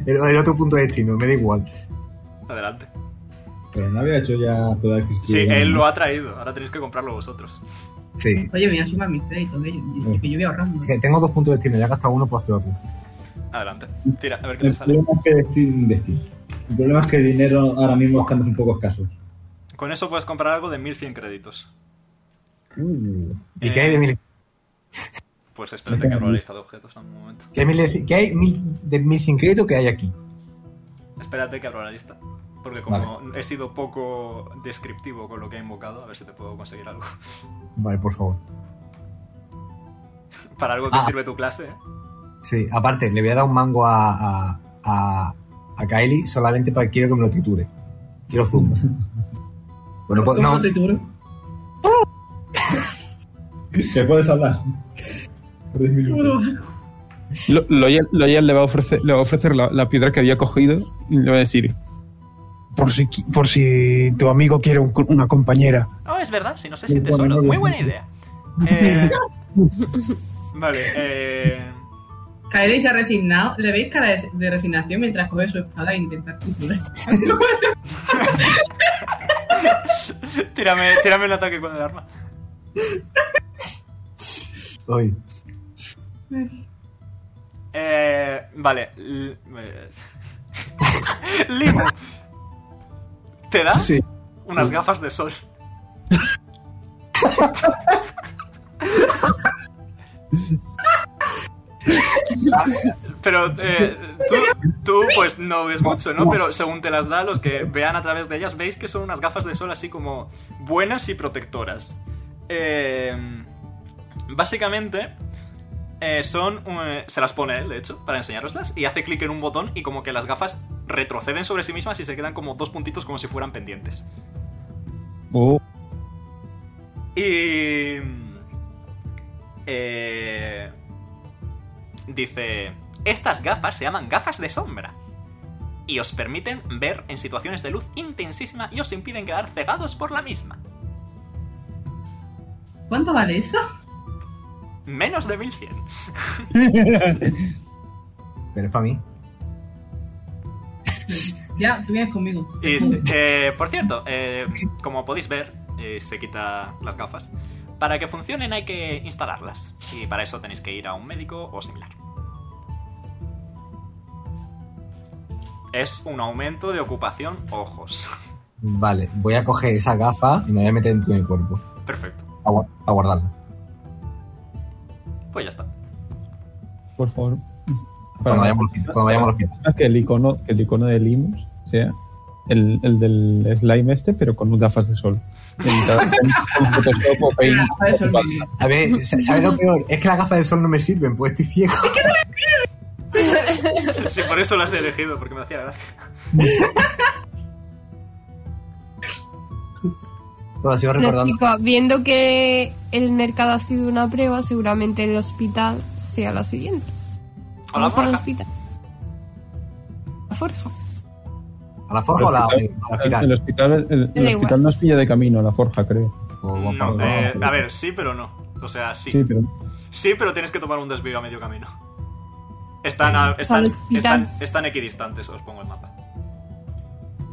Speaker 5: el, el otro punto de destino, me da igual.
Speaker 1: adelante.
Speaker 2: Pero no había hecho ya poder
Speaker 1: Sí, él lo ha traído, ahora tenéis que comprarlo vosotros.
Speaker 5: Sí.
Speaker 4: Oye, me voy a sumar mis créditos, eh, yo- yo- que yo voy ahorrando.
Speaker 5: Mm. Que Tengo dos puntos de destino, ya he gastado uno, puedo hacer otro.
Speaker 1: Adelante, tira, a ver qué te
Speaker 2: El
Speaker 1: sale.
Speaker 2: problema, es que desti- desti- el problema es que el dinero ahora mismo estamos un poco escasos.
Speaker 1: Con eso puedes comprar algo de 1100 créditos.
Speaker 5: ¿Y qué hay de mil,
Speaker 1: Pues espérate que abro la lista de objetos en un momento.
Speaker 5: qué hay mil- qué hay mil- de mil cien créditos que hay aquí?
Speaker 1: Espérate que abro la lista. Porque como he sido poco descriptivo con lo que he invocado, a ver si te puedo conseguir algo.
Speaker 5: Vale, por favor.
Speaker 1: Para algo que
Speaker 5: Ah.
Speaker 1: sirve tu clase, ¿eh?
Speaker 5: Sí, aparte, le voy a dar un mango a, a, a, a Kylie solamente para que quiero que me lo triture. Quiero zumo. Bueno, pues, no,
Speaker 2: ¿Qué puedes hablar? Tres minutos.
Speaker 6: Lo- Loyal, Loyal le va a ofrecer, le va a ofrecer la, la piedra que había cogido y le va a decir: Por si, qui- por si tu amigo quiere un co- una compañera.
Speaker 1: Oh, es verdad, si no sé si
Speaker 2: Muy
Speaker 1: tesoro.
Speaker 2: buena, muy
Speaker 1: Muy buena
Speaker 2: buena.
Speaker 1: idea. Eh, Vale, eh...
Speaker 4: Kaeli se ha resignado. ¿Le veis cara de, de resignación mientras coge su espada e intenta titular?
Speaker 1: Tírame, tírame un ataque con el arma.
Speaker 5: hoy.
Speaker 1: Eh, vale. l- eh, Limo. ¿Te da?
Speaker 5: Sí.
Speaker 1: Unas gafas de sol. Pero eh, tú, tú, pues no ves mucho, ¿no? Pero según te las da, los que vean a través de ellas, veis que son unas gafas de sol así como buenas y protectoras. Eh, básicamente, eh, son. eh, se las pone él, de hecho, para enseñároslas. Y hace clic en un botón y como que las gafas retroceden sobre sí mismas y se quedan como dos puntitos como si fueran pendientes.
Speaker 6: Oh,
Speaker 1: Y. eh, dice: Estas gafas se llaman gafas de sombra. Y os permiten ver en situaciones de luz intensísima y os impiden quedar cegados por la misma.
Speaker 4: ¿Cuánto vale eso?
Speaker 1: Menos de 1100.
Speaker 5: Pero es para mí.
Speaker 4: Ya, tú vienes conmigo.
Speaker 1: Y, eh, por cierto, eh, como podéis ver, eh, se quita las gafas. Para que funcionen hay que instalarlas. Y para eso tenéis que ir a un médico o similar. Es un aumento de ocupación ojos.
Speaker 5: Vale, voy a coger esa gafa y me voy a meter dentro de mi cuerpo.
Speaker 1: Perfecto.
Speaker 5: A, gua- a guardarla.
Speaker 1: Pues ya está.
Speaker 6: por favor.
Speaker 5: Cuando vayamos, cuando vayamos los pies.
Speaker 6: Ah, que el icono, que el icono de Limos sea el, el del slime este, pero con gafas de sol. El- con Photoshop o Paint.
Speaker 4: Las gafas de sol, venga.
Speaker 5: A ver, ¿sabes lo peor? Es que las gafas de sol no me sirven, pues estoy ciego.
Speaker 1: Sí, por eso las he elegido, porque me hacía gracia.
Speaker 5: Lo sigo
Speaker 3: Pero,
Speaker 5: recordando.
Speaker 3: chicos, viendo que el mercado ha sido una prueba, seguramente el hospital sea la siguiente.
Speaker 1: Hola,
Speaker 3: Vamos al
Speaker 1: Borja.
Speaker 3: hospital. La forja.
Speaker 5: ¿A la forja o la- a la
Speaker 6: El, el
Speaker 5: final?
Speaker 6: hospital, el- el
Speaker 3: Da igual.
Speaker 6: hospital nos pilla de camino a la forja, creo.
Speaker 5: O vamos
Speaker 1: No,
Speaker 5: para-
Speaker 1: eh, a ver, sí, pero no. O sea, sí.
Speaker 6: Sí, pero
Speaker 1: Sí, pero tienes que tomar un desvío a medio camino. Están, a- están,
Speaker 3: Sales pitando.
Speaker 1: están, están equidistantes, os pongo el mapa.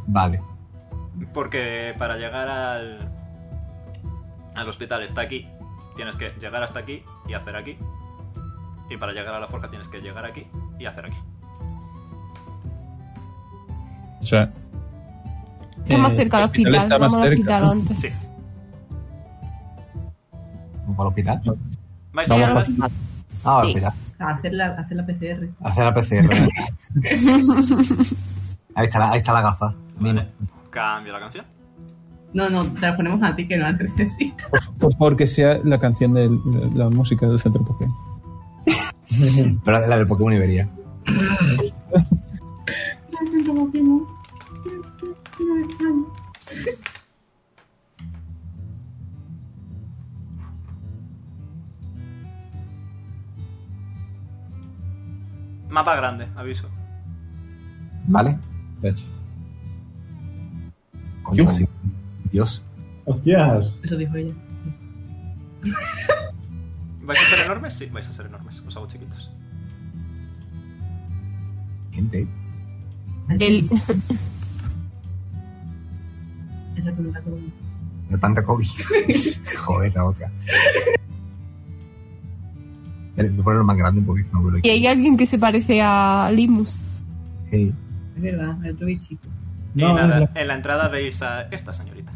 Speaker 5: Vale.
Speaker 1: Porque Eh, para llegar al, al hospital está aquí. Tienes que llegar hasta aquí y hacer aquí. Y para llegar a la forja tienes que llegar aquí y hacer aquí.
Speaker 6: O sea.
Speaker 3: Está más
Speaker 6: eh,
Speaker 3: cerca al
Speaker 6: el
Speaker 3: hospital.
Speaker 6: está más
Speaker 3: Vamos al
Speaker 6: cerca.
Speaker 3: hospital antes.
Speaker 1: Sí.
Speaker 5: ¿Vamos para el hospital?
Speaker 1: ¿Vais a
Speaker 3: Vamos
Speaker 1: llegar?
Speaker 3: al hospital.
Speaker 5: Ah, al
Speaker 3: Sí.
Speaker 5: hospital.
Speaker 4: A Hacer la, a hacer la PCR.
Speaker 5: Hacer la PCR. ahí, está la, ahí está la gafa. Mira.
Speaker 1: Vale. Cambio la canción.
Speaker 4: No, no, te la ponemos a ti que no a necesito.
Speaker 6: Por favor, que Pues sea la canción de la música del centro Pokémon.
Speaker 5: Pero la del Pokémon Iberia.
Speaker 1: Mapa grande, aviso.
Speaker 5: ¿Vale? De hecho. Coño,
Speaker 7: Yujú.
Speaker 5: casi- Dios.
Speaker 7: Hostias.
Speaker 4: Eso dijo ella.
Speaker 1: ¿Vais a ser enormes? Pues Sí, vais a ser enormes. Os hago chiquitos.
Speaker 5: Gente.
Speaker 3: El-
Speaker 4: Es la primera columna.
Speaker 5: El panda Kobe. Joder, la otra. Espera, Voy a ponerlo más grande porque si no veo lo
Speaker 3: Y
Speaker 5: que.
Speaker 3: hay alguien que se parece a Limus.
Speaker 5: Hey.
Speaker 4: Es verdad, hay otro bichito.
Speaker 1: y
Speaker 7: No, es
Speaker 1: nada, eh,
Speaker 7: la-
Speaker 1: en la entrada veis a esta señorita.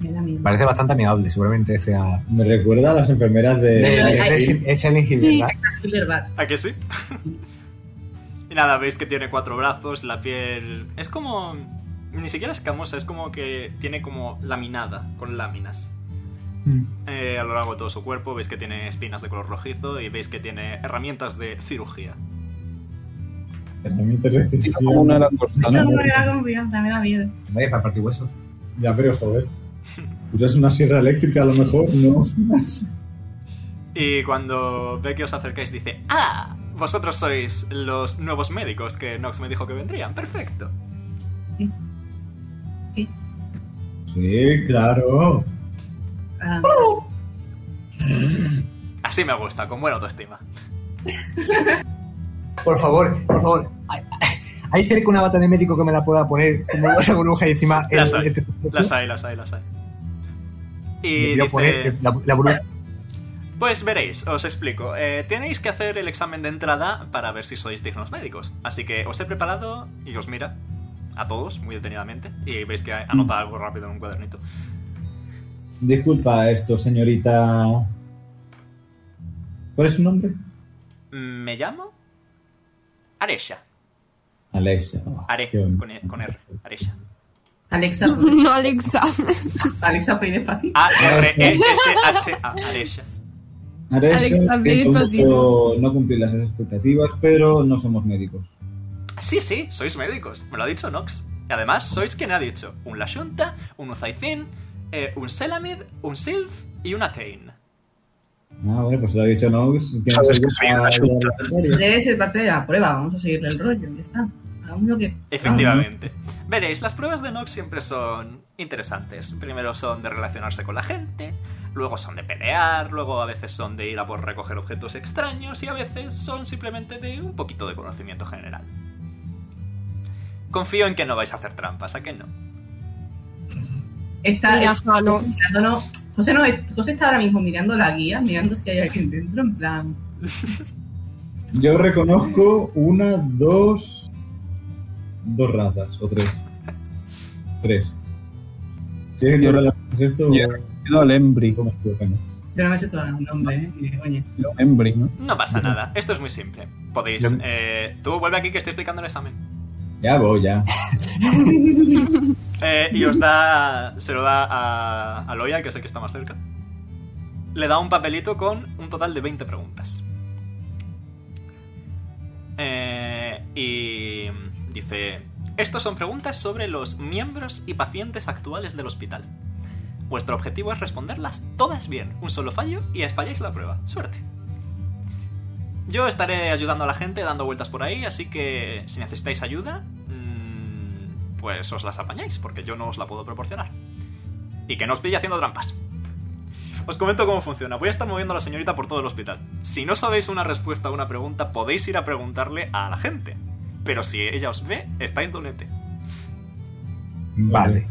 Speaker 4: Me da miedo.
Speaker 5: Parece bastante amigable, seguramente sea.
Speaker 2: Me recuerda a las enfermeras de.
Speaker 5: De-
Speaker 4: Pero
Speaker 5: de-
Speaker 4: hay-
Speaker 5: de- Es el Hill,
Speaker 3: Sí.
Speaker 5: ¿verdad?
Speaker 4: Ah, Silverback.
Speaker 1: ¿A que sí? y nada, veis que tiene cuatro brazos, la piel... Es como... Ni siquiera escamosa, es como que tiene como laminada, con láminas. Eh, a lo largo de todo su cuerpo veis que tiene espinas de color rojizo y veis que tiene herramientas de cirugía.
Speaker 7: herramientas de cirugía.
Speaker 6: Como una langosta,
Speaker 4: Eso
Speaker 6: ¿no?
Speaker 4: no me da confianza, me da miedo.
Speaker 5: Vaya para partir huesos.
Speaker 7: Ya, pero joder.
Speaker 2: Pues
Speaker 7: Usas una sierra eléctrica a lo mejor, no.
Speaker 1: Y cuando ve que os acercáis dice, ¡Ah! Vosotros sois los nuevos médicos que Nox me dijo que vendrían. Perfecto.
Speaker 2: Sí, claro.
Speaker 4: Ah,
Speaker 1: Así me gusta, con buena autoestima.
Speaker 5: Por favor, por favor. Ay, ay, ¿Hay cerca una bata de médico que me la pueda poner como una burbuja y encima el-
Speaker 1: Las hay,
Speaker 5: este-
Speaker 1: Las hay, las hay, las hay.
Speaker 5: Me
Speaker 1: Y
Speaker 5: quiero
Speaker 1: dice,
Speaker 5: poner la, la burbuja.
Speaker 1: Pues veréis, os explico. Eh, tenéis que hacer el examen de entrada para ver si sois dignos médicos. Así que os he preparado y os mira a todos muy detenidamente. Y veis que anota algo rápido en un cuadernito.
Speaker 2: Disculpa esto, señorita.
Speaker 7: ¿Cuál es su nombre?
Speaker 1: Me llamo Aresha.
Speaker 7: Alexa.
Speaker 1: Are,
Speaker 7: Qué bonito.
Speaker 1: con, E- con R. Aresha.
Speaker 4: Alexa,
Speaker 3: No, Alexa.
Speaker 4: Alexa, pide fácil.
Speaker 1: A-R-E-S-H-A. Aresha.
Speaker 2: Ares,
Speaker 3: Alexa,
Speaker 2: que
Speaker 3: Bill,
Speaker 2: tampoco
Speaker 3: Patino.
Speaker 2: no cumplir las expectativas, pero no somos médicos.
Speaker 1: Sí, sí, sois médicos. Me lo ha dicho Nox. Y además, sois quien ha dicho un Lashunta, un Uzaizin, eh, un Selamid, un Sylph y un Atein.
Speaker 2: Ah, bueno, pues lo ha dicho Nox. tiene
Speaker 5: Sabes
Speaker 2: que
Speaker 5: que soy
Speaker 2: ser
Speaker 5: una
Speaker 2: para-
Speaker 5: chunta.
Speaker 4: Debe ser parte de la prueba, vamos a seguir el rollo, ya está. Hagamos lo que...
Speaker 1: Efectivamente. Veréis, las pruebas de Nox siempre son interesantes. Primero son de relacionarse con la gente, luego son de pelear, luego a veces son de ir a por recoger objetos extraños y a veces son simplemente de un poquito de conocimiento general. Confío en que no vais a hacer trampas, ¿a que no?
Speaker 4: Está
Speaker 3: Mira, Jano.
Speaker 4: mirándonos- José, no, José está ahora mismo mirando la guía, mirando si hay alguien dentro, en plan...
Speaker 2: Yo reconozco una, dos. Dos razas, o tres. Tres. Si es que
Speaker 6: Yo-
Speaker 2: no relacionas esto,
Speaker 6: yo- Pido al Embry.
Speaker 2: ¿cómo estoy? Bueno,
Speaker 4: Yo no me sé todos los nombres, ¿eh? Ni de coña.
Speaker 6: Embry, ¿no?
Speaker 1: No pasa nada, esto es muy simple. Podéis... Eh, tú vuelve aquí que estoy explicando el examen.
Speaker 2: Ya voy, ya.
Speaker 1: Eh, y os da... Se lo da a, a Loyal, que es el que está más cerca. Le da un papelito con un total de 20 preguntas. Eh, y dice... Estos son preguntas sobre los miembros y pacientes actuales del hospital. Vuestro objetivo es responderlas todas bien. Un solo fallo y falláis la prueba. Suerte. Yo estaré ayudando a la gente dando vueltas por ahí, así que si necesitáis ayuda, mm, pues os las apañáis, porque yo no os la puedo proporcionar. Y que no os pille haciendo trampas. Os comento cómo funciona. Voy a estar moviendo a la señorita por todo el hospital. Si no sabéis una respuesta a una pregunta, podéis ir a preguntarle a la gente. Pero si ella os ve, estáis doblete.
Speaker 5: Vale.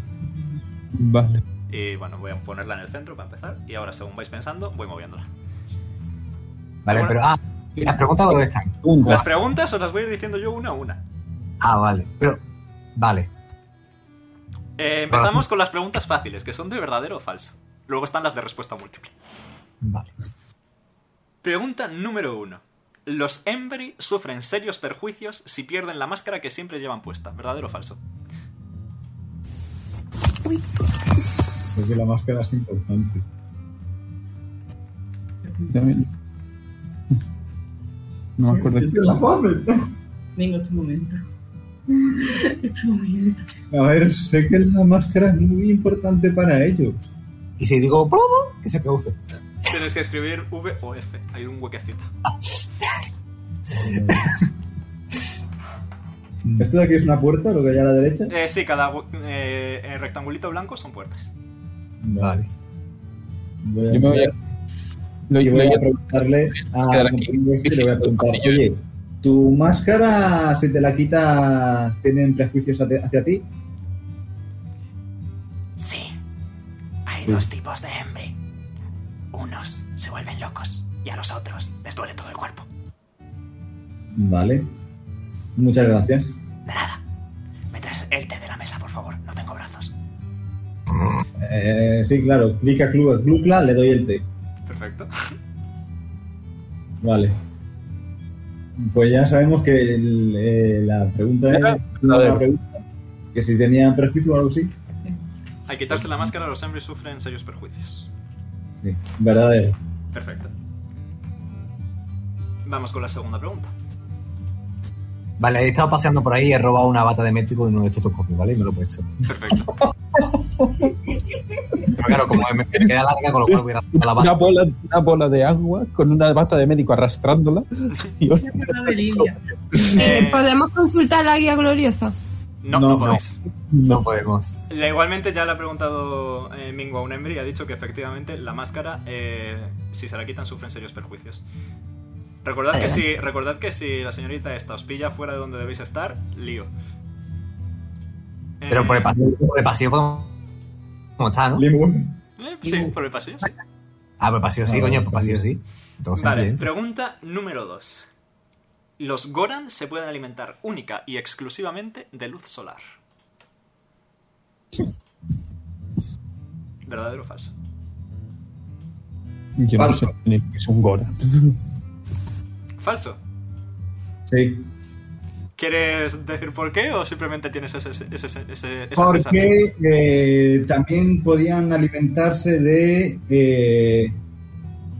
Speaker 6: Vale.
Speaker 1: Y bueno, voy a ponerla en el centro para empezar. Y ahora, según vais pensando, voy moviéndola.
Speaker 5: Vale, pero. Ah, ¿y las preguntas dónde están?
Speaker 1: Las preguntas os las voy a ir diciendo yo una a una.
Speaker 5: Ah, vale. Pero. Vale.
Speaker 1: Eh, empezamos con las preguntas fáciles, que son de verdadero o falso. Luego están las de respuesta múltiple.
Speaker 5: Vale.
Speaker 1: Pregunta número uno. Los Embry sufren serios perjuicios si pierden la máscara que siempre llevan puesta. ¿Verdadero o falso?
Speaker 2: Porque la máscara es importante.
Speaker 6: También. No me acuerdo.
Speaker 4: Vengo, es tu momento. es tu momento.
Speaker 2: A ver, sé que la máscara es muy importante para ellos.
Speaker 5: Y si digo. "Plomo", Que se produce.
Speaker 1: Tienes que escribir V o F. Hay un huequecito.
Speaker 2: Esto de aquí es una puerta, lo que hay a la derecha.
Speaker 1: Eh, sí, cada hue- eh, eh, rectangulito blanco son puertas.
Speaker 5: Vale.
Speaker 2: Voy a-
Speaker 6: Yo me voy a. Lo,
Speaker 2: y
Speaker 6: lo-
Speaker 2: voy a preguntarle a
Speaker 6: quedar aquí.
Speaker 2: compañero este, le voy a preguntar,
Speaker 6: Yo-
Speaker 2: oye, ¿tu máscara, si te la quitas, tienen prejuicios hacia hacia ti?
Speaker 1: Sí. Hay
Speaker 2: Sí. dos
Speaker 1: tipos de Embry. Unos se vuelven locos y a los otros les duele todo el cuerpo.
Speaker 2: Vale. Muchas gracias.
Speaker 1: De nada. ¿Me traes el té de la mesa, por favor? No tengo brazos.
Speaker 2: Eh, sí, claro, clica club, clucla, le doy el té.
Speaker 1: Perfecto.
Speaker 2: Vale. Pues ya sabemos que el- eh, la pregunta es una pregunta, que si tenían prejuicio o algo así.
Speaker 1: Al quitarse la máscara, los Embry sufren serios perjuicios.
Speaker 2: Sí, verdadero.
Speaker 1: Perfecto. Vamos con la segunda pregunta.
Speaker 5: Vale, he estado paseando por ahí y he robado una bata de métrico de uno de estos tocosmios, ¿vale? Y me lo he puesto.
Speaker 1: Perfecto.
Speaker 5: Pero claro, como me me queda larga, con lo cual voy a hacer la
Speaker 6: Una
Speaker 5: bata.
Speaker 6: bola, una bola de agua con una bata de médico arrastrándola. Y yo-
Speaker 4: Una velilla.
Speaker 3: Eh, ¿Podemos consultar la guía gloriosa?
Speaker 1: No, no,
Speaker 2: No,
Speaker 1: podéis.
Speaker 5: No podemos.
Speaker 1: Le- Igualmente ya le ha preguntado eh, Mingo a un Embry y ha dicho que efectivamente la máscara, eh, si se la quitan, sufren serios perjuicios. Recordad que, si, recordad que si la señorita esta os pilla fuera de donde debéis estar, lío. Eh,
Speaker 5: Pero por el paseo, por el paseo podemos. ¿Cómo está, no?
Speaker 2: Limón.
Speaker 1: eh, sí, por el pasillo. sí.
Speaker 5: Ah, por el paseo sí, coño, por el paseo sí. Entonces,
Speaker 1: Vale,
Speaker 5: bien.
Speaker 1: pregunta número 2. Los Goran se pueden alimentar única y exclusivamente de luz solar. ¿Verdadero o falso?
Speaker 6: Yo no sé ni qué es un Gora.
Speaker 1: falso.
Speaker 2: Sí.
Speaker 1: ¿Quieres decir por qué o simplemente tienes ese, ese, ese- ese- esa sensación?
Speaker 2: Porque eh, también podían alimentarse de. eh,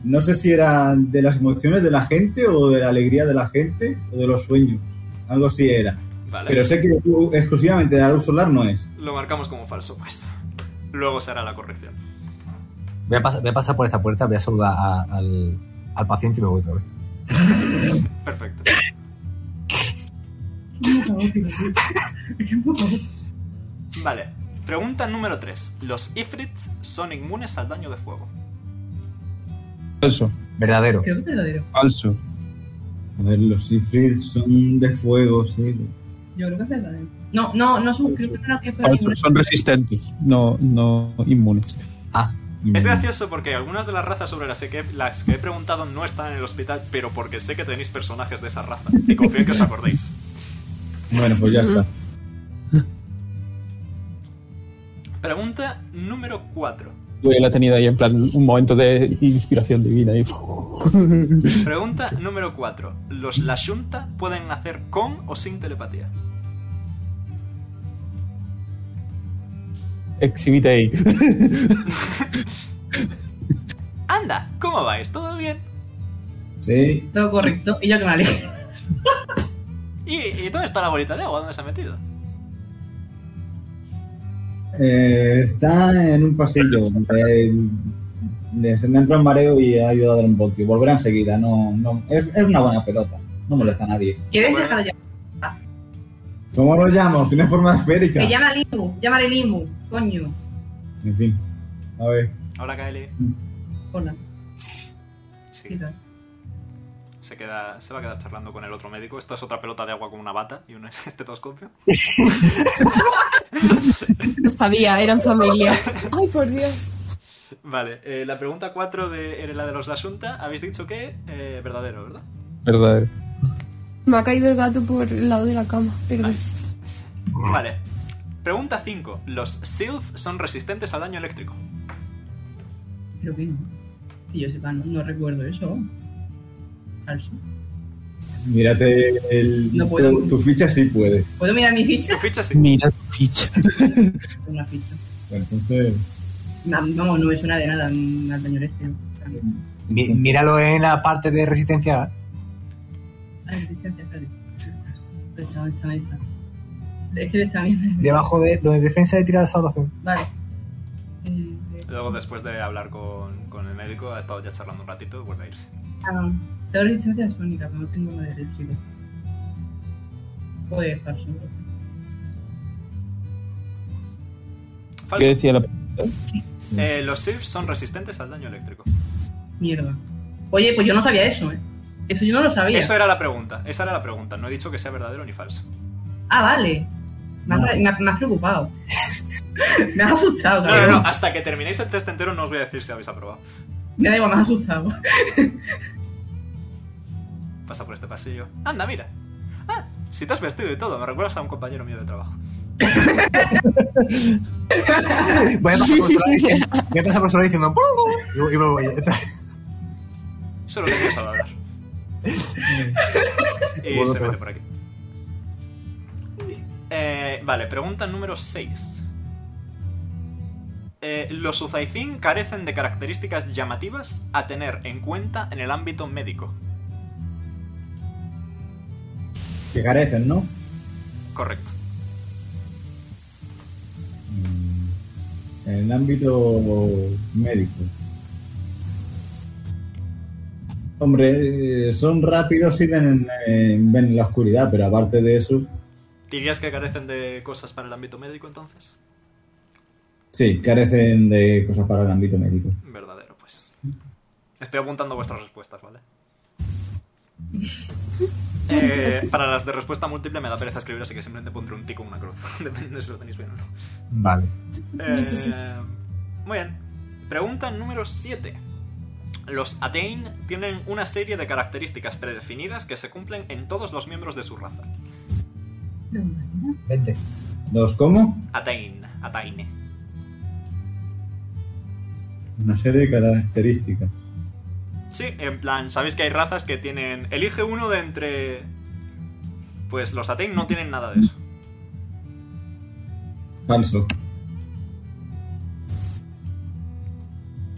Speaker 2: no sé si era de las emociones de la gente o de la alegría de la gente o de los sueños. Algo así era.
Speaker 1: Vale,
Speaker 2: Pero sé que tú, exclusivamente de la luz solar no es.
Speaker 1: lo marcamos como falso, pues. Luego se hará la corrección.
Speaker 5: Voy a, pas- voy a pasar por esta puerta, voy a saludar a- al, al paciente y me voy otra vez.
Speaker 1: Perfecto. Vale, pregunta número 3. Los Ifrits son inmunes al daño de fuego.
Speaker 6: Falso.
Speaker 5: Verdadero.
Speaker 4: Creo que es verdadero.
Speaker 6: Falso.
Speaker 2: A ver, los Ifrits son de fuego, sí.
Speaker 4: Yo creo que es verdadero. No, no, no son. Creo que no que es
Speaker 6: Falso.
Speaker 4: verdadero.
Speaker 6: Son resistentes, no, no inmunes.
Speaker 5: Ah,
Speaker 1: Es gracioso porque algunas de las razas sobre las que, las que he preguntado no están en el hospital, pero porque sé que tenéis personajes de esa raza. Y confío en que os acordéis.
Speaker 2: Bueno, pues ya está.
Speaker 1: Pregunta número 4.
Speaker 6: Yo ya la he tenido ahí en plan un momento de inspiración divina. Y...
Speaker 1: Pregunta número 4. ¿Los Lashunta pueden nacer con o sin telepatía?
Speaker 6: Exhibite ahí.
Speaker 1: Anda, ¿cómo vais? ¿Todo bien?
Speaker 2: Sí.
Speaker 4: Todo correcto. Y yo que me alegro.
Speaker 1: ¿Y, y dónde está la bolita de agua? ¿Dónde se ha metido?
Speaker 2: Eh, está en un pasillo. eh, le- se le entra un mareo y ha ido a dar un bote. Volverá enseguida. No, no, es, es una buena pelota. No molesta a nadie.
Speaker 4: ¿Quieres
Speaker 1: Bueno.
Speaker 4: dejar ya?
Speaker 2: ¿Cómo lo llamo? Tiene forma esférica.
Speaker 4: Que llama a Limu. Llámale Limu. Coño.
Speaker 2: En fin. A ver.
Speaker 1: Ahora Kaeli.
Speaker 4: Hola. ¿Qué
Speaker 1: Sí,
Speaker 4: tal?
Speaker 1: se, queda, se va a quedar charlando con el otro médico. Esta es otra pelota de agua con una bata y un estetoscopio.
Speaker 3: Lo sabía, eran familia. Ay, por Dios.
Speaker 1: Vale, eh, la pregunta 4 de, era la de los Lashunta. Habéis dicho que eh, verdadero, ¿verdad?
Speaker 6: Verdadero.
Speaker 3: Me ha caído el gato por el lado de la cama. Perdón.
Speaker 1: Nice. Vale. Pregunta 5. ¿Los Sylph son resistentes al daño eléctrico?
Speaker 4: Creo que no. Que yo sepa, no, no recuerdo eso. Falso.
Speaker 2: Mírate el,
Speaker 4: No puedo.
Speaker 2: tu, tu ficha sí puedes.
Speaker 4: ¿Puedo mirar mi ficha?
Speaker 1: Tu ficha sí.
Speaker 6: Mira tu ficha.
Speaker 4: Una ficha.
Speaker 2: Bueno, entonces.
Speaker 4: Na- Vamos, no me suena de nada mm, al daño eléctrico. O sea,
Speaker 5: mi- míralo en la parte de resistencia.
Speaker 4: ah, resistencia, espérate. Pues, ¿dónde está? ¿Dónde está? Es que le está viendo.
Speaker 5: Debajo de donde defensa de tirada de salvación.
Speaker 4: Vale. Eh, eh,
Speaker 1: Luego, después de hablar con, con el médico, ha estado ya charlando un ratito y vuelve a irse.
Speaker 4: ah, tengo resistencia sónica, pero no tengo la de eléctrico. Pues falso. entonces.
Speaker 1: Falso.
Speaker 6: ¿Qué decía la...
Speaker 1: Eh, los Sylph son resistentes al daño eléctrico.
Speaker 4: Mierda. Oye, pues yo no sabía eso, ¿eh? Eso yo no lo sabía.
Speaker 1: Eso era la pregunta. Esa era la pregunta. No he dicho que sea verdadero ni falso.
Speaker 4: Ah, vale. Me has, me has- me has preocupado. me has asustado,
Speaker 1: No, no,
Speaker 4: cabrón.
Speaker 1: no. Hasta que terminéis el test entero no os voy a decir si habéis aprobado.
Speaker 4: Me da igual, me has asustado.
Speaker 1: Pasa por este pasillo. Anda, mira. Ah, si te has vestido y todo. Me recuerdas a un compañero mío de trabajo.
Speaker 5: Voy a pasar por su lado diciendo- voy a pasar por su lado diciendo. "Pum, pum", Y, y me voy.
Speaker 1: Solo que quiero saludar. y
Speaker 5: Vuelvo
Speaker 1: se
Speaker 5: otra
Speaker 1: mete
Speaker 5: vez.
Speaker 1: por aquí. Eh, vale, pregunta número 6. los Uzaizin carecen de características llamativas a tener en cuenta en el ámbito médico.
Speaker 2: Que carecen, ¿no?
Speaker 1: Correcto.
Speaker 2: Mm, En el ámbito médico. Hombre, eh, son rápidos y ven, eh, ven en la oscuridad, pero aparte de eso,
Speaker 1: ¿Dirías que carecen de cosas para el ámbito médico entonces?
Speaker 2: sí, carecen de cosas para el ámbito médico.
Speaker 1: Verdadero, pues. Estoy apuntando vuestras respuestas, ¿vale? Eh, para las de respuesta múltiple me da pereza escribir, así que simplemente pondré un tico o una cruz, dependiendo si lo tenéis bien o no.
Speaker 5: Vale.
Speaker 1: Eh, muy bien. Pregunta número 7. Los Atein tienen una serie de características predefinidas que se cumplen en todos los miembros de su raza.
Speaker 5: Vente.
Speaker 2: ¿Los cómo?
Speaker 1: Atein, Ataine.
Speaker 2: Una serie de características.
Speaker 1: Sí, en plan, sabéis que hay razas que tienen. Elige uno de entre. Pues los Atein no tienen nada de eso.
Speaker 2: Falso.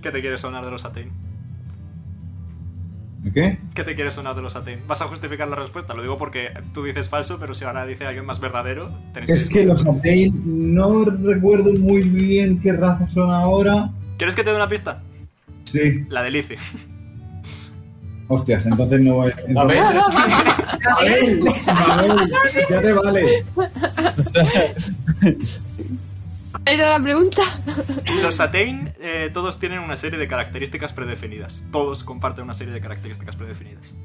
Speaker 1: ¿Qué te quiere sonar de los Atein?
Speaker 2: ¿Qué?
Speaker 1: ¿Qué te quiere sonar de los Atein? ¿Vas a justificar la respuesta? Lo digo porque tú dices falso, pero si ahora dice alguien más verdadero, tenéis
Speaker 2: Es que los Atein no recuerdo muy bien qué razas son ahora.
Speaker 1: ¿Quieres que te dé una pista?
Speaker 2: Sí.
Speaker 1: La de Lizzie.
Speaker 2: Hostias, entonces no es. entonces- Mabel, Mabel, ya te vale.
Speaker 3: ¿Cuál era la pregunta?
Speaker 1: Los Atein eh, todos tienen una serie de características predefinidas. Todos comparten una serie de características predefinidas.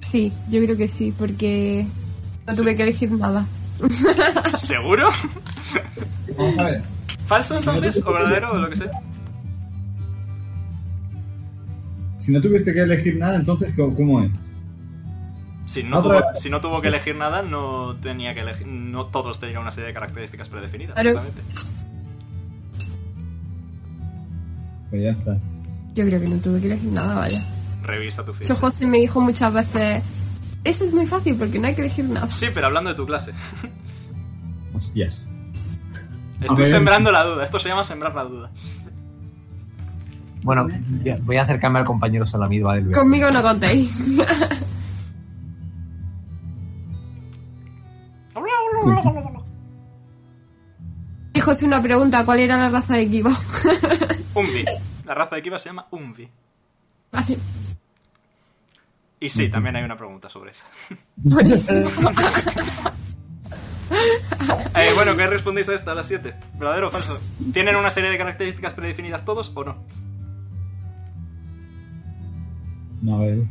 Speaker 3: Sí, yo creo que sí, porque no tuve que elegir nada.
Speaker 1: ¿Seguro?
Speaker 2: Vamos a ver.
Speaker 1: ¿Falso entonces? ¿O verdadero? O lo que sea.
Speaker 2: Si no tuviste que elegir nada, entonces, ¿cómo- ¿cómo es?
Speaker 1: Si no,
Speaker 2: Otra
Speaker 1: tuvo,
Speaker 2: vez.
Speaker 1: si no tuvo que elegir nada, no tenía que elegir. No todos tenían una serie de características predefinidas.
Speaker 3: Claro.
Speaker 1: exactamente.
Speaker 2: Pues ya está.
Speaker 3: Yo creo que no tuve que elegir nada, vaya.
Speaker 1: Revisa tu ficha.
Speaker 3: Yo José me dijo muchas veces, eso es muy fácil porque no hay que elegir nada.
Speaker 1: Sí, pero hablando de tu clase.
Speaker 2: Hostias.
Speaker 1: Estoy
Speaker 2: ver.
Speaker 1: sembrando la duda. Esto se llama sembrar la duda.
Speaker 5: Bueno, ya- voy a acercarme al compañero Salamid, ¿vale? Luis?
Speaker 3: Conmigo no contéis. Y José una pregunta, ¿cuál era la raza de equipo?
Speaker 1: Umbi. La raza de Kiva se llama Umbi.
Speaker 3: vale,
Speaker 1: Y sí, también hay una pregunta sobre esa.
Speaker 3: buenísimo.
Speaker 1: Eh, bueno, ¿qué respondéis a esta? A las 7. ¿Verdadero o falso? ¿Tienen una serie de características predefinidas todos o no?
Speaker 2: Mabel.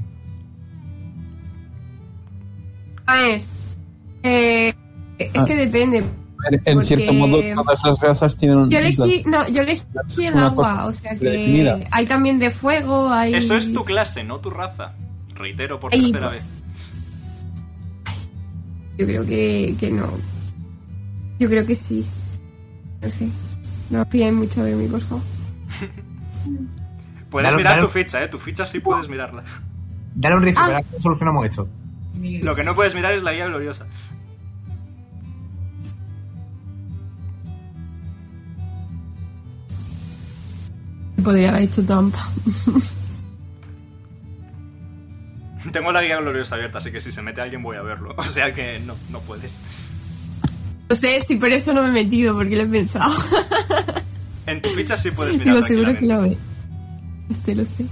Speaker 3: A ver, eh,
Speaker 6: Ah.
Speaker 3: es que depende.
Speaker 6: En, en
Speaker 3: Porque-
Speaker 6: cierto modo, todas las razas tienen un.
Speaker 3: Yo elegí, no, yo elegí el
Speaker 6: Una
Speaker 3: agua,
Speaker 6: cosa
Speaker 3: o sea
Speaker 6: definida.
Speaker 3: que hay también de fuego, hay...
Speaker 1: Eso es tu clase, no tu raza. Reitero por
Speaker 3: Ahí.
Speaker 1: tercera vez.
Speaker 3: Yo creo que, que no. Yo creo que sí. No sé. No os pilláis mucho de mí, por favor.
Speaker 1: Puedes
Speaker 5: Dale-
Speaker 1: mirar
Speaker 5: dale-
Speaker 1: tu ficha, ¿eh? Tu ficha sí puedes mirarla.
Speaker 5: Dale un rifle,
Speaker 3: Ah.
Speaker 5: verás cómo solucionamos esto.
Speaker 4: Miguel.
Speaker 1: Lo que no puedes mirar es la guía gloriosa.
Speaker 3: Podría haber hecho trampa.
Speaker 1: Tengo la guía gloriosa abierta, así que si se mete alguien voy a verlo. O sea que no, no puedes.
Speaker 3: No sé si por eso no me he metido, porque lo he pensado.
Speaker 1: En tu ficha sí puedes mirar
Speaker 3: Digo, seguro que
Speaker 1: tranquilamente.
Speaker 3: lo ve. Lo sé, lo sé.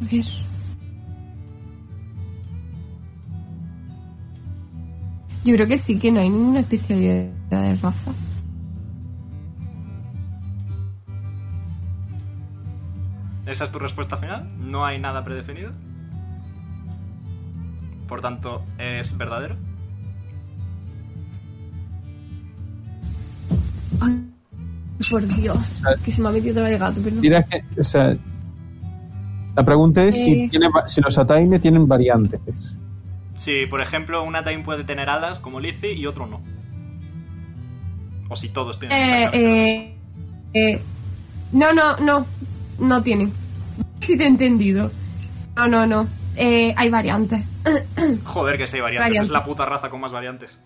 Speaker 3: A ver. Yo creo que sí, que no hay ninguna especialidad de raza.
Speaker 1: ¿Esa es tu respuesta final? ¿No hay nada predefinido? Por tanto, ¿es verdadero?
Speaker 3: Ay, por Dios, que se me ha metido otra vez el gato, perdón.
Speaker 6: Dirás que. O sea. La pregunta es
Speaker 3: Eh.
Speaker 6: si, tiene va- si los Ataine tienen variantes.
Speaker 1: Si, por ejemplo, un Atain puede tener alas como Lizzie y otro no. O si todos tienen
Speaker 3: Eh,
Speaker 1: alas.
Speaker 3: eh, eh, no, no, no, no tienen. Si te he entendido. No, no, no. Eh, hay variantes.
Speaker 1: Joder, que sí hay variantes.
Speaker 3: variante.
Speaker 1: Es la puta raza con más variantes.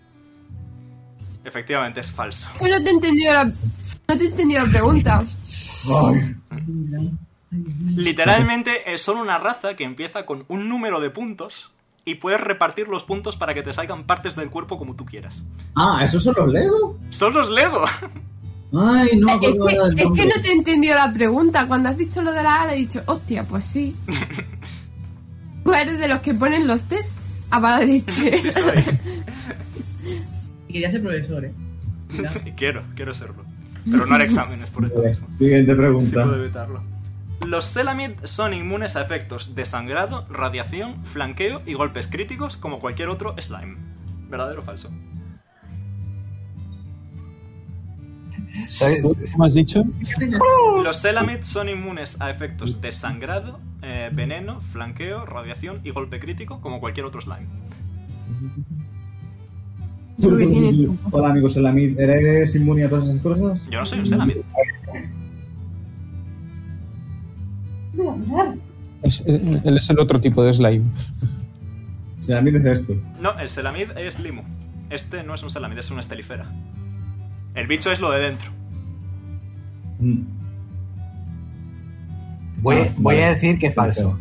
Speaker 1: Efectivamente, es falso.
Speaker 3: Que no te he entendido la, no te he entendido la pregunta.
Speaker 2: Ay,
Speaker 1: Literalmente es solo una raza que empieza con un número de puntos y puedes repartir los puntos para que te salgan partes del cuerpo como tú quieras.
Speaker 2: Ah, ¿esos son los Lego?
Speaker 1: ¡Son los Lego!
Speaker 2: Ay, no me
Speaker 3: Es
Speaker 2: acuerdo
Speaker 3: que,
Speaker 2: nada del
Speaker 3: es que
Speaker 2: nombre.
Speaker 3: no te he entendido la pregunta. Cuando has dicho lo de la ala, he dicho, hostia, pues sí. Tú
Speaker 8: Pues
Speaker 3: eres de los que ponen los test a mala leche.
Speaker 1: Sí, soy.
Speaker 4: Y quería ser profesor, ¿eh?
Speaker 1: Sí, quiero, quiero serlo. Pero no haré exámenes por esto mismo.
Speaker 2: Siguiente
Speaker 1: Si puedo
Speaker 2: pregunta.
Speaker 1: evitarlo. Los Celamid son inmunes a efectos de sangrado, radiación, flanqueo y golpes críticos como cualquier otro slime. ¿Verdadero o falso?
Speaker 5: ¿Sabes?
Speaker 6: ¿Cómo has dicho?
Speaker 1: Los Celamid son inmunes a efectos de sangrado, eh, veneno, flanqueo, radiación y golpe crítico como cualquier otro slime.
Speaker 3: Creo que tiene truco.
Speaker 2: Hola amigos, Elamid, ¿eres inmune a todas esas cosas?
Speaker 1: Yo no soy un Celamid.
Speaker 8: puede hablar.
Speaker 6: Es- eh, él él es el otro tipo de slime.
Speaker 2: Se la mires esto.
Speaker 1: No, el selamid es Limu. Este no es un selamid, es una estelifera. El bicho es lo de dentro.
Speaker 2: Mm.
Speaker 5: Voy, voy a decir que es falso.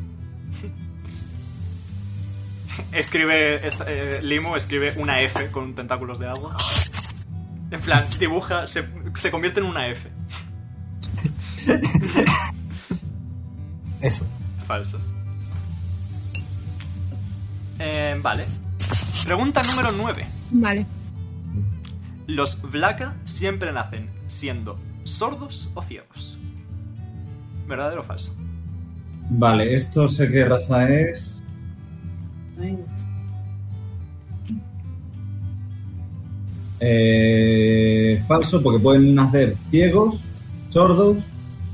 Speaker 1: Escribe. es- eh, Limu escribe una F con tentáculos de agua. En plan, dibuja, se, se convierte en una F.
Speaker 5: Eso.
Speaker 1: Falso. Eh, vale. Pregunta número 9.
Speaker 8: Vale.
Speaker 1: ¿Los Vlaka siempre nacen siendo sordos o ciegos? ¿Verdadero o falso?
Speaker 2: Vale, esto sé qué raza es. Eh, falso porque pueden nacer ciegos, sordos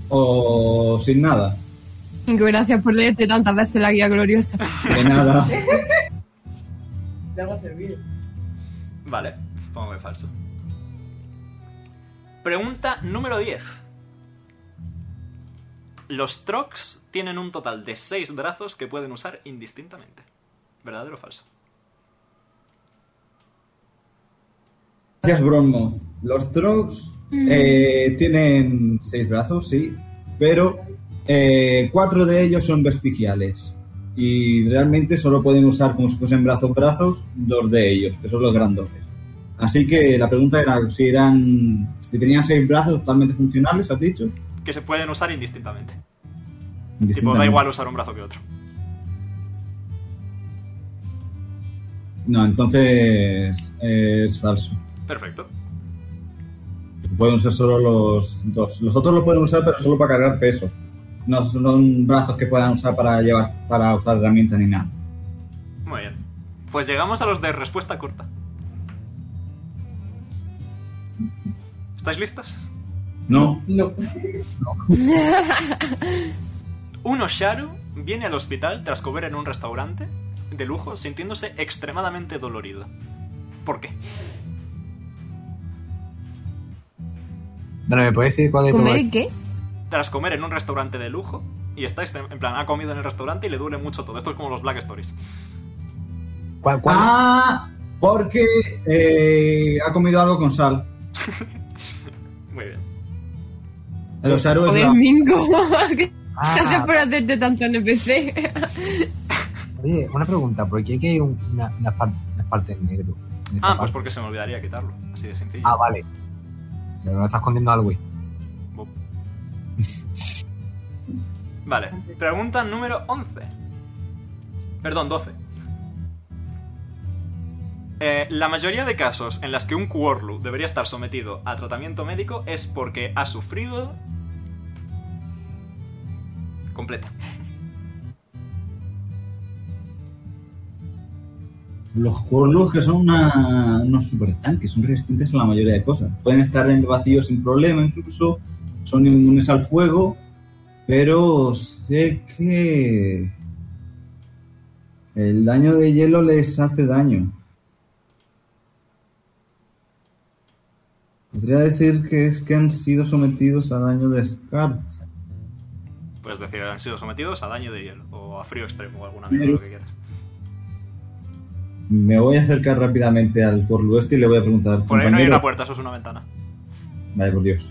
Speaker 2: o sin nada.
Speaker 8: Gracias por leerte tantas veces la guía gloriosa.
Speaker 2: De nada.
Speaker 4: Te hago servir.
Speaker 1: Vale, supongo que falso. Pregunta número 10. Los Trox tienen un total de 6 brazos que pueden usar indistintamente. ¿Verdadero o falso?
Speaker 2: Gracias, Bronmoth. Los Trogs eh, tienen seis brazos, sí, pero eh, cuatro de ellos son vestigiales. Y realmente solo pueden usar como si fuesen brazos brazos dos de ellos, que son los grandotes. Así que la pregunta era si eran si tenían seis brazos totalmente funcionales, has dicho.
Speaker 1: Que se pueden usar indistintamente. Tipo, da
Speaker 2: Indistintamente.
Speaker 1: igual usar un brazo que otro.
Speaker 2: No, entonces es falso.
Speaker 1: Perfecto.
Speaker 2: Pueden usar solo los dos. Los otros los pueden usar, pero solo para cargar peso. No son brazos que puedan usar para llevar, para usar herramientas ni nada.
Speaker 1: Muy bien. Pues llegamos a los de respuesta corta. ¿Estáis listos?
Speaker 2: No.
Speaker 4: No.
Speaker 1: Uno Sharu viene al hospital tras comer en un restaurante de lujo sintiéndose extremadamente dolorido. ¿Por qué?
Speaker 5: Bueno, ¿me puedes decir cuál de todo
Speaker 8: ¿Comer
Speaker 5: esto?
Speaker 8: qué?
Speaker 1: Tras comer en un restaurante de lujo y está extre- en plan ha comido en el restaurante y le duele mucho todo. Esto es como los Black Stories.
Speaker 5: ¿Cuál, cuál?
Speaker 2: Ah, porque eh, ha comido algo con sal.
Speaker 1: Muy bien. Pues,
Speaker 2: Los Sharu es
Speaker 8: Joder,
Speaker 2: la-
Speaker 8: Mingo. Gracias
Speaker 5: Ah,
Speaker 8: por hacerte tanto NPC.
Speaker 5: oye, una pregunta, ¿por qué aquí hay un- una, una, par- una parte en negro? En esta
Speaker 1: Ah, pues
Speaker 5: parte.
Speaker 1: porque se me olvidaría quitarlo. Así de sencillo.
Speaker 5: Ah, vale. Pero no está escondiendo algo. güey.
Speaker 1: Vale. Pregunta número 11. Perdón, 12. Eh, la mayoría de casos en las que un Quorlu debería estar sometido a tratamiento médico es porque ha sufrido... Completa.
Speaker 2: Los Corlus, que son una- unos super tanques, son resistentes a la mayoría de cosas. Pueden estar en el vacío sin problema, incluso son inmunes al fuego, pero sé que el daño de hielo les hace daño. Podría decir que es que han sido sometidos a daño de escarcha.
Speaker 1: Puedes decir, han sido sometidos a daño de hielo o a frío extremo o alguna mierda, lo que quieras.
Speaker 2: Me voy a acercar rápidamente al Corlu este y le voy a preguntar.
Speaker 1: Por ahí no hay
Speaker 2: compañero-
Speaker 1: una puerta, eso es una ventana.
Speaker 2: Vaya, por Dios.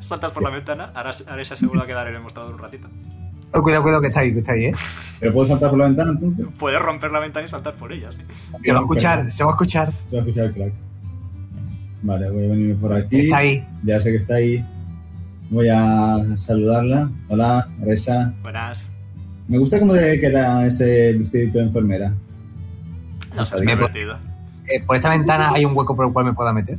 Speaker 1: Saltas por la ventana, ahora, ahora se asegura quedar en el mostrador un ratito.
Speaker 5: Oh, cuidado, cuidado, que está ahí, que está ahí, ¿eh?
Speaker 2: ¿Pero puedo saltar por la ventana entonces?
Speaker 1: Puedes romper la ventana y saltar por ella, sí.
Speaker 5: Se va a escuchar, se va a escuchar.
Speaker 2: Se va a escuchar el crack. Vale, voy a venirme por aquí.
Speaker 5: Está ahí.
Speaker 2: Ya sé que está ahí. Voy a saludarla. Hola, Reza.
Speaker 1: Buenas.
Speaker 2: Me gusta cómo te queda ese vestidito de enfermera.
Speaker 1: No, es
Speaker 5: me-
Speaker 1: divertido.
Speaker 5: Eh, por esta ventana hay un hueco por el cual me pueda meter.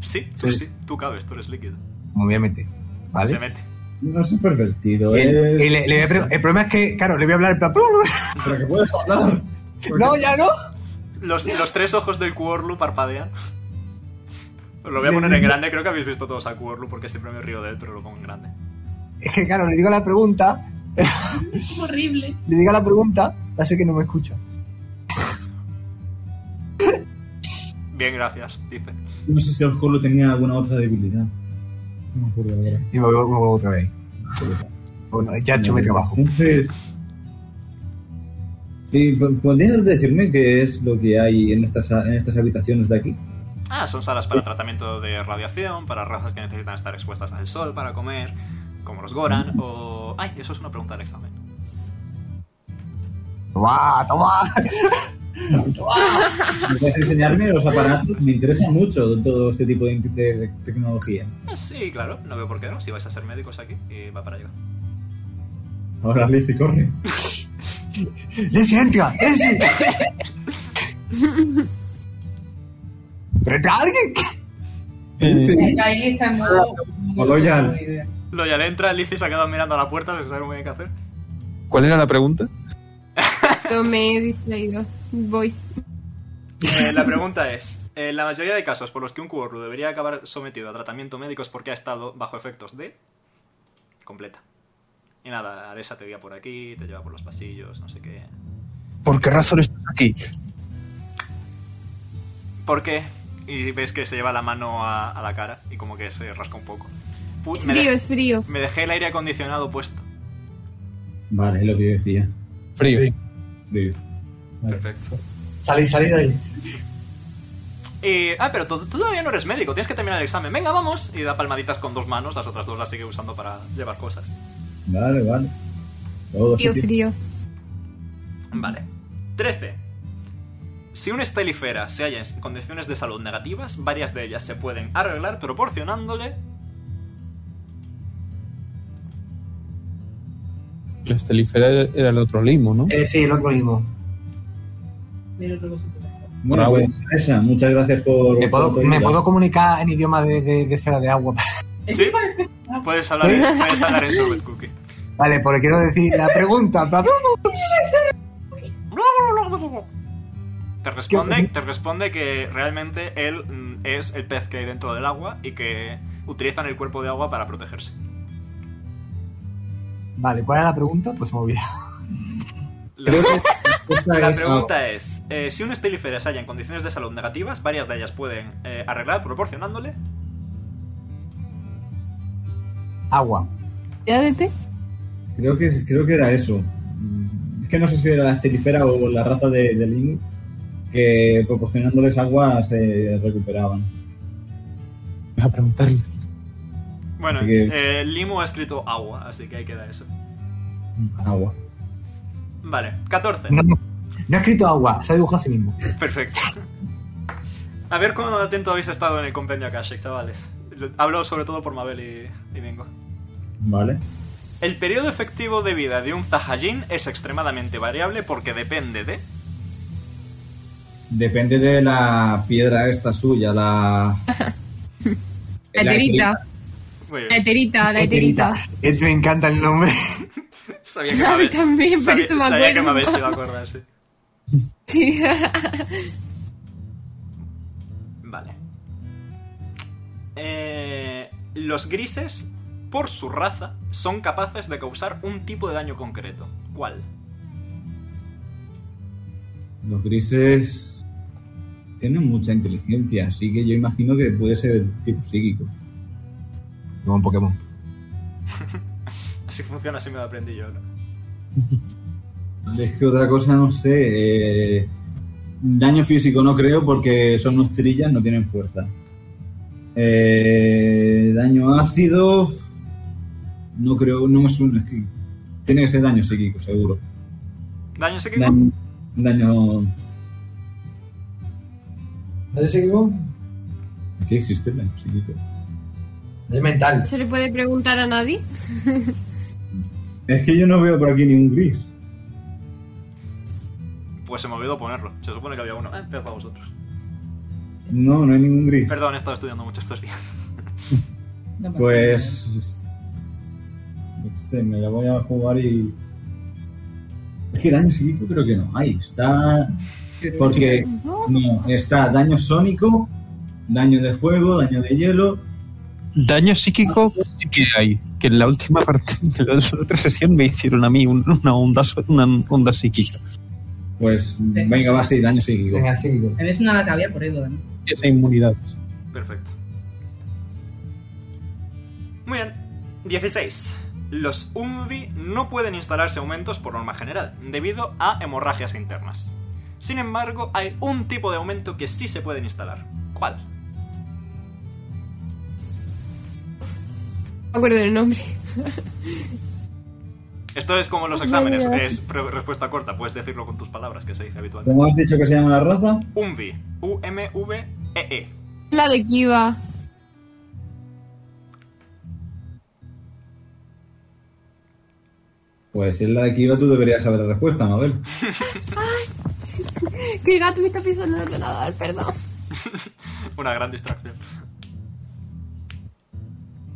Speaker 1: Sí, tú sí, tú cabes, tú eres líquido.
Speaker 5: Me voy a meter. ¿Vale?
Speaker 1: Se Pues- mete.
Speaker 2: No es pervertido,
Speaker 5: Y
Speaker 2: es...
Speaker 5: le- y le- le voy a pre- el problema es que, claro, le voy a hablar en plan.
Speaker 2: Pero que puedes hablar.
Speaker 5: No, ya no.
Speaker 1: Los, los tres ojos del Quorlu parpadean. Os lo voy a poner en grande, creo que habéis visto todos a Quorlu porque siempre me río de él, pero lo pongo en grande.
Speaker 5: Es que, claro, le digo la pregunta,
Speaker 4: Horrible.
Speaker 5: le digo la pregunta, hace que no me escucha.
Speaker 1: Bien, gracias, dice.
Speaker 2: No sé si Oscuro tenía alguna otra debilidad. No me acuerdo ahora.
Speaker 5: Y me vuelvo, me vuelvo otra vez. Bueno, ya he hecho mi trabajo.
Speaker 2: Entonces. ¿Y po- podrías decirme qué es lo que hay en estas, en estas habitaciones de aquí?
Speaker 1: Ah, son salas para tratamiento de radiación, para razas que necesitan estar expuestas al sol para comer, como los Goran, o... Ay, eso es una pregunta del examen.
Speaker 5: Toma, toma.
Speaker 2: "Ah, ¿Puedes enseñarme los aparatos? Me interesa mucho todo este tipo de, de- de tecnología.
Speaker 1: Ah, Sí, claro, no veo por qué no, si vais a ser médicos aquí, y va para allá.
Speaker 2: Ahora Liz y corre.
Speaker 5: Lizzie, entra. Lizzie. ¿Pero está alguien?
Speaker 6: Eh,
Speaker 4: Ahí está en modo.
Speaker 2: O Loyal.
Speaker 1: Lo ya le entra, Lizzie se ha quedado mirando a la puerta sin saber muy bien qué hacer.
Speaker 6: ¿Cuál era la pregunta?
Speaker 8: Pero me he distraído. Voy.
Speaker 1: Eh, la pregunta es, en la mayoría de casos por los que un cuborlo debería acabar sometido a tratamiento médico es porque ha estado bajo efectos de... Completa. Y nada, Aresa te guía por aquí, te lleva por los pasillos, no sé qué.
Speaker 6: ¿Por qué razón estás aquí?
Speaker 1: ¿Por qué? Y ves que se lleva la mano a, a la cara y como que se rasca un poco. Pu-
Speaker 8: Es
Speaker 1: me,
Speaker 8: frío,
Speaker 1: de-
Speaker 8: es frío.
Speaker 1: me dejé el aire acondicionado puesto.
Speaker 2: Vale, es lo que yo decía.
Speaker 6: Frío.
Speaker 2: Sí.
Speaker 1: Perfecto.
Speaker 5: Salí, salí de ahí.
Speaker 1: Y, ah, pero tú, tú todavía no eres médico, tienes que terminar el examen. Venga, vamos. Y da palmaditas con dos manos, las otras dos las sigue usando para llevar cosas.
Speaker 2: Vale, vale. Todo
Speaker 8: Frío, frío.
Speaker 2: sitio.
Speaker 1: Vale. 13. Si un estelifera se halla en condiciones de salud negativas, varias de ellas se pueden arreglar proporcionándole...
Speaker 6: La estelifera era el otro limo, ¿no?
Speaker 5: Eh, sí, el otro mismo.
Speaker 2: Bueno,
Speaker 6: Bravo.
Speaker 2: pues, Teresa, muchas gracias por.
Speaker 5: ¿Me puedo,
Speaker 2: por tu
Speaker 5: me
Speaker 2: ayuda.
Speaker 5: puedo comunicar en idioma de, de, de cera de agua?
Speaker 1: Sí, puedes hablar, en- puedes hablar en Sorbet Cookie.
Speaker 5: Vale, porque quiero decir la pregunta. en plan,
Speaker 1: Te responde, te responde que realmente él mm, es el pez que hay dentro del agua y que utilizan el cuerpo de agua para protegerse.
Speaker 5: Vale, ¿cuál era la pregunta? Pues me olvidé.
Speaker 1: La,
Speaker 2: Creo que esta
Speaker 1: la
Speaker 2: es-
Speaker 1: pregunta es, eh, si un estilífero se halla en condiciones de salud negativas, varias de ellas pueden eh, arreglar proporcionándole...
Speaker 5: Agua.
Speaker 8: ¿Ya de té?
Speaker 2: Creo que, creo que era eso. Mm, Es que no sé si era la estelifera o la raza de, de Link que proporcionándoles agua se recuperaban.
Speaker 6: Voy a preguntarle.
Speaker 1: Bueno,
Speaker 2: Así que-
Speaker 1: eh, Limo ha escrito agua, así que ahí queda eso.
Speaker 2: Agua.
Speaker 1: Vale, 14.
Speaker 5: No, no, no ha escrito agua, se ha dibujado a sí mismo.
Speaker 1: Perfecto. A ver cómo de atento habéis estado en el compendio Akashic, chavales. Lo- Hablo sobre todo por Mabel y, y Bingo.
Speaker 2: Vale.
Speaker 1: El periodo efectivo de vida de un Zahajin es extremadamente variable porque depende de...
Speaker 2: Depende de la piedra esta suya, la.
Speaker 8: La eterita.
Speaker 1: Muy
Speaker 8: La
Speaker 1: bien.
Speaker 8: eterita, la eterita.
Speaker 5: Es, me encanta el nombre.
Speaker 1: Sabía que
Speaker 8: A mí
Speaker 1: Mabel...
Speaker 8: también, por
Speaker 1: sabía,
Speaker 8: eso me
Speaker 1: sabía que
Speaker 8: acuerdo.
Speaker 1: Mabel se iba a acordar, sí.
Speaker 8: Sí.
Speaker 1: Vale. Eh, los grises, por su raza, son capaces de causar un tipo de daño concreto. ¿Cuál?
Speaker 2: Los grises tienen mucha inteligencia, así que yo imagino que puede ser de tipo psíquico.
Speaker 5: Como un Pokémon.
Speaker 1: Así funciona, así me lo aprendí yo, ¿no?
Speaker 2: Es que otra cosa no sé. eh, daño físico no creo porque son unos trillas, no tienen fuerza. Eh, daño ácido. No creo, no me suena. Es que tiene que ser daño psíquico, seguro.
Speaker 1: ¿Daño psíquico?
Speaker 2: Daño. daño
Speaker 5: ¿Daño psíquico?
Speaker 2: ¿Qué existe el daño psíquico?
Speaker 5: Es mental.
Speaker 8: ¿Se le puede preguntar a nadie?
Speaker 2: Es que yo no veo por aquí ningún gris.
Speaker 1: Pues se me olvidó ponerlo. Se supone que había uno. Eh, pero para vosotros.
Speaker 2: No, no hay ningún gris.
Speaker 1: Perdón, he estado estudiando mucho estos días.
Speaker 2: Pues. No sé, me la voy a jugar y. Es que daño psíquico creo que no hay. Está. Porque. No, está daño sónico, daño de fuego, daño de hielo.
Speaker 6: Daño psíquico sí que hay. Que en la última parte de la otra sesión me hicieron a mí un- una onda, so- una onda psíquica.
Speaker 2: Pues venga, va a ser daño psíquico.
Speaker 5: Venga, psíquico.
Speaker 4: Me ves una la cabía por Edo, ¿no?
Speaker 6: Esa inmunidad.
Speaker 1: Perfecto. Muy bien. 16. Los Umvi no pueden instalarse aumentos por norma general, debido a hemorragias internas. Sin embargo, hay un tipo de aumento que sí se pueden instalar. ¿Cuál?
Speaker 3: No me acuerdo del nombre.
Speaker 1: Esto es como los exámenes, es pre- respuesta corta, puedes decirlo con tus palabras, que se dice habitualmente.
Speaker 2: ¿Cómo has dicho que se llama la raza?
Speaker 1: Umvi, U-M-V-E-E.
Speaker 3: La de Kiva.
Speaker 2: Pues si es la de Kiva, tú deberías saber la respuesta, Mabel.
Speaker 3: Que el gato me está pisando el ordenador, perdón.
Speaker 1: Una gran distracción.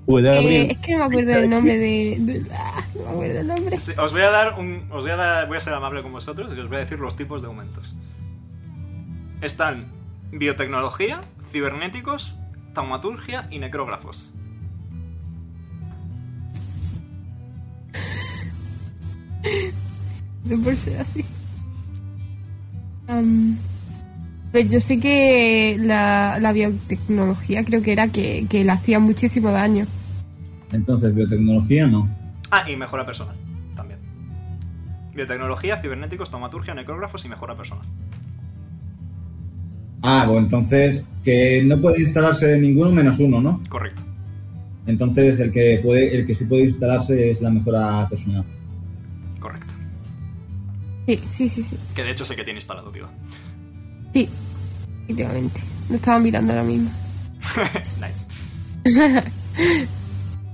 Speaker 6: Puede
Speaker 3: Eh,
Speaker 6: abrir.
Speaker 3: es que no me acuerdo del nombre de. de- ah, no me acuerdo del nombre.
Speaker 1: Sí, os voy a dar un. Os voy a, dar- voy a ser amable con vosotros y os voy a decir los tipos de aumentos. Están biotecnología, cibernéticos, taumaturgia y necrógrafos.
Speaker 3: No por ser así. Am, pero yo sé que la, la biotecnología creo que era que, que le hacía muchísimo daño.
Speaker 2: Entonces, biotecnología no.
Speaker 1: Ah, y mejora personal. También. Biotecnología, cibernéticos, taumaturgia, necrógrafos y mejora personal.
Speaker 2: Ah, bueno, entonces que no puede instalarse ninguno menos uno, ¿no?
Speaker 1: Correcto.
Speaker 2: Entonces el que puede, el que sí puede instalarse es la mejora personal.
Speaker 1: Correcto.
Speaker 3: Sí, sí, sí, sí.
Speaker 1: Que de hecho sé que tiene instalado, tío.
Speaker 3: Sí, efectivamente. Lo estaba mirando ahora mismo.
Speaker 1: nice.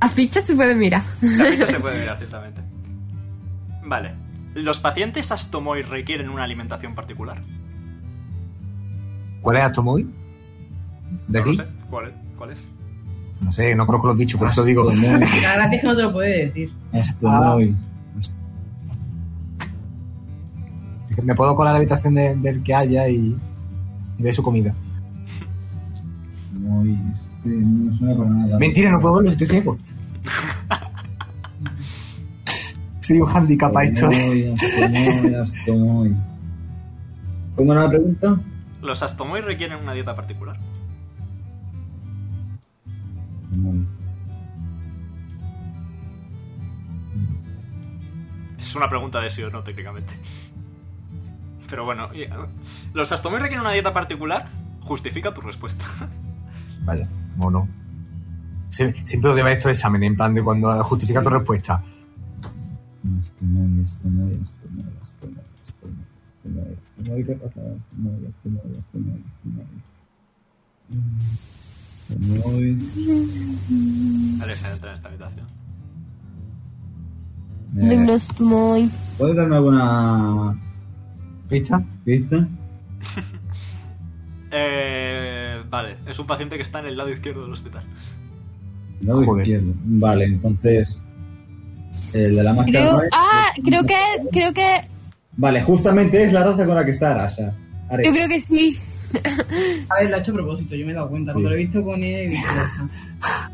Speaker 3: A fichas se puede mirar.
Speaker 1: La ficha se puede mirar ciertamente. Vale. ¿Los pacientes Astomoi requieren una alimentación particular?
Speaker 5: ¿Cuál es Atomoy? ¿De
Speaker 1: No lo
Speaker 5: aquí?
Speaker 1: sé. ¿Cuál es? ¿Cuál es?
Speaker 5: No sé, no creo que lo he dicho, por eso digo.
Speaker 2: Astronoy,
Speaker 4: La verdad es que no te lo puede decir.
Speaker 2: Astronoy.
Speaker 5: Me puedo colar a la habitación de- del que haya y, y ver su comida.
Speaker 2: Astronoy, este, no me suena para nada.
Speaker 5: Mentira, no puedo verlo, estoy ciego. Soy un handicap a esto.
Speaker 2: Astronoy, Astronoy, Astronoy. ¿Cómo era la pregunta?
Speaker 1: ¿Los Astomoi requieren una dieta particular?
Speaker 2: No.
Speaker 1: Es una pregunta de sí o no, técnicamente. Pero bueno, y- eh, ¿los Astomoi requieren una dieta particular? Justifica tu respuesta.
Speaker 5: Vaya, mono. Sie- Siempre odio ver estos exámenes, en plan de cuando justifica tu respuesta.
Speaker 2: Astronoy, Astronoy, Astronoy, Astronoy, Astronoy, Astronoy, ¿qué pasa? Astronoy, Astronoy, Astronoy, Astronoy. Astronoy.
Speaker 1: Alexa entra en esta habitación.
Speaker 2: Eh,
Speaker 3: Menos muy.
Speaker 2: ¿Puedes darme alguna
Speaker 5: ¿Pista?
Speaker 2: pista?
Speaker 1: Eh, vale, es un paciente que está en el lado izquierdo del hospital.
Speaker 2: No,
Speaker 5: Joder.
Speaker 2: izquierdo. Vale, entonces. El de la máscara.
Speaker 3: Creo,
Speaker 2: Rice-
Speaker 3: ah, creo que, creo que,
Speaker 2: Vale, justamente es la raza con la que está Arasha. Are-
Speaker 3: yo creo que sí.
Speaker 4: A ver, lo ha hecho a propósito, yo me he dado cuenta.
Speaker 2: Sí.
Speaker 4: Cuando lo he visto con él, he dicho, "Ah,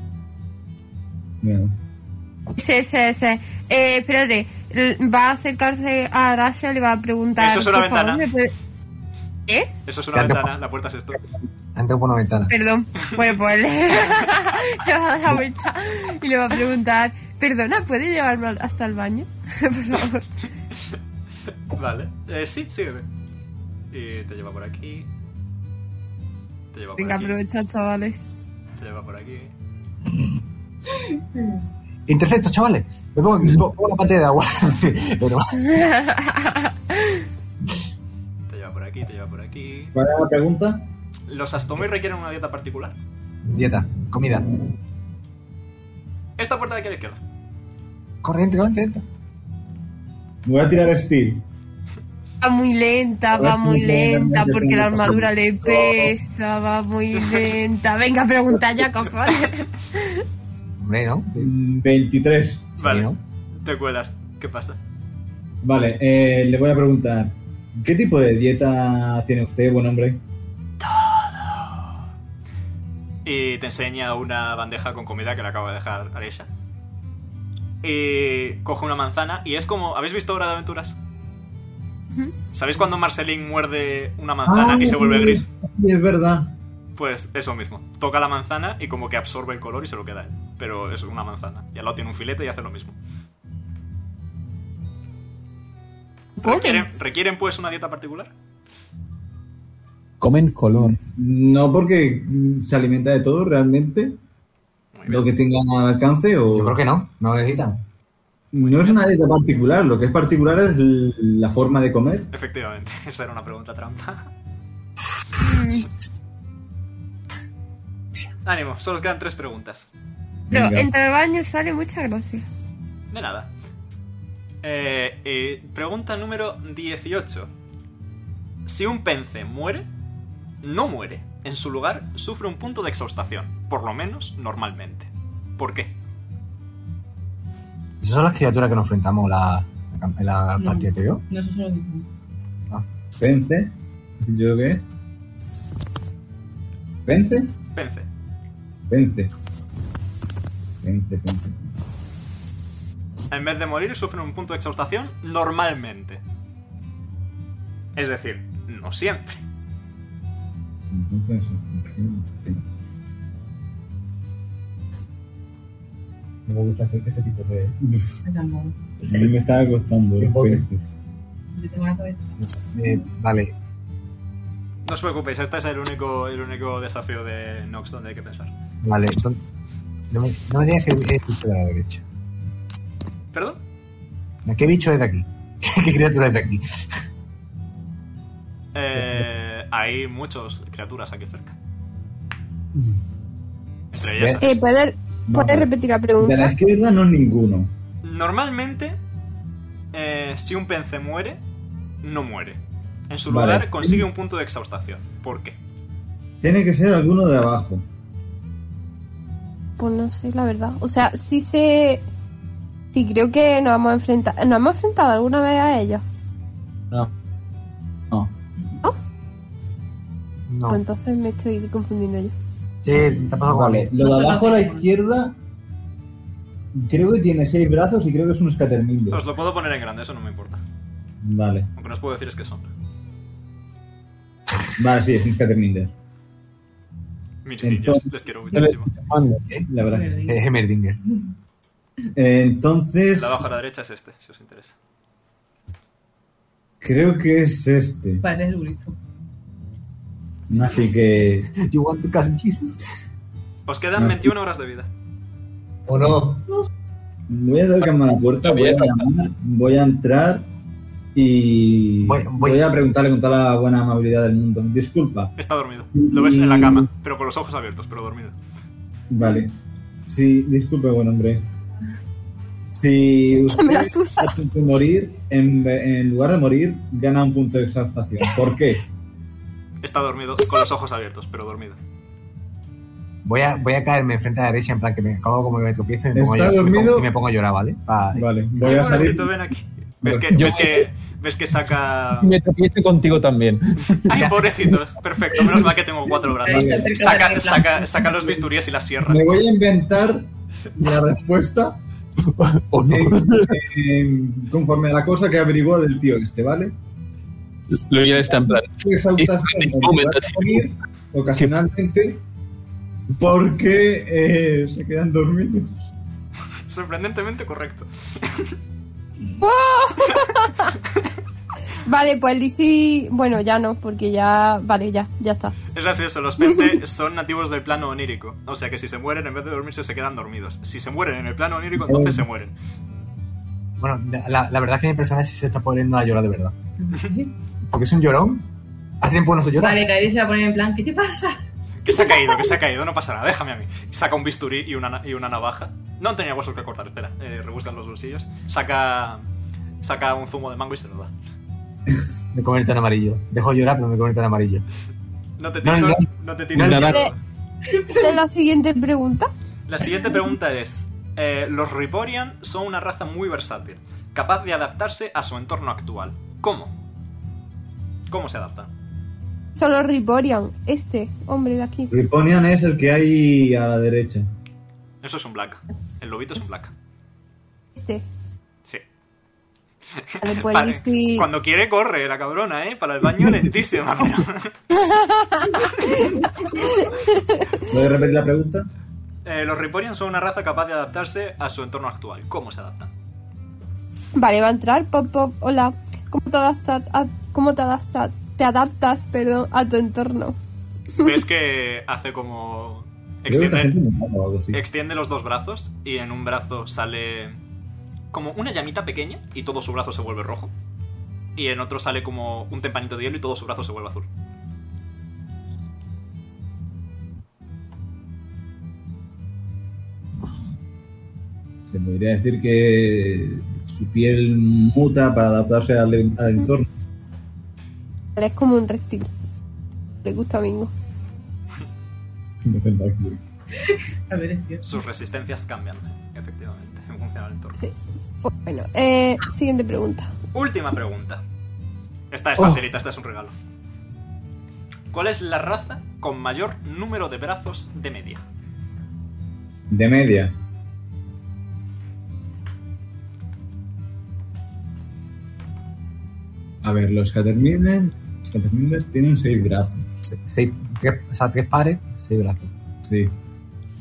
Speaker 2: Bueno,
Speaker 3: Sí, sí, sí. Eh, espérate, L- va a acercarse a Arasha, le va a preguntar.
Speaker 1: Eso es una
Speaker 3: "Por favor,
Speaker 1: ventana".
Speaker 3: ¿me puede- ¿Eh?
Speaker 1: Eso es una
Speaker 5: Ya te-
Speaker 1: ventana, la puerta es esto.
Speaker 5: Antes por una ventana.
Speaker 3: Perdón. Bueno, pues le, le va a dar la vuelta y le va a preguntar, perdona, ¿puede llevarme al- hasta el baño? Por favor.
Speaker 1: Vale, eh, sí, sígueme. Y te lleva por aquí. Te lleva por
Speaker 3: Venga,
Speaker 1: aquí.
Speaker 3: aprovecha, chavales.
Speaker 1: Te lleva por aquí.
Speaker 5: Intercepto, chavales. Me pongo, aquí, po- pongo la pantalla de agua. Pero,
Speaker 1: Te lleva por aquí, te lleva por aquí.
Speaker 2: ¿Cuál era la pregunta?
Speaker 1: ¿Los Astomoi requieren una dieta particular?
Speaker 5: dieta, comida.
Speaker 1: Esta puerta de aquí a la izquierda.
Speaker 5: Corriente, corriente, corriente.
Speaker 2: Voy a tirar Steel.
Speaker 3: Va muy lenta, va muy lenta, porque la armadura le pesa, va muy lenta. Venga, pregunta ya, cojones.
Speaker 5: Hombre, ¿no? Sí,
Speaker 2: Mm, 23.
Speaker 5: sí,
Speaker 1: Vale.
Speaker 5: ¿no?
Speaker 1: Te cuelas. ¿Qué pasa?
Speaker 2: Vale, eh, le voy a preguntar. ¿Qué tipo de dieta tiene usted, buen hombre?
Speaker 1: Y te enseña una bandeja con comida que le acaba de dejar Aresha. Y coge una manzana y es como... ¿Habéis visto Hora de Aventuras? ¿Sabéis cuando Marceline muerde una manzana y se vuelve gris?
Speaker 2: Sí, es verdad.
Speaker 1: Pues eso mismo. Toca la manzana y como que absorbe el color y se lo queda él. pero es una manzana. Y al lado tiene un filete y hace lo mismo.
Speaker 8: Comen.
Speaker 1: ¿Requieren, requieren, pues una dieta particular?
Speaker 5: Comen colón.
Speaker 2: No porque mm, se alimenta de todo realmente,
Speaker 1: Muy
Speaker 2: lo
Speaker 1: bien.
Speaker 2: que tenga al alcance o...
Speaker 5: Yo creo que no, no necesitan.
Speaker 2: No es una dieta particular, lo que es particular es l- la forma de comer.
Speaker 1: Efectivamente, esa era una pregunta trampa. Ánimo, solo os quedan tres preguntas.
Speaker 8: Pero
Speaker 2: Venga.
Speaker 8: entre el baño y sale, muchas gracias.
Speaker 1: De nada. Eh, eh, pregunta número 18. Si un pence muere, no muere. En su lugar, sufre un punto de exhaustación. Por lo menos, normalmente. ¿Por qué?
Speaker 5: Esas son las criaturas que nos enfrentamos la, en la
Speaker 4: No.
Speaker 5: partida anterior.
Speaker 4: No sé si lo mismo.
Speaker 2: Pence. ¿Yo qué? ¿Pence?
Speaker 1: Pence.
Speaker 2: Pence. Pence, pence.
Speaker 1: En vez de morir, sufre un punto de exhaustación normalmente. Es decir, no siempre.
Speaker 2: Entonces, pence.
Speaker 7: No me gusta este, este tipo de.
Speaker 4: Ay, tampoco.
Speaker 2: A mí me estaba costando los pences.
Speaker 4: Yo tengo la cabeza.
Speaker 5: Eh, vale,
Speaker 1: No os preocupéis, este es el único, el único desafío de Nox donde hay que pensar.
Speaker 5: vale. entonces- No me, no me digas que es el bicho de la derecha.
Speaker 1: ¿Perdón?
Speaker 5: ¿Qué bicho es de aquí? ¿Qué criatura es de aquí?
Speaker 1: Eh, hay muchas criaturas aquí cerca. Entre ellas-
Speaker 3: Eh, ¿Puedes puedes repetir la
Speaker 2: De la
Speaker 3: pregunta?
Speaker 2: izquierda no es ninguno.
Speaker 1: Normalmente, eh, si un pence muere, no muere. En su
Speaker 2: Vale.
Speaker 1: lugar consigue un punto de exhaustación. ¿Por qué?
Speaker 2: Tiene que ser alguno de abajo.
Speaker 3: Pues no sé, la verdad. O sea, sí sé... Sí, creo que nos hemos enfrentado... ¿Nos hemos enfrentado alguna vez a ellos?
Speaker 2: No. No.
Speaker 3: Pues
Speaker 5: No.
Speaker 3: entonces me estoy confundiendo yo.
Speaker 5: Sí, te ha pasado con
Speaker 2: Vale, lo
Speaker 4: No
Speaker 2: de
Speaker 4: se
Speaker 2: abajo a
Speaker 4: lo
Speaker 2: la
Speaker 4: tengo.
Speaker 2: izquierda creo que tiene seis brazos y creo que es un escatermindo.
Speaker 1: Os lo puedo poner en grande, eso no me importa.
Speaker 2: Vale,
Speaker 1: Aunque no os puedo decir es que son.
Speaker 2: vale, sí, es un escaterminder.
Speaker 1: Mis
Speaker 2: Entonces-
Speaker 1: niños, les quiero muchísimo.
Speaker 2: La verdad. que sí.
Speaker 4: Verde.
Speaker 5: Eh, Es Hemerdinger.
Speaker 2: Eh, Entonces,
Speaker 1: El de abajo a la derecha es este, si os interesa.
Speaker 2: creo que es este.
Speaker 4: Parece durito.
Speaker 2: Así que,
Speaker 5: You want to cast Jesus?
Speaker 1: Os quedan
Speaker 2: No,
Speaker 1: 21 horas de vida.
Speaker 5: ¿O no?
Speaker 2: Voy a acercarme a la puerta, voy a, llamar, voy a entrar y
Speaker 5: Voy-
Speaker 2: voy,
Speaker 5: voy-
Speaker 2: a preguntarle con toda la buena amabilidad del mundo. Disculpa,
Speaker 1: Está dormido. Lo ves en la cama, pero con los ojos abiertos, pero dormido.
Speaker 2: vale. Sí, disculpe, buen hombre. Si
Speaker 3: Me
Speaker 2: usted
Speaker 3: la asusta.
Speaker 2: está a punto de morir, en, en lugar de morir, gana un punto de exhaustación. ¿Por qué?
Speaker 1: Está dormido con los ojos abiertos, pero dormido.
Speaker 5: Voy a, voy a caerme frente a la derecha en plan que me acabo como que me tropiezo y me, pongo a
Speaker 2: ¿Está
Speaker 5: llorar- y me pongo-
Speaker 2: dormido?
Speaker 5: y me pongo a llorar, ¿vale? Pa-
Speaker 2: Vale, voy
Speaker 1: Ay,
Speaker 2: a salir.
Speaker 1: pobrecito, ven aquí. ¿Ves que,
Speaker 6: Yo-
Speaker 1: ves, que, ves que saca.
Speaker 6: Me tropiece contigo también.
Speaker 1: ¡Ay, pobrecitos! Perfecto, menos mal que tengo cuatro brazos.
Speaker 4: Está cerca de
Speaker 1: Saca,
Speaker 4: la
Speaker 1: saca, saca los bisturíes y las sierras.
Speaker 2: Me voy a inventar la respuesta
Speaker 5: ¿O no?
Speaker 2: en- en- conforme a la cosa que averiguó del tío este, ¿vale?
Speaker 6: Lo ya está en plan.
Speaker 2: exaltación
Speaker 6: Este momento, sí.
Speaker 2: ocasionalmente porque eh, se quedan dormidos.
Speaker 1: Sorprendentemente correcto.
Speaker 3: Vale, pues Lizzie... Bueno, ya no, porque ya... Vale, ya, ya está.
Speaker 1: Es gracioso, los peces son nativos del plano onírico. O sea que si se mueren, en vez de dormirse, se quedan dormidos. Si se mueren en el plano onírico, entonces se mueren.
Speaker 5: Bueno, la, la verdad es que mi personaje sí se está poniendo a llorar de verdad. Porque es un llorón. Hace tiempo que no se llora.
Speaker 4: Vale, Kairi se va a poner en plan, ¿qué te pasa?
Speaker 1: Que se ha caído, que se ha caído, no pasa nada, déjame a mí. Saca un bisturí y una, na- y una navaja. No tenía huesos que cortar, espera, eh, rebuscan los bolsillos. Saca. Saca un zumo de mango y se lo da.
Speaker 5: Me convierto en amarillo. Dejo de llorar, pero me convierto en amarillo.
Speaker 1: No te
Speaker 5: No,
Speaker 1: tiro.
Speaker 5: no.
Speaker 1: No te tiro.
Speaker 6: No,
Speaker 1: ni
Speaker 6: no.
Speaker 1: mierda.
Speaker 3: Esta es la siguiente pregunta.
Speaker 1: La siguiente pregunta es: eh, Los Riporian son una raza muy versátil, capaz de adaptarse a su entorno actual. ¿Cómo? ¿Cómo se adaptan?
Speaker 3: Solo Riborian, este hombre de aquí.
Speaker 2: Riponian es el que hay a la derecha.
Speaker 1: Eso es un black. El lobito es un black.
Speaker 3: Este.
Speaker 1: Sí.
Speaker 3: Vale, pues
Speaker 1: Vale.
Speaker 3: Lizzie...
Speaker 1: Cuando quiere, corre la cabrona, ¿eh? Para el baño lentísima. pero-
Speaker 2: ¿Puedes repetir la pregunta?
Speaker 1: Eh, los Riporians son una raza capaz de adaptarse a su entorno actual. ¿Cómo se adaptan?
Speaker 3: Vale, va a entrar. Pop, pop, hola. ¿Cómo te adaptas, a- cómo te adaptas, te adaptas perdón, a tu entorno?
Speaker 1: ¿Ves que hace como...
Speaker 2: Creo que la
Speaker 1: Extiende,
Speaker 2: gente me mata o algo así.
Speaker 1: extiende los dos brazos y en un brazo sale como una llamita pequeña y todo su brazo se vuelve rojo. Y en otro sale como un tempanito de hielo y todo su brazo se vuelve azul.
Speaker 2: Se podría decir que su piel muta para adaptarse al, al entorno.
Speaker 3: Vale, es como un reptil. Le gusta a Bingo.
Speaker 2: No tengo aquí.
Speaker 4: A ver, es cierto.
Speaker 1: Sus resistencias cambian, efectivamente, en función del entorno.
Speaker 3: Sí. Pues bueno, eh, siguiente pregunta.
Speaker 1: Última pregunta. Esta es
Speaker 6: Oh.
Speaker 1: facilita, esta es un regalo. ¿Cuál es la raza con mayor número de brazos de media?
Speaker 2: De media. A ver, los Caterminders, los Caterminders tienen seis brazos.
Speaker 5: Se- seis- tres- o sea, tres pares, seis brazos.
Speaker 2: Sí.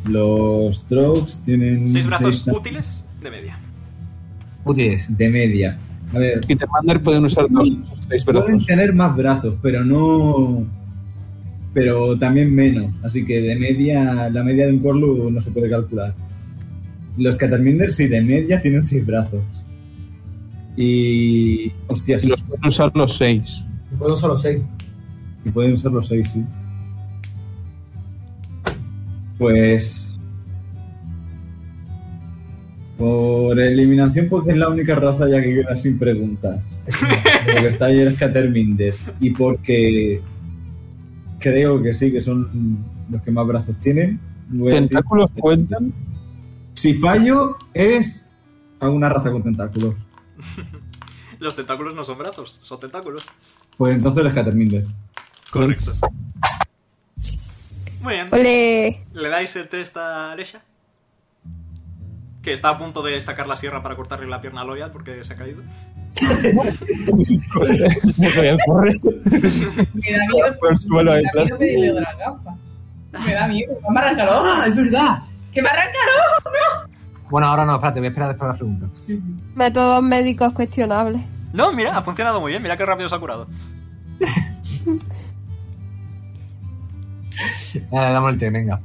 Speaker 2: Los Trokes tienen.
Speaker 1: Seis brazos
Speaker 2: Mm, seis-
Speaker 1: útiles de media.
Speaker 5: Útiles.
Speaker 2: de media. A ver,
Speaker 6: Y te mandan pueden usar dos. seis
Speaker 2: pueden
Speaker 6: brazos.
Speaker 2: tener más brazos, pero no. Pero también menos. Así que de media, la media de un Corlu no se puede calcular. Los Caterminders sí, de media tienen seis brazos. Y. Hostias.
Speaker 6: Y los pueden usar los seis.
Speaker 9: Puedo usar los seis.
Speaker 2: Y pueden ser los seis, sí. Pues. Por eliminación, porque es la única raza ya que queda sin preguntas. porque está ahí el Caterminder. Y porque. Creo que sí, que son los que más brazos tienen. Voy a decir- pues,
Speaker 6: ¿Tentáculos cuentan?
Speaker 2: Si fallo, es a una raza con tentáculos.
Speaker 1: Los tentáculos no son brazos, son tentáculos.
Speaker 2: Pues entonces los Caterminder.
Speaker 1: Correcto. Muy bien.
Speaker 3: Ole.
Speaker 1: ¿Le dais el test a Aresha? Que está a punto de sacar la sierra para cortarle la pierna a Loyal porque se ha caído.
Speaker 4: Me da miedo.
Speaker 6: Por el suelo ahí,
Speaker 4: me da miedo pedirle de la gafa. Me da miedo. Me arranca el ojo.
Speaker 5: ¡Ah, es verdad!
Speaker 4: ¡Que me arranca el
Speaker 5: Bueno, ahora no, espérate, voy a esperar después de la pregunta.
Speaker 3: Métodos médicos cuestionables.
Speaker 1: No, mira, ha funcionado muy bien, mira qué rápido se ha curado.
Speaker 5: Dale, damos el té, venga.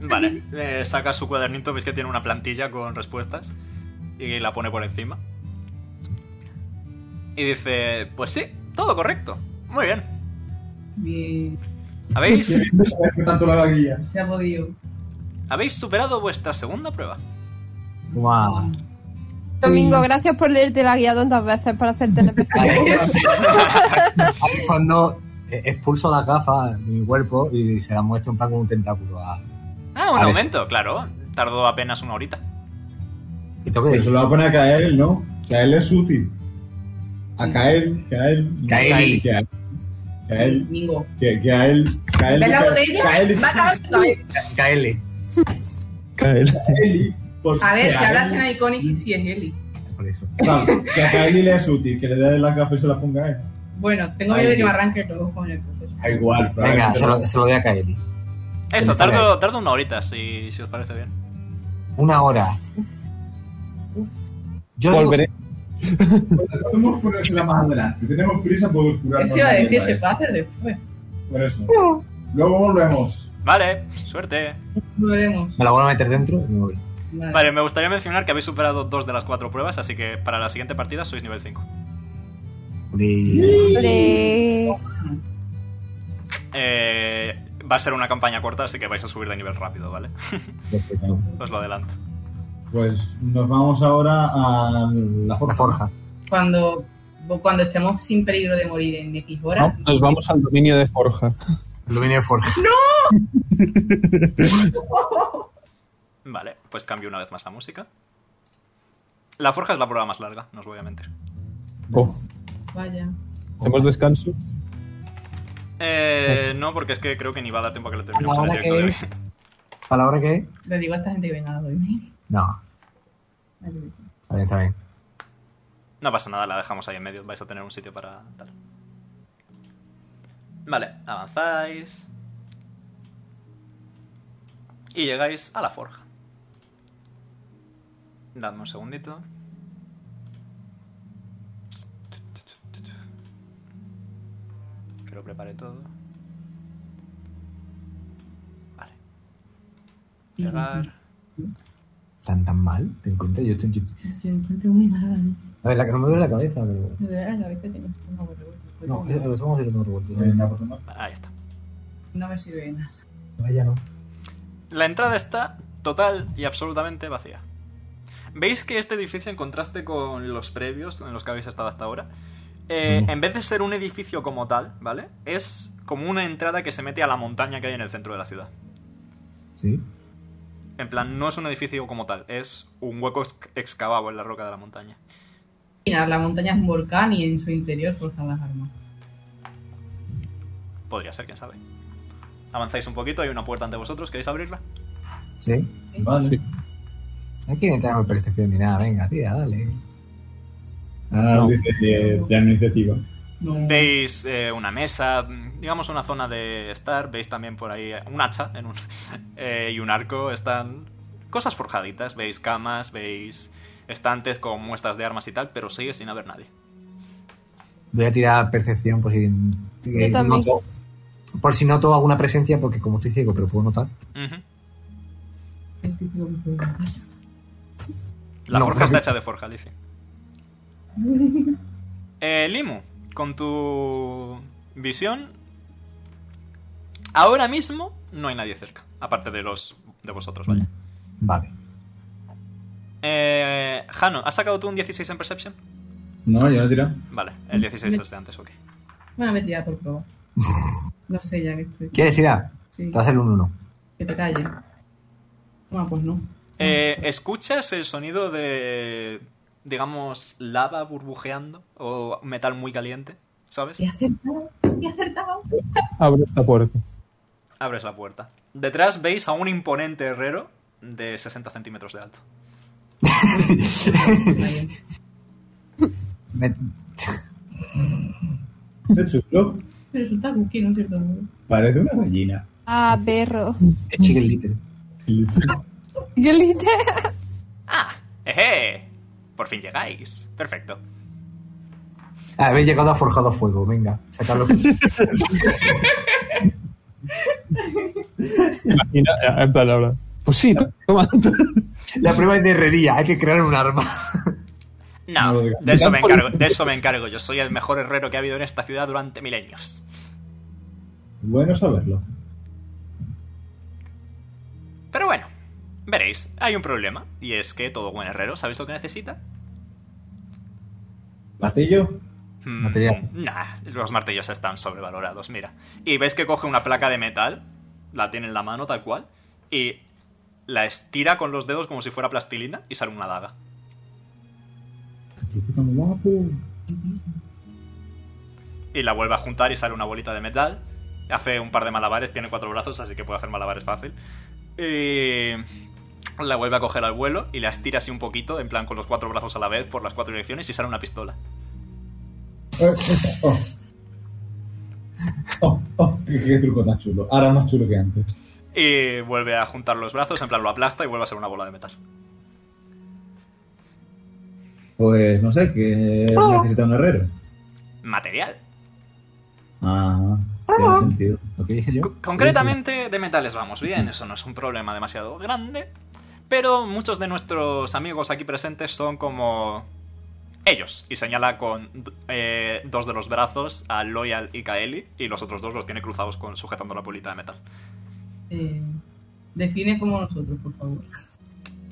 Speaker 1: Vale, eh, saca su cuadernito, veis que tiene una plantilla con respuestas y la pone por encima. Y dice, pues sí, todo correcto. Muy bien.
Speaker 4: ojo! Bien.
Speaker 1: Habéis,
Speaker 7: No sabes qué tanto la guía.
Speaker 4: Se ha podido.
Speaker 1: habéis superado vuestra segunda prueba.
Speaker 5: Guau.
Speaker 3: Domingo, gracias por leerte la guía tantas veces para hacerte el especial.
Speaker 5: Ahí es cuando eh, expulso las gafas de mi cuerpo y se las muestro en plan con un tentáculo. Ah,
Speaker 1: Ah, un
Speaker 5: A ver si-
Speaker 1: aumento, claro. Tardó apenas una horita.
Speaker 5: Y tengo que
Speaker 2: Pero se
Speaker 5: decir,
Speaker 2: lo va a poner a Kael, ¿no? Kael es útil. A
Speaker 5: Mm.
Speaker 2: Kael, Kael.
Speaker 5: Kael.
Speaker 2: Kael. Kael.
Speaker 4: Mingo.
Speaker 2: Que, que a él. Que a él.
Speaker 4: ¿Ves la
Speaker 2: que-
Speaker 4: botella?
Speaker 2: que a él-
Speaker 4: Va a acabar su cabeza.
Speaker 5: KL.
Speaker 6: Caer.
Speaker 2: Eli, por-
Speaker 4: A ver,
Speaker 2: pues que
Speaker 4: si hablas en
Speaker 2: él-
Speaker 4: Iconic, sí es Eli.
Speaker 5: Por eso.
Speaker 2: Claro, que a Eli le es útil, que le dé la gafa y se la ponga a él.
Speaker 4: Bueno, tengo miedo de que me arranque el ojo con el proceso.
Speaker 2: Da igual,
Speaker 5: Venga, se lo, se lo doy a Kaeli.
Speaker 1: Eso,
Speaker 5: Pensad
Speaker 1: tardó, tardó una horita, si, si os parece bien.
Speaker 5: Una hora. Yo digo-
Speaker 6: Volveré.
Speaker 2: Podemos ponérsela más adelante. Tenemos prisa por curar.
Speaker 4: Eso iba a decir, se puede hacer después.
Speaker 2: Por eso. Luego volvemos.
Speaker 1: Vale, suerte.
Speaker 4: Lo veremos.
Speaker 5: me la vuelvo a meter dentro y me voy.
Speaker 4: Vale.
Speaker 1: Vale, me gustaría mencionar que habéis superado dos de las cuatro pruebas, así que para la siguiente partida sois nivel 5.
Speaker 5: Uri.
Speaker 3: Ole.
Speaker 1: Eh, va a ser una campaña corta, así que vais a subir de nivel rápido, ¿vale?
Speaker 5: Perfecto.
Speaker 1: Os lo adelanto.
Speaker 2: Pues nos vamos ahora a la
Speaker 5: La
Speaker 2: forja.
Speaker 5: forja.
Speaker 4: Cuando, cuando estemos sin peligro de morir en X horas.
Speaker 6: Nos vamos al dominio de Forja.
Speaker 5: El dominio de forja.
Speaker 1: Vale, pues cambio una vez más la música. La forja es la prueba más larga, no os voy a mentir.
Speaker 6: Oh,
Speaker 4: Vaya.
Speaker 6: ¿Hacemos descanso?
Speaker 1: Eh, no, porque es que creo que ni va a dar tiempo a que lo terminemos en el
Speaker 5: Ahora
Speaker 1: directo de hoy.
Speaker 5: que- ¿Palabra qué?
Speaker 4: Le digo a esta gente que venga a dormir.
Speaker 5: No, está bien, está bien.
Speaker 1: No pasa nada, la dejamos ahí en medio, vais a tener un sitio para tal. Vale, avanzáis. Y llegáis a la forja. Dadme un segundito. Que lo prepare todo. Vale. Llegar.
Speaker 5: ¿Tan tan mal? ¿Te encuentras? Yo estoy... yo estoy-
Speaker 9: Yo encuentro muy mal.
Speaker 5: A ver, la que no me duele la cabeza, pero...
Speaker 9: Me duele la cabeza y tengo el estómago revuelto.
Speaker 5: No,
Speaker 4: Pues,
Speaker 5: eh, lo tomamos y lo tengo revuelto.
Speaker 2: Eh, la próxima.
Speaker 1: Ahí está.
Speaker 9: No me sirve de nada.
Speaker 5: Vaya, no.
Speaker 1: La entrada está total y absolutamente vacía. ¿Veis que este edificio, en contraste con los previos en los que habéis estado hasta ahora, eh,
Speaker 5: Mm.
Speaker 1: en vez de ser un edificio como tal, ¿vale? Es como una entrada que se mete a la montaña que hay en el centro de la ciudad.
Speaker 5: Sí.
Speaker 1: En plan, no es un edificio como tal, es un hueco ex- excavado en la roca de la montaña.
Speaker 4: Mira, la montaña es un volcán y en su interior forzan las armas.
Speaker 1: Podría ser, quién sabe. Avanzáis un poquito, hay una puerta ante vosotros, ¿queréis abrirla?
Speaker 5: Sí.
Speaker 2: Vale.
Speaker 5: No quiere entrar en percepción ni nada. Venga, tía, dale.
Speaker 7: Ahora nos dice que ya no iniciativa.
Speaker 4: No.
Speaker 1: Veis eh, una mesa, mm, digamos una zona de estar, veis también por ahí un hacha en un- eh, y un arco, están cosas forjaditas, veis camas, veis estantes con muestras de armas y tal, pero sigue sin haber nadie.
Speaker 5: Voy a tirar percepción por si... eh,
Speaker 3: también.
Speaker 5: noto- por si noto alguna presencia, porque como estoy ciego, pero puedo notar.
Speaker 1: Ujú.
Speaker 9: El típico que puedo contar.
Speaker 1: La
Speaker 5: No,
Speaker 1: forja
Speaker 5: no
Speaker 1: está
Speaker 5: vi-
Speaker 1: hecha de forja, dice. Eh, Limu, con tu visión, ahora mismo no hay nadie cerca, aparte de los de vosotros, vaya.
Speaker 5: Mm. Vale.
Speaker 1: Eh, Jano, ¿has sacado tú un 16 en Perception?
Speaker 2: No, yo no he tirado.
Speaker 1: Vale, el 16 es de antes, ok.
Speaker 4: Bueno, me he tirado por probar. No sé ya que estoy.
Speaker 5: ¿Quieres tirar?
Speaker 4: Sí,
Speaker 5: Te vas el 1-1.
Speaker 4: que te calle. Toma, pues no.
Speaker 1: Eh, ¿Escuchas el sonido de, digamos, lava burbujeando o metal muy caliente? ¿Sabes?
Speaker 9: He acertado, he acertado.
Speaker 6: Abre esta puerta.
Speaker 1: Abres la puerta. Detrás veis a un imponente herrero de 60 centímetros de alto.
Speaker 4: Está bien.
Speaker 5: Me-
Speaker 7: Qué chulo.
Speaker 4: Pero resulta cookie, ¿no es cierto? modo.
Speaker 7: Parece una gallina.
Speaker 3: Ah, perro.
Speaker 5: Es chicken little.
Speaker 3: Glitch.
Speaker 1: ¡Ah! ¡Eje! Por fin llegáis. Perfecto.
Speaker 5: Ah, habéis llegado a forjado fuego. Venga, sacarlo.
Speaker 6: Imagina, eh, en plan, ahora. Pues sí, toma.
Speaker 5: La prueba es de herrería. Hay que crear un arma.
Speaker 1: No,
Speaker 7: No lo digas.
Speaker 1: de eso, me encargo, de eso me encargo. Yo soy el mejor herrero que ha habido en esta ciudad durante milenios.
Speaker 7: Bueno saberlo.
Speaker 1: Pero bueno, veréis, hay un problema. Y es que todo buen herrero, ¿sabéis lo que necesita?
Speaker 7: ¿Patillo?
Speaker 1: Mm,
Speaker 5: Material.
Speaker 1: Nah, los martillos están sobrevalorados, mira. Y veis que coge una placa de metal, la tiene en la mano tal cual, y la estira con los dedos como si fuera plastilina y sale una daga.
Speaker 7: Qué tan guapo.
Speaker 1: Y la vuelve a juntar y sale una bolita de metal. Hace un par de malabares, tiene cuatro brazos, así que puede hacer malabares fácil. Y la vuelve a coger al vuelo y la estira así un poquito, en plan con los cuatro brazos a la vez por las cuatro direcciones y sale una pistola.
Speaker 7: Eh, eh, Oh. Oh, oh, qué, qué truco tan chulo. Ahora más chulo que antes.
Speaker 1: Y vuelve a juntar los brazos, en plan lo aplasta y vuelve a ser una bola de metal.
Speaker 7: Pues no sé, que
Speaker 1: Oh.
Speaker 7: necesita un herrero.
Speaker 1: Material.
Speaker 7: Ah, tiene sentido.
Speaker 5: Lo que dije yo.
Speaker 1: Co- Oh. Concretamente de metales vamos bien, eso no es un problema demasiado grande, pero muchos de nuestros amigos aquí presentes son como ellos, y señala con eh, dos de los brazos a Loyal y Kaeli, y los otros dos los tiene cruzados con, sujetando la polita de metal.
Speaker 4: Eh, define como nosotros, por favor.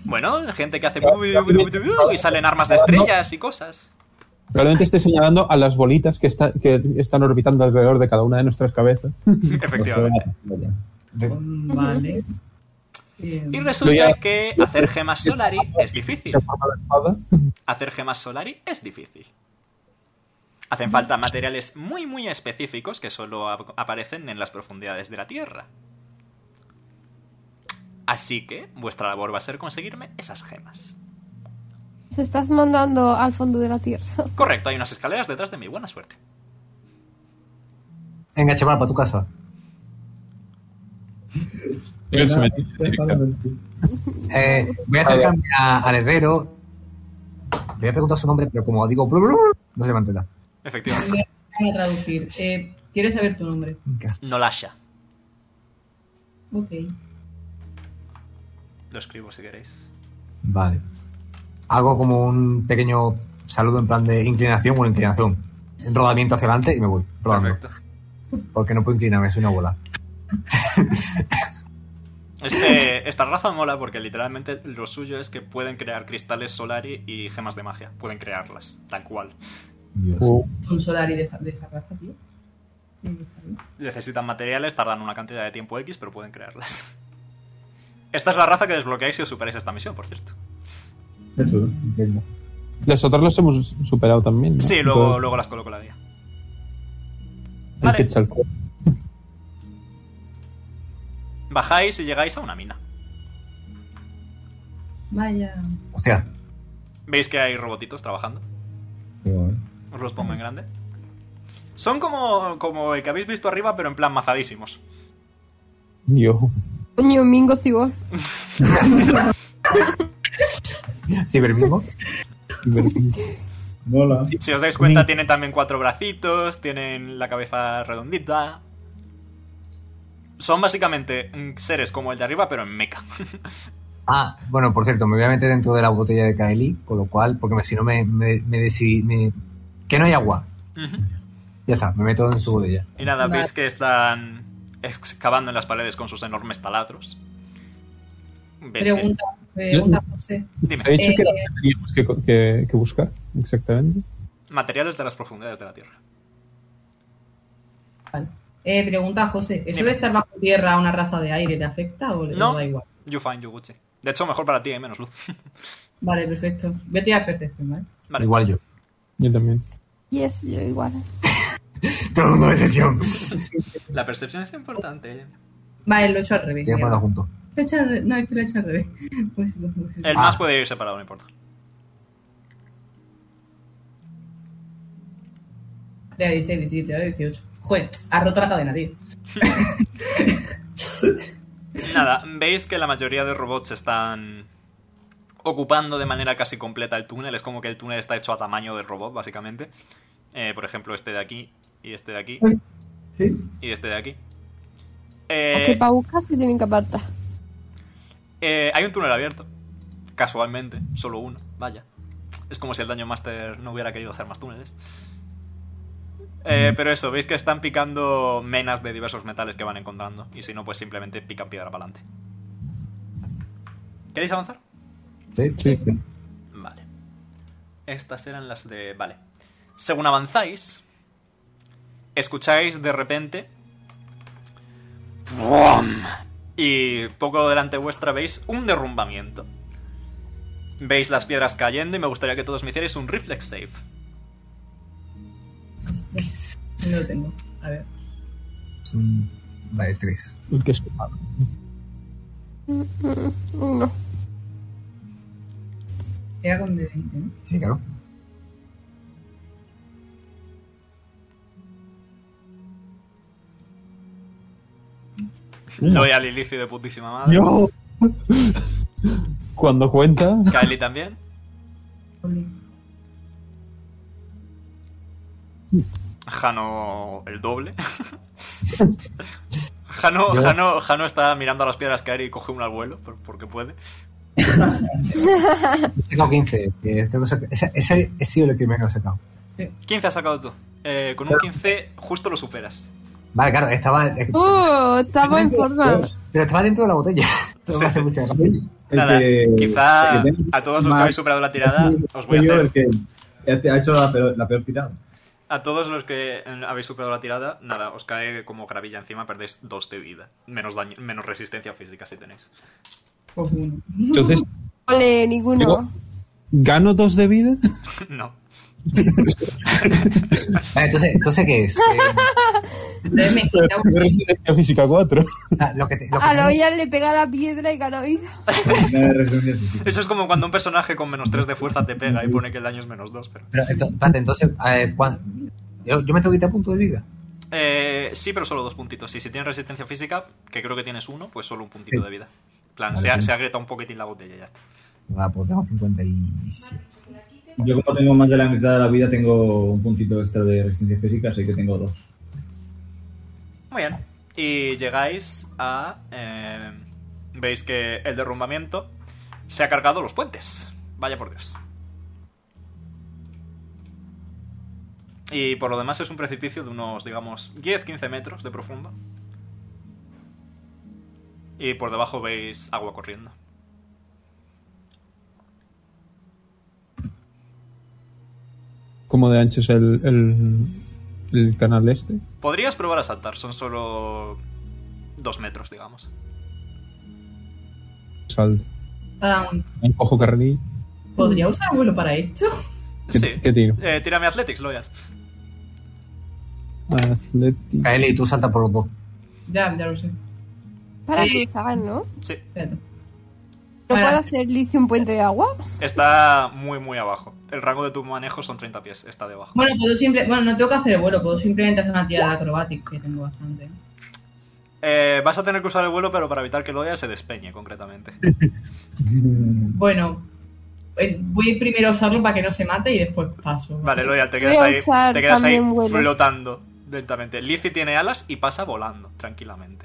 Speaker 1: Bueno, gente que hace bu- bu- bu- bu- bu- y salen armas de estrellas y cosas.
Speaker 6: Probablemente esté señalando a las bolitas que, está- que están orbitando alrededor de cada una de nuestras cabezas.
Speaker 1: Efectivamente.
Speaker 5: Re-
Speaker 4: Mm, Vale. Eh,
Speaker 1: Y resulta que hacer gemas Solari es difícil.
Speaker 6: Se forma la espada.
Speaker 1: Hacer gemas Solari es difícil. Hacen falta materiales muy muy específicos que solo ap- aparecen en las profundidades de la Tierra. Así que vuestra labor va a ser conseguirme esas gemas.
Speaker 3: Se estás mandando al fondo de la tierra.
Speaker 1: Correcto, hay unas escaleras detrás de mí, buena suerte.
Speaker 5: Venga, chaval, para tu casa.
Speaker 6: Él se mete directamente.
Speaker 5: Eh, voy
Speaker 1: Ah,
Speaker 5: a acercarme a- al herrero. Le voy a preguntar su nombre, pero como digo, blu, blu, blu, no se me entera.
Speaker 1: Efectivamente.
Speaker 4: Eh, Voy a traducir. Eh, ¿Quieres saber tu nombre?
Speaker 1: Nolasha.
Speaker 4: Ok.
Speaker 1: Lo escribo si queréis.
Speaker 5: Vale. Hago como un pequeño saludo en plan de inclinación, bueno, inclinación. Rodamiento hacia adelante y me voy, rodando.
Speaker 1: Perfecto.
Speaker 5: Porque no puedo inclinarme, soy una abuela.
Speaker 1: Este, esta raza mola porque literalmente lo suyo es que pueden crear cristales solari y gemas de magia. Pueden crearlas, tal cual.
Speaker 5: Dios.
Speaker 1: Uh.
Speaker 6: Oh,
Speaker 4: Un Solari de esa, de esa raza, tío. Me gusta, ¿no?
Speaker 1: Necesitan materiales, tardan una cantidad de tiempo X, pero pueden crearlas. Esta es la raza que desbloqueáis si os superáis esta misión, por cierto.
Speaker 7: Eso, ¿no? entiendo.
Speaker 6: Las otras las hemos superado también. ¿no?
Speaker 1: Sí, luego,
Speaker 6: Entonces,
Speaker 1: luego las coloco la guía. vale.
Speaker 6: hay Pues- que echar cu-
Speaker 1: Bajáis y llegáis a una mina.
Speaker 4: Vaya.
Speaker 5: Hostia,
Speaker 1: Veis que hay robotitos trabajando.
Speaker 7: Qué guay.
Speaker 1: Os los pongo en grande. Son como, como el que habéis visto arriba, pero en plan mazadísimos.
Speaker 6: Yo.
Speaker 3: Coño, Mingo Cibor.
Speaker 5: cibermingo.
Speaker 7: Mola.
Speaker 1: Si os dais cuenta, tienen también cuatro bracitos, tienen la cabeza redondita. Son básicamente mm, seres como el de arriba, pero en meca.
Speaker 5: Ah, bueno, por cierto, me voy a meter dentro de la botella de Kaeli, con lo cual, porque me- si no me, me, me decidí- me- que no hay agua.
Speaker 1: Ujú.
Speaker 5: Ya está, me meto en su botella.
Speaker 1: y nada, veis que están excavando en las paredes con sus enormes taladros. ¿Veis que-
Speaker 4: Pregunta, pregunta, José.
Speaker 1: Dime,
Speaker 6: He dicho
Speaker 4: Eh,
Speaker 6: que era lo que teníamos que, co- que- que buscar, exactamente.
Speaker 1: materiales de las profundidades de la Tierra.
Speaker 4: Eh, pregunta, José. ¿Eso
Speaker 1: Dime.
Speaker 4: de estar bajo tierra a una raza de aire te afecta o le
Speaker 1: No.
Speaker 4: da igual?
Speaker 1: You find you Gucci. De hecho, mejor para ti, hay menos luz.
Speaker 4: Vale, perfecto. Voy a tirar percepción, ¿vale?
Speaker 1: Vale.
Speaker 5: Igual yo.
Speaker 6: Yo también.
Speaker 3: Yes, yo igual.
Speaker 5: Todo el mundo de sesión.
Speaker 1: La percepción es importante.
Speaker 4: Vale, lo he hecho al revés.
Speaker 5: Voy a ponerlo junto.
Speaker 4: Lo he hecho al revés. No, es que lo he hecho al revés. Pues, no, pues,
Speaker 1: El
Speaker 5: Ah.
Speaker 1: más puede ir separado, no importa.
Speaker 4: Era 16, 17, ahora 18. Joder, ha roto la cadena, tío.
Speaker 1: Nada, veis que la mayoría de robots están ocupando de manera casi completa el túnel. Es como que el túnel está hecho a tamaño de robot, básicamente. Eh, por ejemplo, este de aquí, y este de aquí,
Speaker 7: Sí.
Speaker 1: y este de aquí.
Speaker 3: ¿A qué
Speaker 1: Eh,
Speaker 3: paucas que tienen que apartar?
Speaker 1: eh, hay un túnel abierto, casualmente, solo uno, vaya. Es como si el Daño Master no hubiera querido hacer más túneles. Eh, pero eso, veis que están picando menas de diversos metales que van encontrando. Y si no, pues simplemente pican piedra para adelante. ¿Queréis avanzar?
Speaker 5: Sí, sí, sí.
Speaker 1: Vale. Estas eran las de... Vale. Según avanzáis, escucháis de repente... ¡Brum! Y poco delante vuestra veis un derrumbamiento. Veis las piedras cayendo y me gustaría que todos me hicierais un reflex save.
Speaker 4: No lo tengo. A ver.
Speaker 5: Es un- Vale, tres.
Speaker 6: El que es malo.
Speaker 3: Uno.
Speaker 4: Era con de 20, ¿no?
Speaker 5: Sí, claro.
Speaker 1: Lo doy al ilicio de putísima madre.
Speaker 6: Yo. Cuando cuenta.
Speaker 1: Kylie también.
Speaker 4: Ole.
Speaker 1: Jano el doble. Jano,
Speaker 5: Yo-
Speaker 1: Jano, Jano está mirando a las piedras caer y coge un al vuelo, por- porque puede.
Speaker 5: Tengo 15. que creo que saca- ese, ese he sido el que menos he sacado.
Speaker 4: Sí.
Speaker 1: 15 has sacado tú. Eh, con un 15 justo lo superas.
Speaker 5: Vale, claro, estaba. es que-
Speaker 3: ¡Uh! Estamos en forma.
Speaker 5: Pero estaba dentro de la botella. Todo
Speaker 1: Sí,
Speaker 5: me hace
Speaker 1: sí.
Speaker 5: mucha gracia.
Speaker 7: El
Speaker 1: Nada,
Speaker 7: que-
Speaker 1: quizá
Speaker 7: el que tenga
Speaker 1: a todos los que
Speaker 7: más-
Speaker 1: habéis superado la tirada, os voy a
Speaker 7: Yo,
Speaker 1: hacer.
Speaker 7: El que el que ha hecho la peor, la peor tirada.
Speaker 1: A todos los que eh, habéis superado la tirada, nada, os cae como gravilla encima, perdéis 2 de vida. Menos daño, menos resistencia física si tenéis.
Speaker 4: Pues uno.
Speaker 6: Entonces,
Speaker 3: Ole, ninguno.
Speaker 6: Digo- ¿gano dos de vida?
Speaker 1: no.
Speaker 5: Vale, entonces, entonces, ¿qué es? Eh,
Speaker 4: Entonces me quita uno.
Speaker 6: Resistencia física 4.
Speaker 5: o sea, lo que te- lo que
Speaker 3: A
Speaker 5: tengo-
Speaker 3: Loyal le pega la piedra y gana vida.
Speaker 7: Una resistencia física.
Speaker 1: Eso es como cuando un personaje con menos 3 de fuerza te pega y pone que el daño es menos 2, pero.
Speaker 5: Pero, ento- espérate, entonces, eh, ¿cuán- yo, yo me tengo que quitar punto de vida.
Speaker 1: Eh, sí, pero solo dos puntitos. Y si tienes resistencia física, que creo que tienes uno, pues solo un puntito
Speaker 5: Sí.
Speaker 1: de vida. En plan,
Speaker 5: Vale,
Speaker 1: se, a-
Speaker 5: sí.
Speaker 1: se agrieta un poquitín la botella y ya está.
Speaker 5: Ah, pues tengo 57.
Speaker 2: Yo como tengo más de la mitad de la vida, tengo un puntito extra de resistencia física, así que tengo dos.
Speaker 1: Muy bien. Y llegáis a... eh, veis que el derrumbamiento se ha cargado los puentes. Vaya por Dios. Y por lo demás es un precipicio de unos, digamos, 10-15 metros de profundo. Y por debajo veis agua corriendo.
Speaker 6: ¿Cómo de ancho es el, el, el canal este?
Speaker 1: Podrías probar a saltar, son solo dos metros, digamos.
Speaker 6: Sal.
Speaker 4: Am,
Speaker 6: Cojo carril.
Speaker 4: ¿Podría usar vuelo para esto?
Speaker 6: ¿Qué,
Speaker 1: Sí.
Speaker 6: qué tiro?
Speaker 1: Eh, tírame Athletics, Loyal.
Speaker 6: Atlético.
Speaker 5: Kaeli, tú salta por los dos.
Speaker 4: Ya, ya lo sé.
Speaker 3: Para
Speaker 4: Sí.
Speaker 3: cruzar, ¿no?
Speaker 1: Sí,
Speaker 4: Espérate.
Speaker 3: ¿No
Speaker 4: Para-
Speaker 3: puedo hacer lice un puente de agua?
Speaker 1: está muy, muy abajo. El rango de tu manejo son 30 pies, está debajo.
Speaker 4: Bueno, puedo simple... bueno, no tengo que hacer el vuelo, puedo simplemente hacer una tirada acrobática que tengo bastante.
Speaker 1: Eh, vas a tener que usar el vuelo, pero para evitar que Loyal se despeñe, concretamente.
Speaker 5: Mm.
Speaker 4: Bueno, eh, voy primero a usarlo para que no se mate y después paso.
Speaker 1: Vale, Loyal, te
Speaker 3: Voy
Speaker 1: quedas
Speaker 3: a
Speaker 1: ahí,
Speaker 3: usar
Speaker 1: te quedas ahí
Speaker 3: también vuelo.
Speaker 1: flotando lentamente. Lizzie tiene alas y pasa volando, tranquilamente.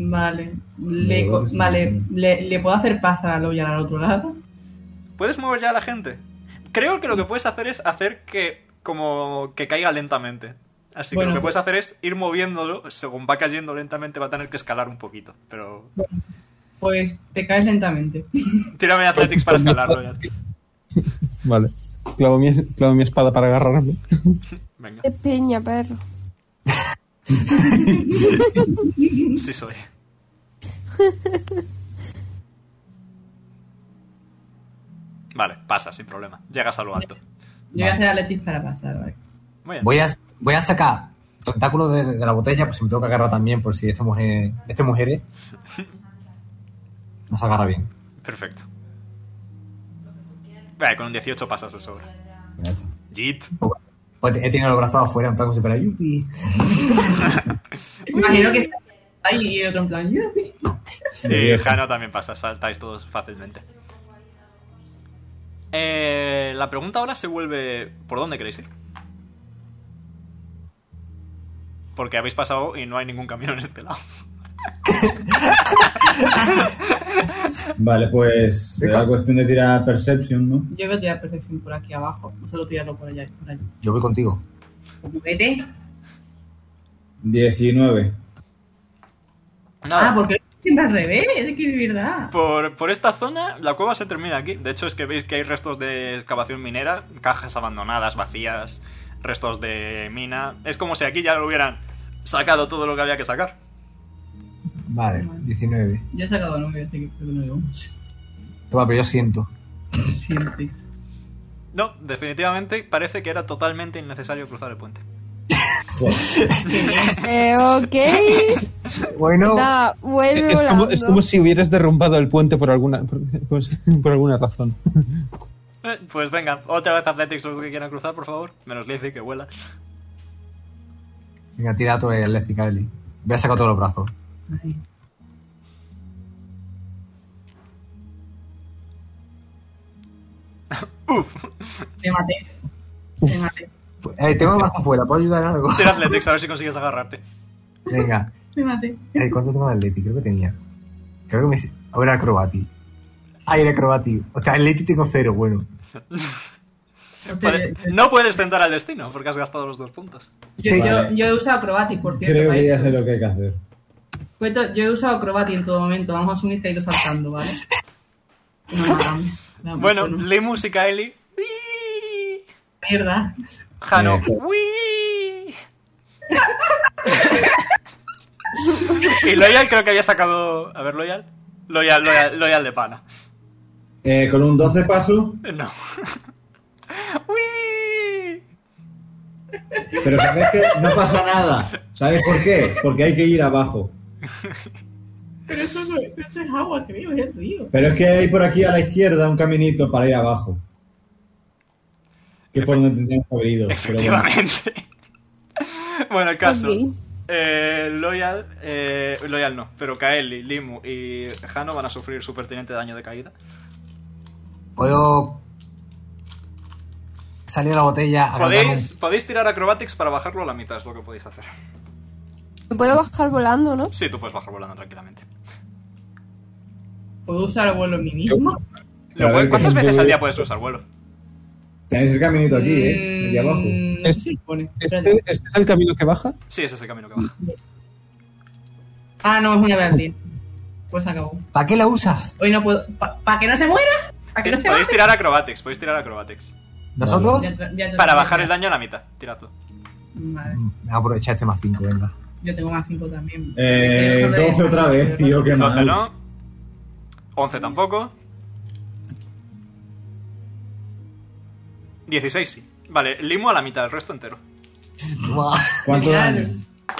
Speaker 4: Vale, le, co- vale, le, le puedo hacer pasar a Loya al otro lado.
Speaker 1: ¿Puedes mover ya a la gente? Creo que lo que puedes hacer es hacer que como que caiga lentamente. Así que
Speaker 4: Bueno.
Speaker 1: lo que puedes hacer es ir moviéndolo, según va cayendo lentamente va a tener que escalar un poquito, pero
Speaker 4: Pues te caes lentamente.
Speaker 1: tírame Athletics para escalarlo ya.
Speaker 6: Vale. Clavo mi, clavo mi espada para agarrarme.
Speaker 1: Venga,
Speaker 3: Es peña, perro.
Speaker 1: sí soy. Vale, pasa sin problema. Llegas a lo alto.
Speaker 4: Yo voy a hacer atletis para pasar, vale.
Speaker 1: Muy bien.
Speaker 5: Voy a, voy a sacar tentáculos de, de la botella, pues si me tengo que agarrar también, por si esta mujer, este mujer nos agarra bien.
Speaker 1: Perfecto. Vale, con un 18 pasas de sobra.
Speaker 5: Pues ya está.
Speaker 1: Jit.
Speaker 5: Pues he tenido los brazos afuera, en plan como si fuera yupi.
Speaker 4: Imagino que está ahí y el otro en plan, "Ya".
Speaker 1: Y Hanna Eh, también pasa, saltáis todos fácilmente. Eh, la pregunta ahora se vuelve... ¿Por dónde queréis ir? Porque habéis pasado y no hay ningún camino en este lado.
Speaker 2: Vale, pues será cuestión de tirar Perception, ¿no?
Speaker 4: Yo voy a tirar perfección por aquí abajo, no solo tirarlo por allá y por allí.
Speaker 5: Yo voy contigo.
Speaker 4: Vete.
Speaker 2: 19.
Speaker 4: Ah, porque siempre al revés, es que es verdad.
Speaker 1: Por, por esta zona, la cueva se termina aquí. De hecho, es que veis que hay restos de excavación minera, cajas abandonadas, vacías, restos de mina. Es como si aquí ya lo hubieran sacado todo lo que había que sacar.
Speaker 5: Vale, 19.
Speaker 4: Ya he sacado nueve, así que creo que no llevo mucho.
Speaker 5: Toma, pero yo siento.
Speaker 4: Sientes.
Speaker 1: No, definitivamente parece que era totalmente innecesario cruzar el puente.
Speaker 3: Eh, ok.
Speaker 5: Bueno,
Speaker 3: Nada, vuelve
Speaker 6: Es como,
Speaker 3: volando.
Speaker 6: es como si hubieras derrumbado el puente por alguna, por, por- por alguna razón.
Speaker 1: Eh, pues venga, otra vez Athletics los que quieran cruzar, por favor. Menos Lizzie, que vuela.
Speaker 5: venga, tira todo el Lexi Kaeli. Voy a sacar todos los brazos.
Speaker 4: Ay. Te maté. Te maté.
Speaker 5: Eh, tengo los brazos afuera, ¿puedo ayudar en algo?
Speaker 1: Tira Athletics, a ver si consigues agarrarte.
Speaker 5: Venga,
Speaker 4: Te maté.
Speaker 5: eh, ¿cuánto tengo de Atleti? Creo que tenía. Creo que me hice. Ahora acrobati. Ay, era acrobati. O sea, Atleti tengo cero, bueno.
Speaker 1: Vale, No puedes tentar al destino, porque has gastado los dos puntos.
Speaker 5: Sí,
Speaker 2: Vale.
Speaker 4: Yo, yo he usado acrobatic, por cierto.
Speaker 2: Creo
Speaker 4: para
Speaker 2: que ya
Speaker 4: esto.
Speaker 2: sé lo que hay que hacer.
Speaker 9: Pues
Speaker 4: Cuento, yo he usado acrobatic en todo momento. Vamos a asumir que he ido saltando, ¿vale? No, no, no, no, no,
Speaker 1: Bueno,
Speaker 4: no.
Speaker 1: Lemus y Kylie.
Speaker 4: mierda.
Speaker 1: Jano.
Speaker 2: Eh.
Speaker 1: ¡Wii! y Loyal creo que había sacado. A ver, Loyal. Loyal, Loyal, Loyal de pana.
Speaker 2: Eh, con un 12 paso,
Speaker 1: No. ¡Wii!
Speaker 2: pero sabéis que no pasa nada. ¿Sabéis por qué? Porque hay que ir abajo.
Speaker 4: Pero eso, no, pero eso es agua, creo, ya te digo.
Speaker 2: Pero es que hay por aquí a la izquierda un caminito para ir abajo. Que es por donde tendríamos que haber ido. Pero bueno,
Speaker 1: Efectivamente. Bueno, el caso.
Speaker 3: Ok.
Speaker 1: Eh, Loyal, eh, Loyal no, pero Kaeli, Limu y Hano van a sufrir su pertinente daño de caída.
Speaker 5: Puedo salir a la botella. a
Speaker 1: Podéis, podéis tirar acrobatics para bajarlo a la mitad, es lo que podéis hacer.
Speaker 3: Me puedo bajar volando, ¿no?
Speaker 1: Sí, tú puedes bajar volando tranquilamente.
Speaker 9: ¿Puedo usar vuelo en mí mismo?
Speaker 1: Lo
Speaker 2: a
Speaker 1: cual-
Speaker 2: ver,
Speaker 1: ¿Cuántas
Speaker 2: que-
Speaker 1: veces al día puedes usar vuelo?
Speaker 2: Tenéis el caminito aquí, ¿eh? De abajo.
Speaker 9: Mm, no sé si lo pone.
Speaker 6: ¿Este,
Speaker 9: Espérate.
Speaker 6: este es el camino que baja?
Speaker 1: Sí, ese es el camino que baja.
Speaker 9: Ah, no, es una vez al día. Pues acabó.
Speaker 5: ¿Para qué la usas?
Speaker 9: Hoy no puedo. ¿Para que no se muera? ¿Para que no se
Speaker 1: Podéis
Speaker 9: mate?
Speaker 1: tirar acrobatics, podéis tirar acrobatics.
Speaker 5: ¿Nosotros?
Speaker 9: Ya te- ya te-
Speaker 1: Para bajar el daño a la mitad, tirad tú.
Speaker 9: Vale.
Speaker 5: Mm, Aprovecha este más 5, venga.
Speaker 9: Yo tengo más 5 también.
Speaker 2: Eh,
Speaker 9: Soy de-
Speaker 2: 12 otra vez, tío, qué mal.
Speaker 1: 12 no. 11 tampoco. 16 sí. Vale, limo a la mitad, el resto entero.
Speaker 2: ¿Cuánto
Speaker 9: Genial.
Speaker 2: daño? Ah,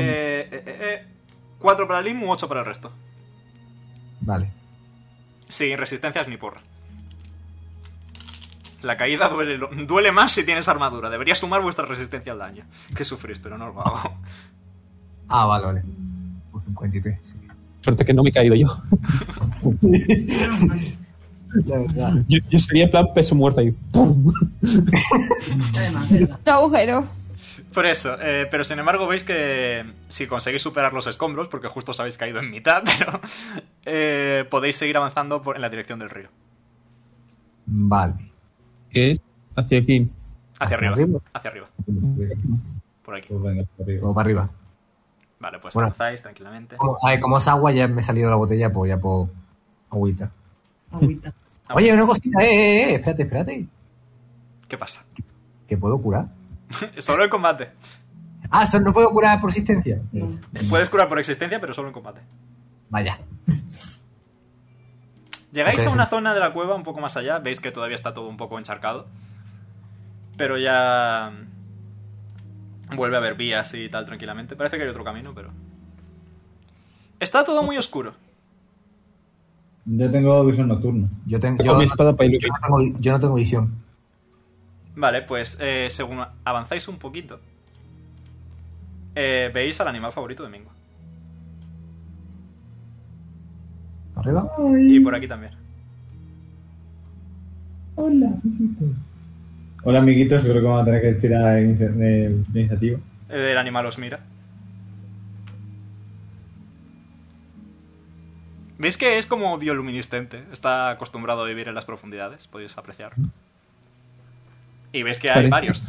Speaker 1: Eh, 4 para Limu, 8 para el resto.
Speaker 5: Vale.
Speaker 1: Sí, resistencias ni porra. La caída duele, lo- duele más si tienes armadura. Debería sumar vuestra resistencia al daño. Que sufrís, pero no lo hago.
Speaker 5: Ah, vale, vale. Un 53, sí.
Speaker 6: Suerte que no me he caído yo.
Speaker 5: La verdad.
Speaker 6: Yo, yo sería en plan peso muerto ahí. ¡Pum!
Speaker 9: Además, ¿verdad?
Speaker 3: Un agujero.
Speaker 1: Por eso, eh, pero sin embargo veis que si conseguís superar los escombros, porque justo os habéis caído en mitad, pero eh, podéis seguir avanzando por- en la dirección del río.
Speaker 5: Vale.
Speaker 6: Que es hacia aquí.
Speaker 1: Hacia arriba.
Speaker 5: arriba?
Speaker 1: Hacia arriba. Por aquí.
Speaker 2: Pues venga, por arriba.
Speaker 5: Todo para arriba.
Speaker 1: Vale, pues
Speaker 5: Bueno.
Speaker 1: avanzáis tranquilamente.
Speaker 5: Como, a ver, como es agua, ya me he salido de la botella, pues ya puedo. Agüita.
Speaker 9: Agüita.
Speaker 5: Oye, una cosita, eh, eh, eh, espérate, espérate.
Speaker 1: ¿Qué pasa?
Speaker 5: ¿Que puedo curar?
Speaker 1: Solo en combate.
Speaker 5: Ah, eso no puedo curar por existencia.
Speaker 9: No.
Speaker 1: Puedes curar por existencia, pero solo en combate.
Speaker 5: Vaya.
Speaker 1: Llegáis
Speaker 5: Ok.
Speaker 1: a una zona de la cueva un poco más allá, veis que todavía está todo un poco encharcado. Pero ya vuelve a haber vías y tal tranquilamente. Parece que hay otro camino, pero... Está todo muy oscuro.
Speaker 2: Yo tengo visión nocturna.
Speaker 5: Yo, ten-
Speaker 6: Yo
Speaker 5: yo,
Speaker 6: con mi
Speaker 5: no,
Speaker 6: espada para
Speaker 5: yo
Speaker 6: iluminar.
Speaker 5: no tengo, vi- yo no tengo visión.
Speaker 1: Vale, pues eh, según avanzáis un poquito, eh, veis al animal favorito de Mingo.
Speaker 5: ¿Arriba?
Speaker 1: Y por aquí también.
Speaker 7: Hola, amiguito.
Speaker 2: Hola, amiguitos, creo que vamos a tener que tirar de inicia- de- de iniciativa.
Speaker 1: Eh, El animal os mira. ¿Veis que es como bioluminiscente? Está acostumbrado a vivir en las profundidades, podéis apreciarlo. Y veis que hay
Speaker 6: Parece-
Speaker 1: varios.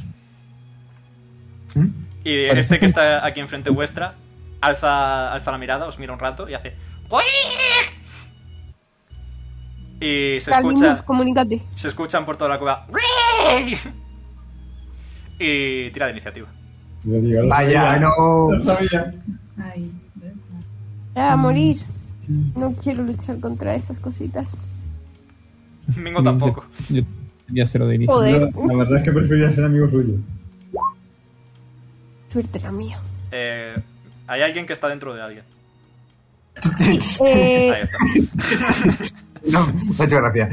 Speaker 5: ¿Mm?
Speaker 1: Y
Speaker 6: Parece-
Speaker 1: este que está aquí enfrente vuestra alza, alza la mirada, os mira un rato y hace... "Guau". Y se escucha...
Speaker 3: Calimus, comunícate.
Speaker 1: Se escuchan por toda la cueva. Y tira de iniciativa.
Speaker 2: Yo digo, lo
Speaker 5: Vaya,
Speaker 2: sabía,
Speaker 5: no.
Speaker 2: lo sabía.
Speaker 9: Ay, ¿ves?
Speaker 3: Ya, a morir. No quiero luchar contra esas cositas.
Speaker 1: Mingo tampoco.
Speaker 6: Yo tenía cero de inicio.
Speaker 3: Joder,
Speaker 2: Yo, la verdad es que prefería ser amigo suyo.
Speaker 3: suerte la mía.
Speaker 1: Eh, hay alguien que está dentro de alguien.
Speaker 3: Eh,
Speaker 1: Ahí está.
Speaker 5: No, me ha hecho gracia.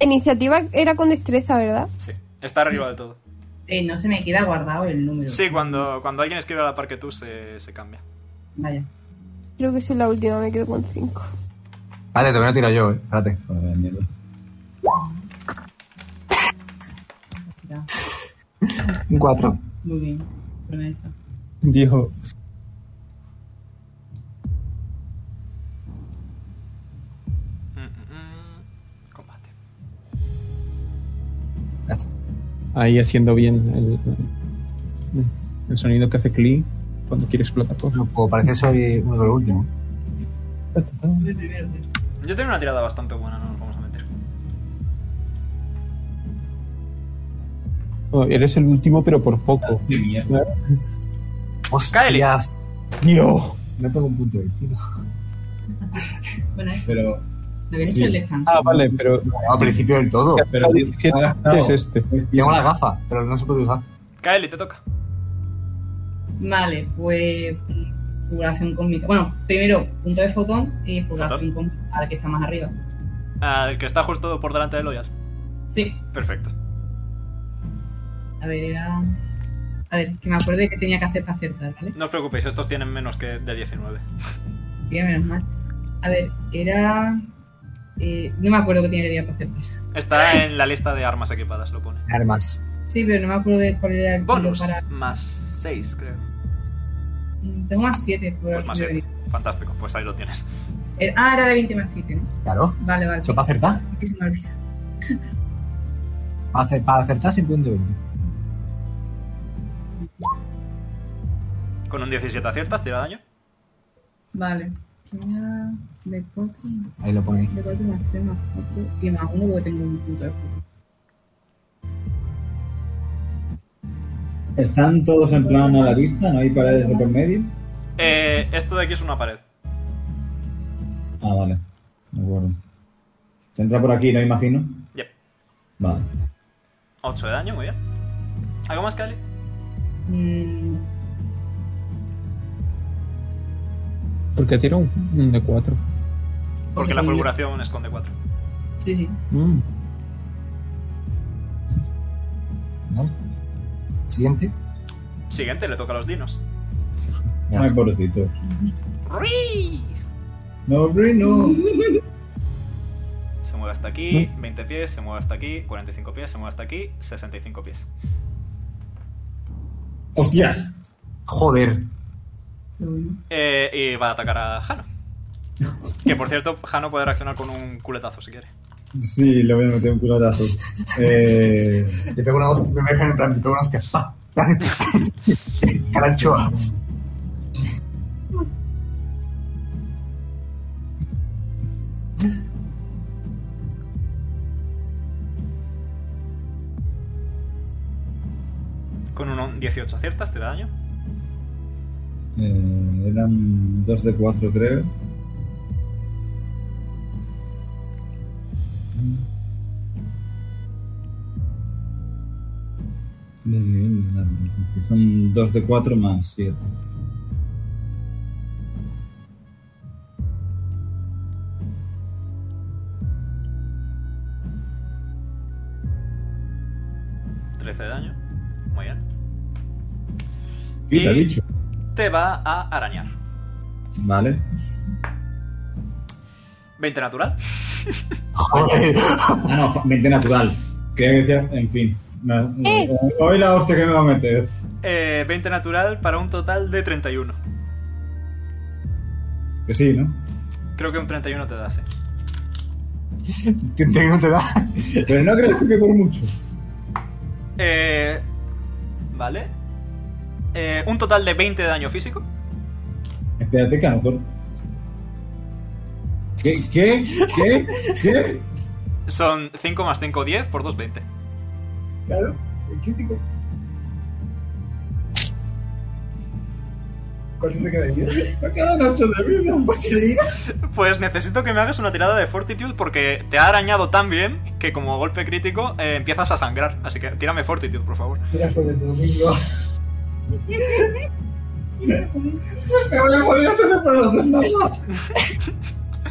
Speaker 3: iniciativa era con destreza, ¿verdad?
Speaker 1: Sí. Está arriba del todo.
Speaker 9: Ey, Eh, no se me queda guardado el número.
Speaker 1: Sí, cuando, cuando alguien escribe a la par que tú se, se cambia.
Speaker 9: Vaya.
Speaker 3: Creo que soy la última, me quedo con 5.
Speaker 5: Espérate, te voy a tirar yo, eh. Espérate.
Speaker 2: Joder, mierda.
Speaker 9: chica.
Speaker 5: Un 4.
Speaker 9: Muy bien. Promesa.
Speaker 6: Dios.
Speaker 1: Mm, mm, mm. Combate.
Speaker 6: Ahí haciendo bien el, el sonido que hace clic cuando quiere explotar cosas.
Speaker 5: No puedo, parece que soy uno de los últimos.
Speaker 9: Yo primero. tío.
Speaker 1: Yo tengo una tirada bastante buena, no nos vamos a meter.
Speaker 6: No, eres el último, pero por poco.
Speaker 2: Qué mierda.
Speaker 5: ¡Hostias! ¡Dios! No tengo un punto de tiro.
Speaker 9: Bueno, eh,
Speaker 2: Pero
Speaker 9: debería
Speaker 2: Sí.
Speaker 9: ser el descanso.
Speaker 6: Ah, vale, pero.
Speaker 5: No, al principio del todo.
Speaker 2: pero
Speaker 6: Pero 17
Speaker 2: ha gastado.
Speaker 6: es este.
Speaker 5: Tengo las gafas, pero no se puede usar.
Speaker 1: Kaeli, te toca.
Speaker 9: Vale, pues. mm, Fulguración cósmica. Bueno, primero punto de fotón y fulguración cósmica al que está más arriba.
Speaker 1: Al que está justo por delante de Loyal.
Speaker 9: Sí,
Speaker 1: Perfecto.
Speaker 9: a ver, era. A ver, que me acuerde que tenía que hacer para acertar, ¿vale?
Speaker 1: No os preocupéis, estos tienen menos que de 19.
Speaker 9: Bien, menos mal. A ver, era. eh, no me acuerdo que tenía que día para acertar.
Speaker 1: Está en la lista de armas equipadas, lo pone.
Speaker 5: Armas.
Speaker 9: Sí, pero no me acuerdo de cuál era el kilo
Speaker 1: Bonus
Speaker 9: para.
Speaker 1: más 6, creo.
Speaker 9: Mm, Tengo más 7, por
Speaker 1: Pues
Speaker 9: ahora
Speaker 1: más
Speaker 9: sí me
Speaker 1: 7. Fantástico, pues ahí lo tienes.
Speaker 9: venía. Eh, Ah, era de 20 más 7, ¿no?
Speaker 5: Claro.
Speaker 9: Vale, vale.
Speaker 5: Eso para acertar.
Speaker 9: Que se me olvida.
Speaker 5: Para, acer- para acertar siempre un de 20.
Speaker 1: Con un 17 aciertas, tira daño.
Speaker 9: Vale. Era de 4,
Speaker 5: Ahí lo ponéis.
Speaker 9: de 4 más 3 más 4 y más 1 porque tengo un punto de fuego.
Speaker 2: ¿Están todos en plan a la vista? ¿No hay paredes de por medio?
Speaker 1: Eh, esto de aquí es una pared.
Speaker 2: Ah, vale. De acuerdo. Se entra por aquí, ¿no imagino?
Speaker 1: Yep.
Speaker 2: Vale.
Speaker 1: 8 de daño, muy bien. ¿Algo más, Cali?
Speaker 9: Mm,
Speaker 6: Porque tira un, un de 4.
Speaker 1: Porque la fulguración esconde 4.
Speaker 9: Sí, sí.
Speaker 5: ¿no? Siguiente.
Speaker 1: Siguiente, le toca a los dinos.
Speaker 5: Ya.
Speaker 2: Ay, pobrecito.
Speaker 1: ¡Ri!
Speaker 2: No, Bri, no.
Speaker 1: Se mueve hasta aquí, 20 pies, se mueve hasta aquí, 45 pies, se mueve hasta aquí, 65 pies.
Speaker 2: ¡Hostias!
Speaker 5: Joder.
Speaker 9: Pero bueno.
Speaker 1: Eh, y va a atacar a Jano. Que por cierto, Jano puede reaccionar con un culetazo si quiere.
Speaker 2: Sí, le voy a meter un culotazo. Eh,
Speaker 5: Le pego una hostia. Me dejan entrar, le pego una hostia. ¡Pa! Caranchoa.
Speaker 1: Con un 18 aciertas, te da daño.
Speaker 2: eh, eran 2 de 4, creo. Bien, vale, entonces Son 2 de 4 más 7.
Speaker 1: ¿13 de daño? Muy bien.
Speaker 2: Quita,
Speaker 1: Y-
Speaker 2: bicho.
Speaker 1: Te va a arañar.
Speaker 2: Vale.
Speaker 1: 20 natural.
Speaker 5: Joder.
Speaker 2: Ah, no, fa- 20 natural. Creía que decía, en fin. No, no,
Speaker 8: Eh.
Speaker 2: Hoy la hostia que me va a meter.
Speaker 1: Eh, 20 natural para un total de 31.
Speaker 2: Que sí, ¿no?
Speaker 1: Creo que un 31 te da, sí.
Speaker 5: Te- te- no te da.
Speaker 2: Pero no crees tú que por mucho.
Speaker 1: Eh, vale. Eh, un total de 20 de daño físico.
Speaker 2: Espérate que a lo mejor. ¿Qué? ¿Qué? ¿Qué? ¿Qué?
Speaker 1: Son 5 más 5, 10 por 2, 20.
Speaker 2: Claro, el crítico.
Speaker 5: ¿Cuánto te queda de vida?
Speaker 2: Me quedan 8 de vida.
Speaker 1: Pues necesito que me hagas una tirada de fortitude porque te ha arañado tan bien que como golpe crítico eh, empiezas a sangrar. Así que tírame fortitude, por favor.
Speaker 5: Mira, joder, tu domingo.
Speaker 2: Me voy a morir antes de poder hacer nada.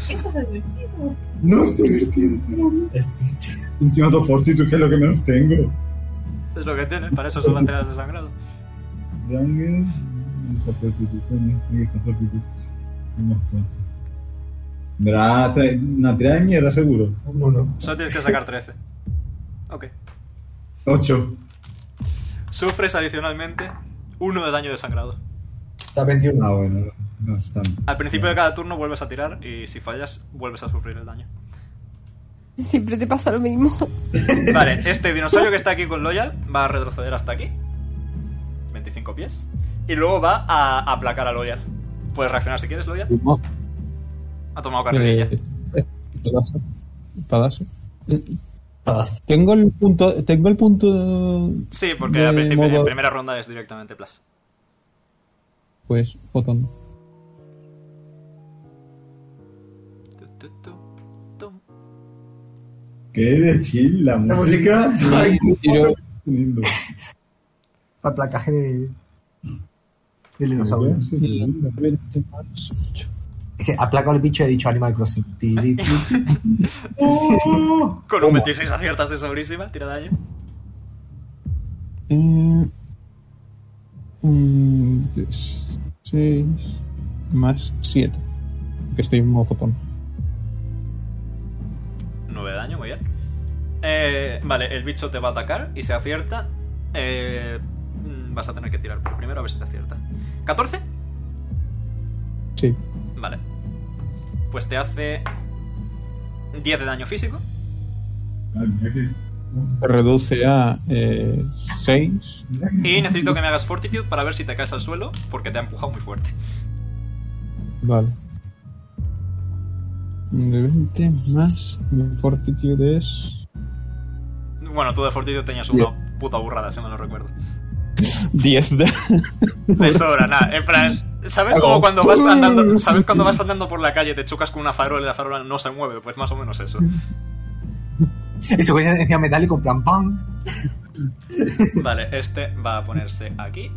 Speaker 9: Eso es divertido.
Speaker 2: No es divertido, pero mí. Es triste. Encima dos fortitud, que es lo que menos tengo.
Speaker 1: Es lo que tiene, para eso son las tiradas de sangrado.
Speaker 2: Dame. Esta fortitud, dame esta fortitud. Tengo bastante. Verá, trae- una tirada de mierda, seguro.
Speaker 5: No, no.
Speaker 1: Solo tienes que sacar 13. Ok.
Speaker 2: 8.
Speaker 1: Sufres adicionalmente 1 de daño de sangrado.
Speaker 5: Está 21.
Speaker 2: Ah, bueno, no están.
Speaker 1: Al principio de cada turno vuelves a tirar y si fallas vuelves a sufrir el daño.
Speaker 3: Siempre te pasa lo mismo.
Speaker 1: Vale, este dinosaurio que está aquí con Loyal va a retroceder hasta aquí. 25 pies. Y luego va a aplacar a Loyal. Puedes reaccionar si quieres, Loyal. Ha tomado carrerilla.
Speaker 6: Eh, eh, Padazo. Padazo.
Speaker 5: Todas.
Speaker 6: Tengo el punto. Tengo el punto.
Speaker 1: Sí, porque
Speaker 6: de
Speaker 1: al principio, en
Speaker 6: modo-
Speaker 1: primera ronda es directamente plus.
Speaker 6: Pues, botón.
Speaker 1: Tu, tu, tu, tu.
Speaker 2: Qué de chill la
Speaker 5: La
Speaker 2: música.
Speaker 5: música.
Speaker 2: Ay,
Speaker 6: Y yo-
Speaker 2: lindo.
Speaker 5: Para placaje de. del dinosaurio.
Speaker 2: Sí, lindo.
Speaker 5: Es que ha placado el bicho y ha dicho Animal Crossing. Tiri, tiri.
Speaker 1: Con un 26 aciertas de sobrísima, tira daño.
Speaker 6: Eh, Mm, es- seis más siete. Que estoy mofotón.
Speaker 1: 9 de daño, muy bien. Eh, vale, el bicho te va a atacar y se acierta. Eh, mm, vas a tener que tirar por primero a ver si te acierta. ¿14?
Speaker 6: Sí.
Speaker 1: Vale. Pues te hace 10 de daño físico.
Speaker 2: Ah,
Speaker 7: Ay, mira que-
Speaker 6: Se reduce a eh, seis.
Speaker 1: Y necesito que me hagas fortitude para ver si te caes al suelo porque te ha empujado muy fuerte.
Speaker 6: Vale. De 20 más. Mi fortitude es.
Speaker 1: Bueno, tú de fortitude tenías una puta burrada, si no lo recuerdo.
Speaker 6: 10 de.
Speaker 5: Pues
Speaker 1: Me sobra, nada. En plan, ¿sabes
Speaker 6: Hago
Speaker 1: como cuando vas
Speaker 6: ¡pum!
Speaker 1: andando, ¿sabes cuando vas andando por la calle te chocas con una farola y la farola no se mueve? Pues más o menos eso.
Speaker 5: Y su coño decía metálico, en plan ¡pam!
Speaker 1: Vale, este va a ponerse aquí.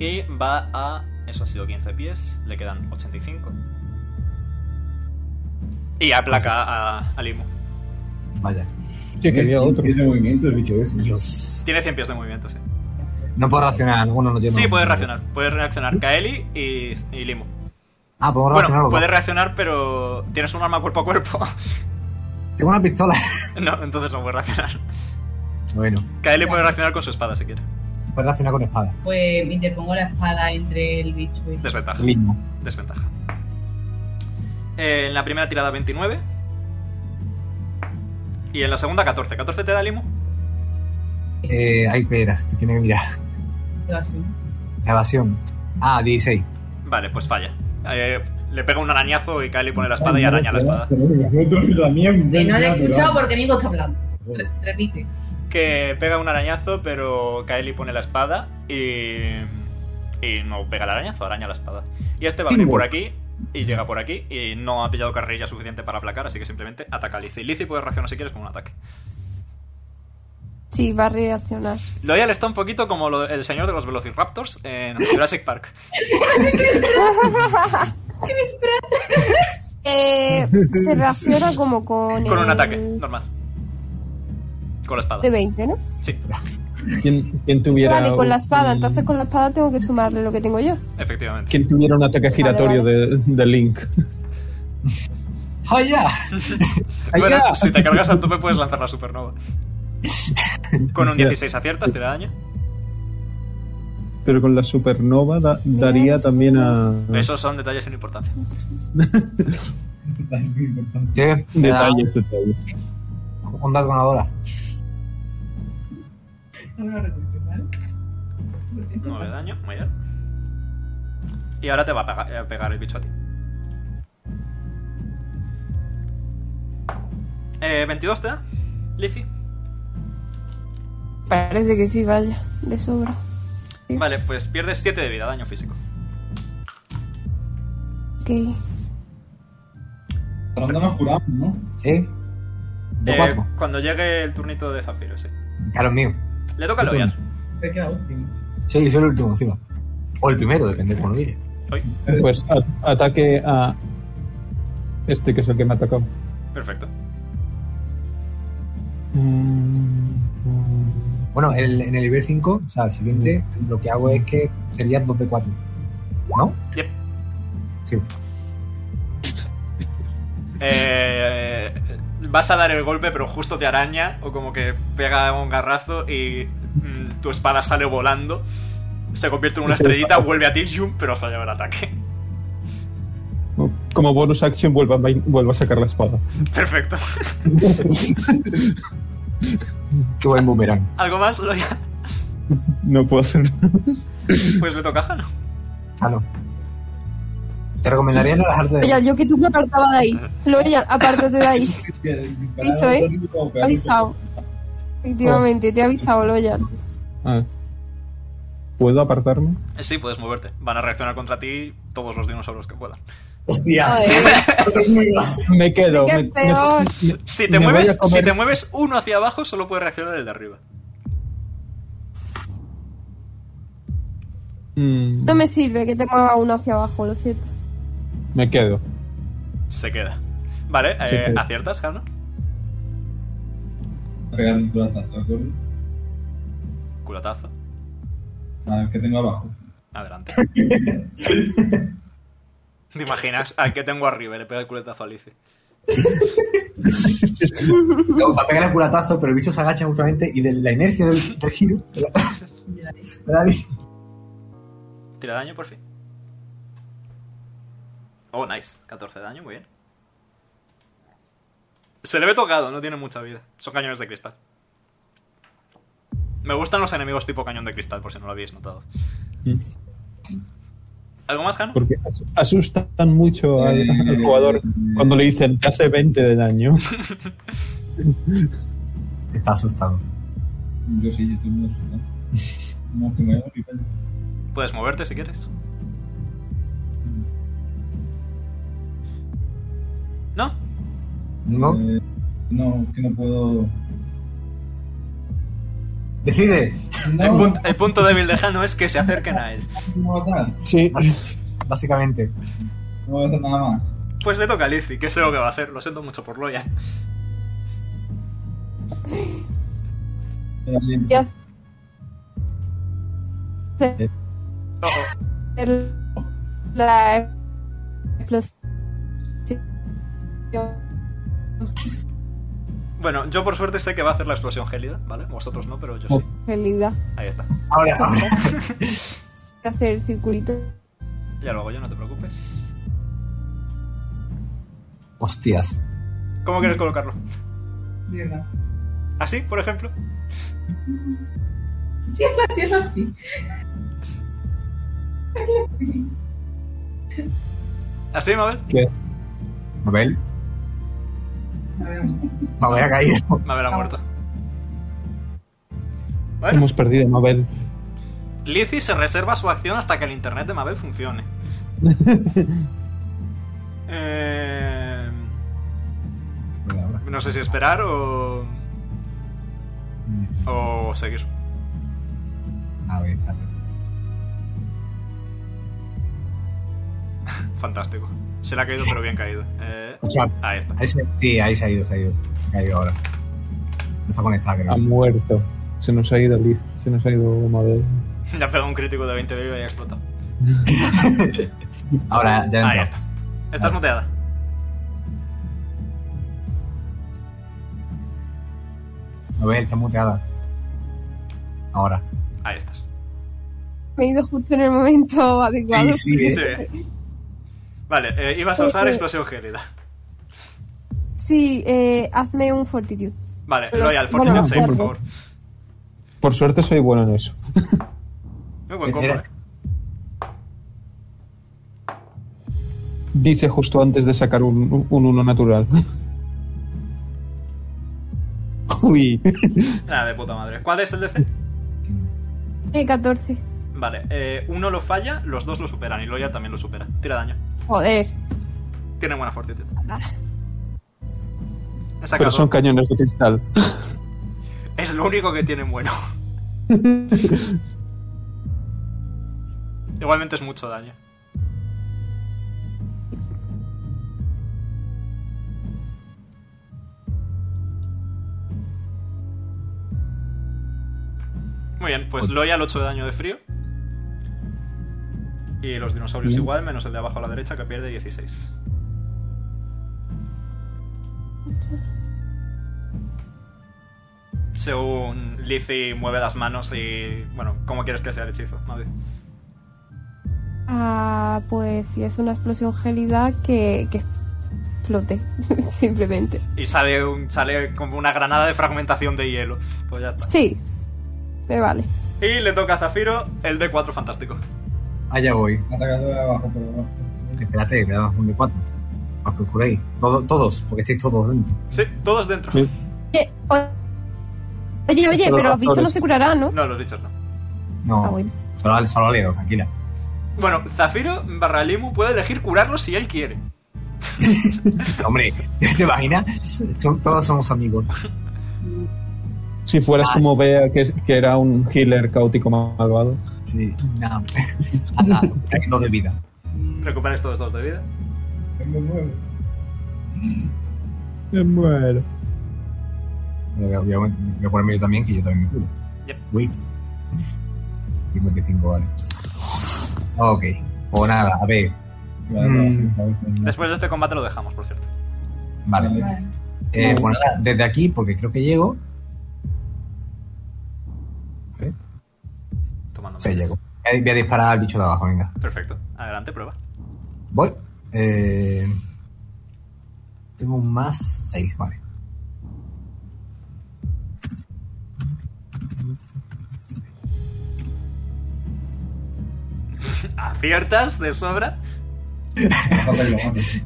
Speaker 1: Y va a. Eso ha sido 15 pies, le quedan 85. Y aplaca a, a Limo.
Speaker 5: Vaya.
Speaker 6: Que quería otro.
Speaker 7: Tiene movimiento el bicho ese.
Speaker 5: Dios.
Speaker 1: Tiene 100 pies de movimiento, sí.
Speaker 5: No puedo racionar, bueno, no tiene.
Speaker 1: Sí, puedes reaccionar. Puedes reaccionar Kaeli y, y Limo.
Speaker 5: Ah, puedo racionar
Speaker 1: Bueno,
Speaker 5: los dos.
Speaker 1: puedes reaccionar, pero tienes un arma cuerpo a cuerpo.
Speaker 5: Tengo una pistola.
Speaker 1: No, entonces no puedes reaccionar.
Speaker 5: bueno,
Speaker 1: Kaeli puede reaccionar con su espada si quiere.
Speaker 5: puedes racionar con espada.
Speaker 9: Pues interpongo la espada entre el bicho y.
Speaker 1: Desventaja.
Speaker 5: Mismo.
Speaker 1: Desventaja. Eh, en la primera tirada 29. Y en la segunda 14. ¿14 te da limo?
Speaker 5: Eh, ahí que era, que tiene que mirar.
Speaker 9: ¿Qué va a ser?
Speaker 5: La evasión. Ah, 16.
Speaker 1: Vale, pues falla. Eh, le pega un arañazo y Kylie pone la espada y araña la espada.
Speaker 9: Que no
Speaker 7: no
Speaker 9: lo he escuchado porque Nico está hablando. Re- Repite.
Speaker 1: Que pega un arañazo, pero Kylie pone la espada y. Y no pega el arañazo, araña la espada. Y este va a venir por aquí y llega por aquí y no ha pillado carrilla suficiente para aplacar, así que simplemente ataca a Lizzie. Lizzie puede reaccionar si quieres con un ataque.
Speaker 3: Sí, va a reaccionar.
Speaker 1: Loyal está un poquito como lo- el señor de los Velociraptors en Jurassic Park.
Speaker 3: Eh, se reacciona como con.
Speaker 1: Con un
Speaker 3: el
Speaker 1: ataque, normal. Con la espada.
Speaker 3: De 20, ¿no?
Speaker 1: Sí,
Speaker 6: ¿Quién, quién tuviera.
Speaker 3: Vale, con la
Speaker 6: un-
Speaker 3: espada. Entonces con la espada tengo que sumarle lo que tengo yo.
Speaker 1: efectivamente.
Speaker 6: ¿Quién tuviera un ataque giratorio de, de Link?
Speaker 5: ¡Oh, ya!
Speaker 1: Bueno,
Speaker 6: ya!
Speaker 1: si te cargas al tope puedes lanzar la supernova. Con un 16 aciertas, te da daño.
Speaker 6: Pero con la supernova da- daría también a.
Speaker 1: Esos son detalles sin importancia.
Speaker 5: Sí, me da
Speaker 6: Detalles, detalles.
Speaker 5: Un dado ganadora.
Speaker 4: No me lo recuerdo, ¿vale?
Speaker 1: 9 de daño, muy bien. Y ahora te va a pega- a pegar, el bicho a ti. Eh, 22 te da, Lizzie.
Speaker 3: Parece que sí, vaya. De sobra.
Speaker 1: Vale, pues pierdes 7 de vida, daño físico.
Speaker 3: Ok.
Speaker 2: Cuando nos curamos, ¿no?
Speaker 5: Sí. De
Speaker 1: Eh,
Speaker 5: cuatro.
Speaker 1: cuando llegue el turnito de Zafiro, sí.
Speaker 5: Claro, es mío.
Speaker 1: Le toca a
Speaker 5: Otro.
Speaker 1: Loyal.
Speaker 9: Pero queda último.
Speaker 5: Sí, yo soy el último encima. O el primero, depende de cómo lo mire.
Speaker 6: Pues a- ataque a. Este que es el que me ha atacado.
Speaker 1: Perfecto.
Speaker 5: Bueno, el- en el nivel 5, o sea, el siguiente, lo que hago es que sería 2 de 4. ¿No?
Speaker 1: Yep.
Speaker 5: Sí.
Speaker 1: Eh, vas a dar el golpe, pero justo te araña o como que pega un garrazo y mm, tu espada sale volando, se convierte en una estrellita, vuelve a ti, yum, pero falla el ataque.
Speaker 6: Como bonus action vuelvo a, vain- vuelvo a sacar la espada.
Speaker 1: Perfecto.
Speaker 5: Qué buen boomerang.
Speaker 1: ¿Algo más? Loya?
Speaker 6: No puedo hacer nada.
Speaker 1: Pues le toca a Jano.
Speaker 5: Ah, no. Te recomendaría no dejarte de.
Speaker 3: Loyal, yo que tú me apartaba de ahí. Loyal, apártate de ahí. Piso, ¿eh? Te he avisado. Efectivamente, te he avisado, Loyal.
Speaker 6: Ah. ¿Puedo apartarme?
Speaker 1: Eh, Sí, puedes moverte. Van a reaccionar contra ti todos los dinosaurios que puedan.
Speaker 5: ¡Hostia!
Speaker 3: Joder,
Speaker 6: Me quedo.
Speaker 3: qué
Speaker 6: me-
Speaker 3: peor.
Speaker 1: Si te,
Speaker 6: Me voy
Speaker 1: mueves,
Speaker 6: a comer-
Speaker 1: si te mueves uno hacia abajo, solo puede reaccionar el de arriba.
Speaker 6: Mm,
Speaker 3: No me sirve que te mueva uno hacia abajo, lo siento.
Speaker 6: me quedo.
Speaker 1: Se queda. Vale, eh,
Speaker 6: Se queda.
Speaker 1: aciertas, Jano.
Speaker 2: Pegar un platazo, ¿de acuerdo?
Speaker 1: Culatazo.
Speaker 2: Al que tengo abajo.
Speaker 1: Adelante. ¿Te imaginas al que tengo arriba? Le pega el culetazo a Alice.
Speaker 5: No, va a pegar el culatazo, pero el bicho se agacha justamente y de la inercia del, del giro. de la- de la li-
Speaker 1: Tira daño por fin. Oh, nice. 14 de daño, muy bien. Se le ve tocado, no tiene mucha vida. Son cañones de cristal. Me gustan los enemigos tipo cañón de cristal, por si no lo habéis notado. ¿Algo más, Jano?
Speaker 6: Porque as- asustan mucho al,
Speaker 2: Eh,
Speaker 6: al jugador cuando le dicen te hace 20 de daño.
Speaker 5: Está asustado.
Speaker 2: Yo sí, yo tengo unos. ¿no? No, que me voy a morir, vaya.
Speaker 1: Puedes moverte si quieres. ¿No?
Speaker 5: ¿No?
Speaker 2: Eh, no, que no puedo.
Speaker 5: Decide.
Speaker 1: El,
Speaker 2: No,
Speaker 1: pun- el punto débil de Jano es que se acerquen a él.
Speaker 2: no va a dar.
Speaker 6: Sí.
Speaker 5: Básicamente.
Speaker 2: No voy a hacer nada más.
Speaker 1: Pues le toca a Lizzy, que sé lo que va a hacer. Lo siento mucho por Loyan.
Speaker 2: Pero bien,
Speaker 3: ¿Qué hace?
Speaker 1: Oh, oh.
Speaker 3: El- La explosión.
Speaker 1: Bueno, yo por suerte sé que va a hacer la explosión gélida, ¿vale? Vosotros no, pero yo sí.
Speaker 3: Realidad.
Speaker 1: Ahí está.
Speaker 5: Ahora, ahora.
Speaker 3: Hacer el circulito.
Speaker 1: Ya lo hago yo, no te preocupes.
Speaker 5: Hostias.
Speaker 1: ¿Cómo quieres colocarlo?
Speaker 4: Mierda.
Speaker 1: ¿Así, por ejemplo?
Speaker 4: Así es así.
Speaker 1: ¿Así, Mabel?
Speaker 5: Mabel.
Speaker 4: A ver,
Speaker 5: Mabel ha caído.
Speaker 1: Mabel ha muerto. Bueno,
Speaker 6: Hemos perdido, Mabel.
Speaker 1: Lizzy se reserva su acción hasta que el internet de Mabel funcione. Eh,
Speaker 5: Mira, ahora.
Speaker 1: no sé si esperar o. o seguir.
Speaker 5: Mm. A ver, a ver.
Speaker 1: Fantástico. Se le ha caído, pero bien caído. Eh,
Speaker 5: Escucha,
Speaker 1: ahí está.
Speaker 5: ahí se- sí, ahí se ha ido, se ha ido. Se ha caído ahora. No está conectada, creo.
Speaker 6: Ha muerto. Se nos ha ido Liz. Se nos ha ido Mabel.
Speaker 1: Le ha pegado un crítico de 20 de vida y ha explotado.
Speaker 5: Ahora ya
Speaker 1: Ahí
Speaker 5: entra.
Speaker 1: está. Estás muteada.
Speaker 5: Mabel está muteada. Ahora.
Speaker 1: Ahí estás.
Speaker 3: Me he ido justo en el momento adecuado.
Speaker 5: sí, eh.
Speaker 1: Sí. Vale, eh, ibas a usar
Speaker 3: Eh, eh.
Speaker 1: explosión gélida.
Speaker 3: Sí, eh, hazme un fortitude.
Speaker 1: Vale,
Speaker 3: Los-
Speaker 1: Royal,
Speaker 3: bueno,
Speaker 1: Fortitude
Speaker 6: los
Speaker 1: 6, por
Speaker 3: cuatro.
Speaker 1: favor.
Speaker 6: Por suerte soy bueno en eso.
Speaker 1: Muy buen combo,
Speaker 5: Era-
Speaker 1: eh.
Speaker 6: Dice justo antes de sacar un, un uno natural. Uy.
Speaker 1: Nada, de puta madre. ¿Cuál es el DC?
Speaker 3: Eh, 14.
Speaker 1: Vale, eh, uno lo falla, los dos lo superan y Loyal también lo supera. Tira daño.
Speaker 3: Joder.
Speaker 1: Tiene buena Fortitude. He
Speaker 6: Pero
Speaker 1: sacado-
Speaker 6: son cañones de cristal.
Speaker 1: Es lo único que tienen bueno. Igualmente es mucho daño. Muy bien, pues Loyal 8 de daño de frío. Y los dinosaurios
Speaker 6: Bien.
Speaker 1: igual, menos el de abajo a la derecha que pierde 16. Según Lizzie mueve las manos y. Bueno, ¿cómo quieres que sea el hechizo? Mavi?
Speaker 3: Ah, pues si es una explosión gélida que, que flote, simplemente.
Speaker 1: Y sale, un, sale como una granada de fragmentación de hielo. Pues ya está.
Speaker 3: Sí, me Eh, vale.
Speaker 1: Y le toca a Zafiro el D4 fantástico.
Speaker 5: Allá voy.
Speaker 2: atacando de abajo, pero no.
Speaker 5: Espérate, me damos un de cuatro. Para que os curéis. Todo- todos, porque estáis todos dentro.
Speaker 1: Sí, todos dentro.
Speaker 6: Sí.
Speaker 3: Oye, o- oye, oye,
Speaker 6: Los
Speaker 3: pero los bichos
Speaker 6: raptores.
Speaker 3: no se curarán, ¿no?
Speaker 1: No, los bichos no.
Speaker 3: Ah,
Speaker 5: No,
Speaker 3: bueno.
Speaker 5: solo, solo Leo, tranquila.
Speaker 1: Bueno, Zafiro barra Limu puede elegir curarlos si él quiere.
Speaker 5: Hombre, ¿te imaginas? Son- todos somos amigos.
Speaker 6: Si fueras como Bea, que, que era un healer caótico malvado.
Speaker 5: Sí, nada. Anda, no de vida.
Speaker 1: Recuperas todos dos de vida.
Speaker 2: Tengo nueve.
Speaker 6: Me muero.
Speaker 5: Voy a, voy a- voy a ponerme yo también, que yo también me curo.
Speaker 1: Yep.
Speaker 5: Wait. 55, vale. Ok, o nada, a ver. Mm,
Speaker 1: Después de este combate lo dejamos, por cierto.
Speaker 5: Vale. Eh, pues nada, desde aquí, porque creo que llego. Ok,
Speaker 1: Tomando
Speaker 5: Sí,
Speaker 1: medidas.
Speaker 5: llego. Eh, Voy a disparar al bicho de abajo, venga.
Speaker 1: Perfecto. Adelante, prueba.
Speaker 5: Voy. Eh, tengo un más 6, vale.
Speaker 1: Aciertas de sobra.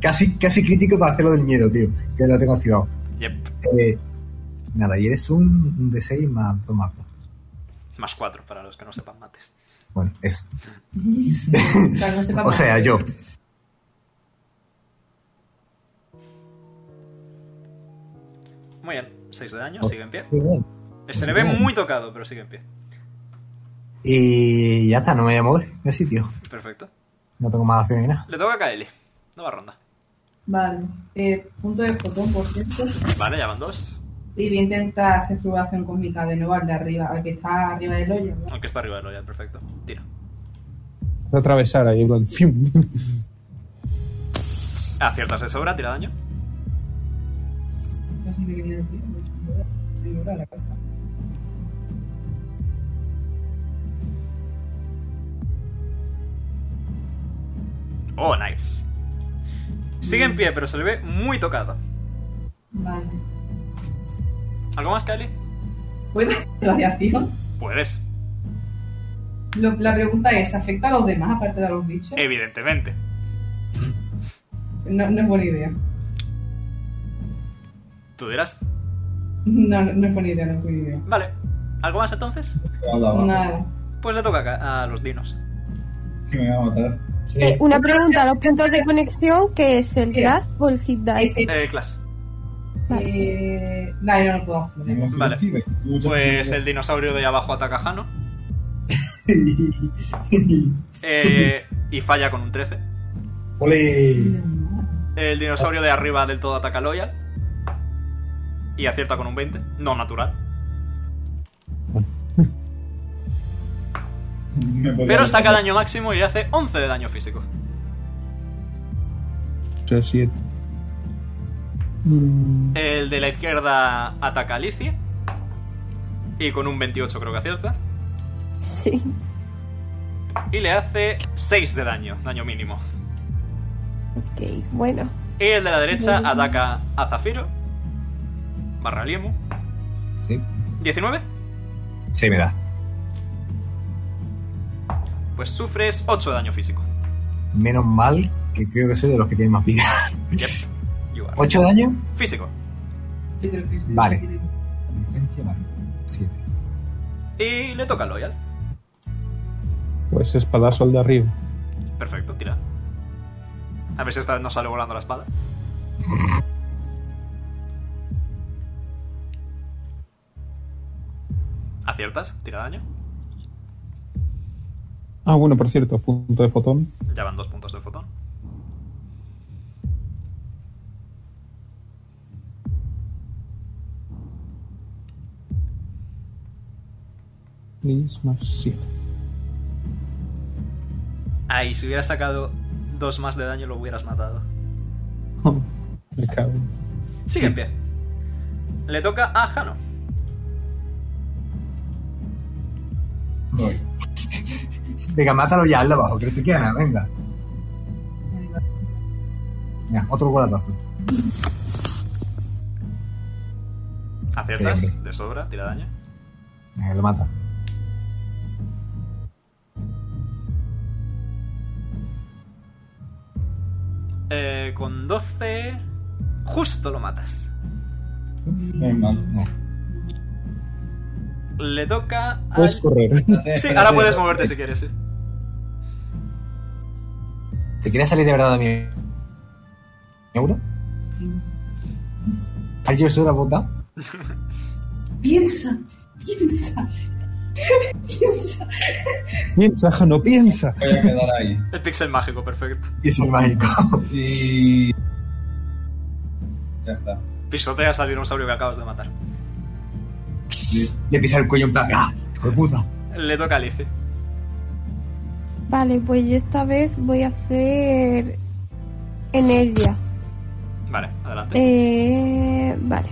Speaker 5: Casi, casi crítico para hacerlo del miedo, tío. Que lo tengo activado.
Speaker 1: Yep.
Speaker 5: Eh, nada, y eres un, un D6 más 2 más 2.
Speaker 1: Más cuatro para los que no sepan mates.
Speaker 5: Bueno, eso.
Speaker 9: Para no sepa
Speaker 5: O sea, yo.
Speaker 1: Muy bien. 6 de daño,
Speaker 5: Oh.
Speaker 1: sigue en pie.
Speaker 5: Sí, bien.
Speaker 1: Se le ve muy tocado, pero sigue en pie.
Speaker 5: Y ya está, no me voy a mover de sitio.
Speaker 1: Perfecto.
Speaker 5: No tengo más acción ni nada.
Speaker 1: Le toca a Kaeli. Nueva ronda.
Speaker 9: Vale. Eh, punto de fotón, por cierto.
Speaker 1: Vale, ya van dos.
Speaker 9: Y voy a intentar hacer fluctuación cósmica de nuevo al de arriba, al que está arriba del hoyo. ¿no?
Speaker 1: Aunque está arriba del hoyo, perfecto. Tira.
Speaker 6: Vas a atravesar ahí, en plan, ¡fium!
Speaker 1: Aciertas de sobra, tira daño.
Speaker 9: No sé qué viene el tío, no sé, se me va la cabeza.
Speaker 1: Oh, nice. Sigue en pie, pero se le ve muy tocado.
Speaker 9: Vale.
Speaker 1: ¿Algo más, Kaeli?
Speaker 9: ¿Puedo hacer radiación?
Speaker 1: Puedes.
Speaker 9: Lo- la pregunta es, ¿afecta a los demás aparte de a los bichos?
Speaker 1: Evidentemente.
Speaker 9: No, no es buena idea.
Speaker 1: Tú dirás.
Speaker 9: No, no, no es buena idea, no es buena idea.
Speaker 1: Vale. ¿Algo más entonces?
Speaker 9: Nada.
Speaker 1: Pues le toca a ca- a los dinos.
Speaker 2: Que me va a matar.
Speaker 3: Eh, una pregunta, los puntos de conexión, ¿qué es el Glass o el Hit Dice?
Speaker 1: Eh, Clash.
Speaker 9: Eh, no, yo no puedo hacer.
Speaker 1: Vale.
Speaker 2: Muchas
Speaker 1: Pues
Speaker 2: gracias.
Speaker 1: el dinosaurio de abajo ataca a Jano. Eh, y falla con un 13.
Speaker 5: ¡Ole!
Speaker 1: El dinosaurio de arriba del todo ataca a Loyal. Y acierta con un 20. No natural.
Speaker 2: Me podría
Speaker 1: eh, Pero
Speaker 2: haber-
Speaker 1: saca daño máximo y hace 11 de daño físico.
Speaker 6: O sea, siete. Mm,
Speaker 1: El de la izquierda ataca a Lizzie. Y con un 28 creo que acierta.
Speaker 3: Sí.
Speaker 1: Y le hace 6 de daño, daño mínimo.
Speaker 3: Ok, bueno.
Speaker 1: Y el de la derecha ataca a Zafiro. Barra Liemu.
Speaker 5: Sí.
Speaker 1: 19.
Speaker 5: Sí, me da.
Speaker 1: Pues sufres 8 de daño físico.
Speaker 5: Menos mal que creo que soy de los que tienen más vida.
Speaker 1: You are.
Speaker 5: ¿8 daño?
Speaker 1: Físico.
Speaker 9: Yo creo que sí.
Speaker 5: Vale. Resistencia, vale. 7.
Speaker 1: Y le toca a Loyal.
Speaker 6: Pues espadazo al de arriba.
Speaker 1: Perfecto, tira. A ver si esta vez no sale volando la espada. Aciertas, tira daño.
Speaker 6: Ah, bueno, por cierto, punto de fotón.
Speaker 1: Ya van dos puntos de fotón.
Speaker 6: Please, más 7.
Speaker 1: Ay, si hubieras sacado dos más de daño lo hubieras matado.
Speaker 6: Oh, Me cago. en-
Speaker 1: Sigue en pie. Le toca a Jano.
Speaker 5: Venga, mátalo ya al de abajo, que no te queda nada, venga. Venga, otro guardazo. Sí,
Speaker 1: Aciertas,
Speaker 5: hombre.
Speaker 1: de sobra, tira daño.
Speaker 5: Venga, lo mata.
Speaker 1: Eh, con 12... Justo lo matas.
Speaker 2: Menos mal.
Speaker 5: Venga.
Speaker 1: Le toca a...
Speaker 5: Pues,
Speaker 6: Puedes correr.
Speaker 1: Sí, ahora puedes moverte si quieres, sí.
Speaker 5: ¿Te quieres salir de verdad de mi euro? ¿Hay yo eso de la bota?
Speaker 9: Piensa, piensa, piensa.
Speaker 6: piensa, Jano, piensa.
Speaker 2: Voy a quedar ahí.
Speaker 1: El pixel mágico, perfecto.
Speaker 5: Y soy mágico.
Speaker 2: Y. Ya está.
Speaker 1: Pisoteas al dinosaurio que acabas de matar.
Speaker 5: Le pisa el cuello en plan, ¡ah! ¡Hijo de puta!
Speaker 1: Le toca a Lizzie.
Speaker 3: Vale, pues yo esta vez voy a hacer energía.
Speaker 1: Vale, adelante.
Speaker 3: Eh, vale.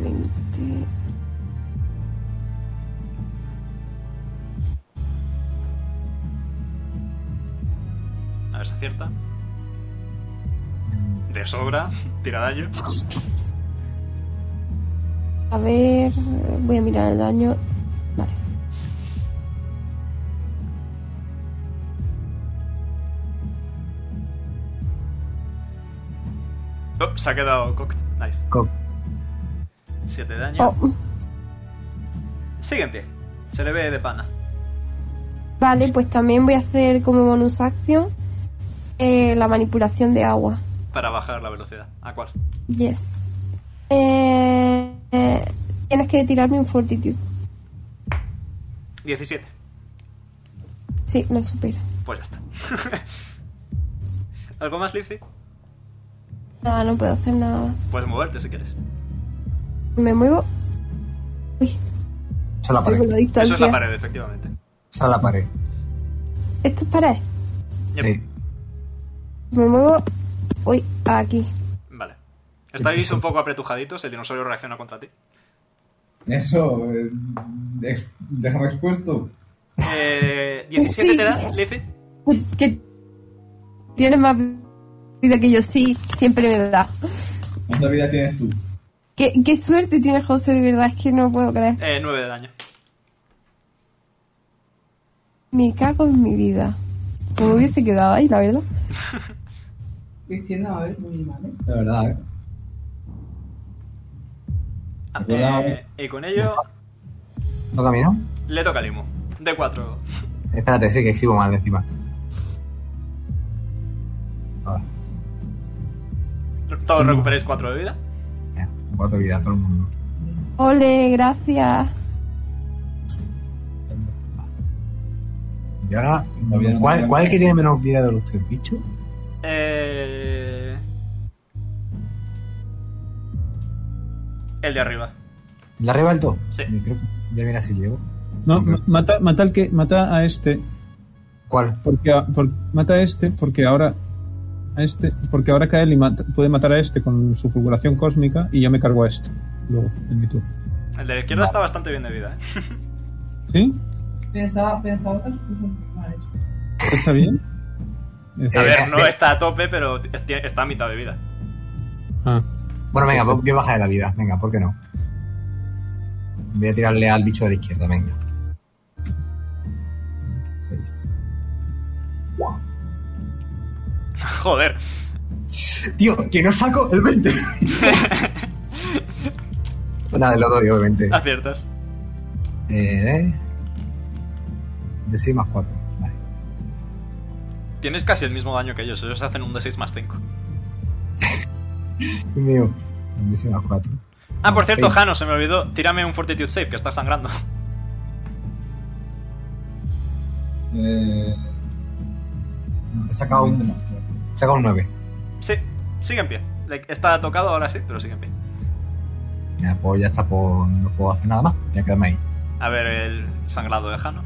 Speaker 3: 20.
Speaker 1: A ver si acierta. De sobra, tira daño.
Speaker 3: A ver, voy a mirar el daño. Vale.
Speaker 1: Oh, se ha quedado cocked. Nice.
Speaker 5: Co-
Speaker 1: 7 de daño.
Speaker 3: Oh,
Speaker 1: Sigue en pie. Se le ve de pana.
Speaker 3: Vale, pues también voy a hacer como bonus acción eh, la manipulación de agua.
Speaker 1: Para bajar la velocidad. ¿A cuál?
Speaker 3: Yes. Eh, eh, tienes que tirarme un fortitude.
Speaker 1: 17.
Speaker 3: Sí, lo supera.
Speaker 1: Pues ya está. ¿Algo más, Lizzy?
Speaker 3: Nada, no puedo hacer nada más.
Speaker 1: Puedes moverte si quieres.
Speaker 3: Me muevo. Uy,
Speaker 5: Esa es la
Speaker 3: estoy con
Speaker 1: Eso
Speaker 3: la
Speaker 5: pared.
Speaker 3: distancia.
Speaker 1: es la pared, efectivamente.
Speaker 5: Esa es la pared.
Speaker 3: Esto es pared.
Speaker 1: Yep.
Speaker 5: Sí.
Speaker 3: Me muevo. Uy, aquí.
Speaker 1: Vale. Estáis un poco apretujaditos, el dinosaurio reacciona contra ti.
Speaker 2: Eso, eh, ex- déjame expuesto.
Speaker 1: Eh, 17 te da,
Speaker 3: Sí.
Speaker 1: Lizzy.
Speaker 3: Que tienes más vida que yo, sí, siempre me da.
Speaker 2: ¿Cuánta vida tienes tú?
Speaker 3: Qué, qué suerte tiene José, de verdad, es que no puedo creer.
Speaker 1: Eh, 9 de daño.
Speaker 3: Me cago en mi vida. Como hubiese quedado ahí, la verdad.
Speaker 9: Diciendo, a ver, muy mal, ¿eh?
Speaker 5: De verdad, ¿eh?
Speaker 1: Ah,
Speaker 2: Hola.
Speaker 1: eh, y con ello
Speaker 5: ¿No camino?
Speaker 1: le toca a Limo. D4.
Speaker 5: Espérate, sí, que escribo mal encima. Ahora,
Speaker 1: Todos recuperáis 4 de vida.
Speaker 5: ya, cuatro vidas, todo el mundo.
Speaker 3: Ole, gracias.
Speaker 5: Ya,
Speaker 2: Todavía no
Speaker 5: ¿cuál,
Speaker 2: tengo-
Speaker 5: ¿Cuál es que tiene menos vida de los tres bichos?
Speaker 1: Eh... El de arriba.
Speaker 5: ¿La arriba el 2?
Speaker 1: Sí.
Speaker 5: Yo creo que ya mira si llego.
Speaker 6: No, ma- mata, mata al que, mata a este,
Speaker 5: ¿Cuál?
Speaker 6: porque, a- por- mata a este, porque ahora a este, porque ahora Kaeli mata- puede matar a este con su fulguración cósmica y yo me cargo a este. Luego, en mi turno.
Speaker 1: El de la izquierda está bastante bien de vida, ¿eh?
Speaker 6: ¿Sí?
Speaker 9: Pensaba, pensaba otras cosas. Vale.
Speaker 6: ¿Está bien?
Speaker 1: A
Speaker 5: Eh,
Speaker 1: ver, no
Speaker 5: eh.
Speaker 1: está a tope, pero es- tiene- está a mitad de vida.
Speaker 6: Ah,
Speaker 5: Bueno, venga, voy a bajar de la vida. Venga, ¿por qué no? Voy a tirarle al bicho de la izquierda, venga. Seis.
Speaker 1: Joder.
Speaker 5: Tío, que no saco el 20. Nada, lo doy, obviamente.
Speaker 1: Aciertas.
Speaker 5: Eh, de 6 más 4. Vale.
Speaker 1: Tienes casi el mismo daño que ellos. Ellos hacen un de 6 más 5.
Speaker 5: Dios mío. De 6 más 4.
Speaker 1: Ah, por cierto,
Speaker 5: Sí.
Speaker 1: Jano, se me olvidó. Tírame un Fortitude Save, que está sangrando.
Speaker 2: Eh,
Speaker 5: He sacado un, he sacado un 9.
Speaker 1: Sí, sigue en pie. Le- Está tocado ahora sí, pero sigue en pie.
Speaker 5: Ya, pues ya está, pues no puedo hacer nada más. Voy a quedarme ahí.
Speaker 1: A ver el sangrado de Jano.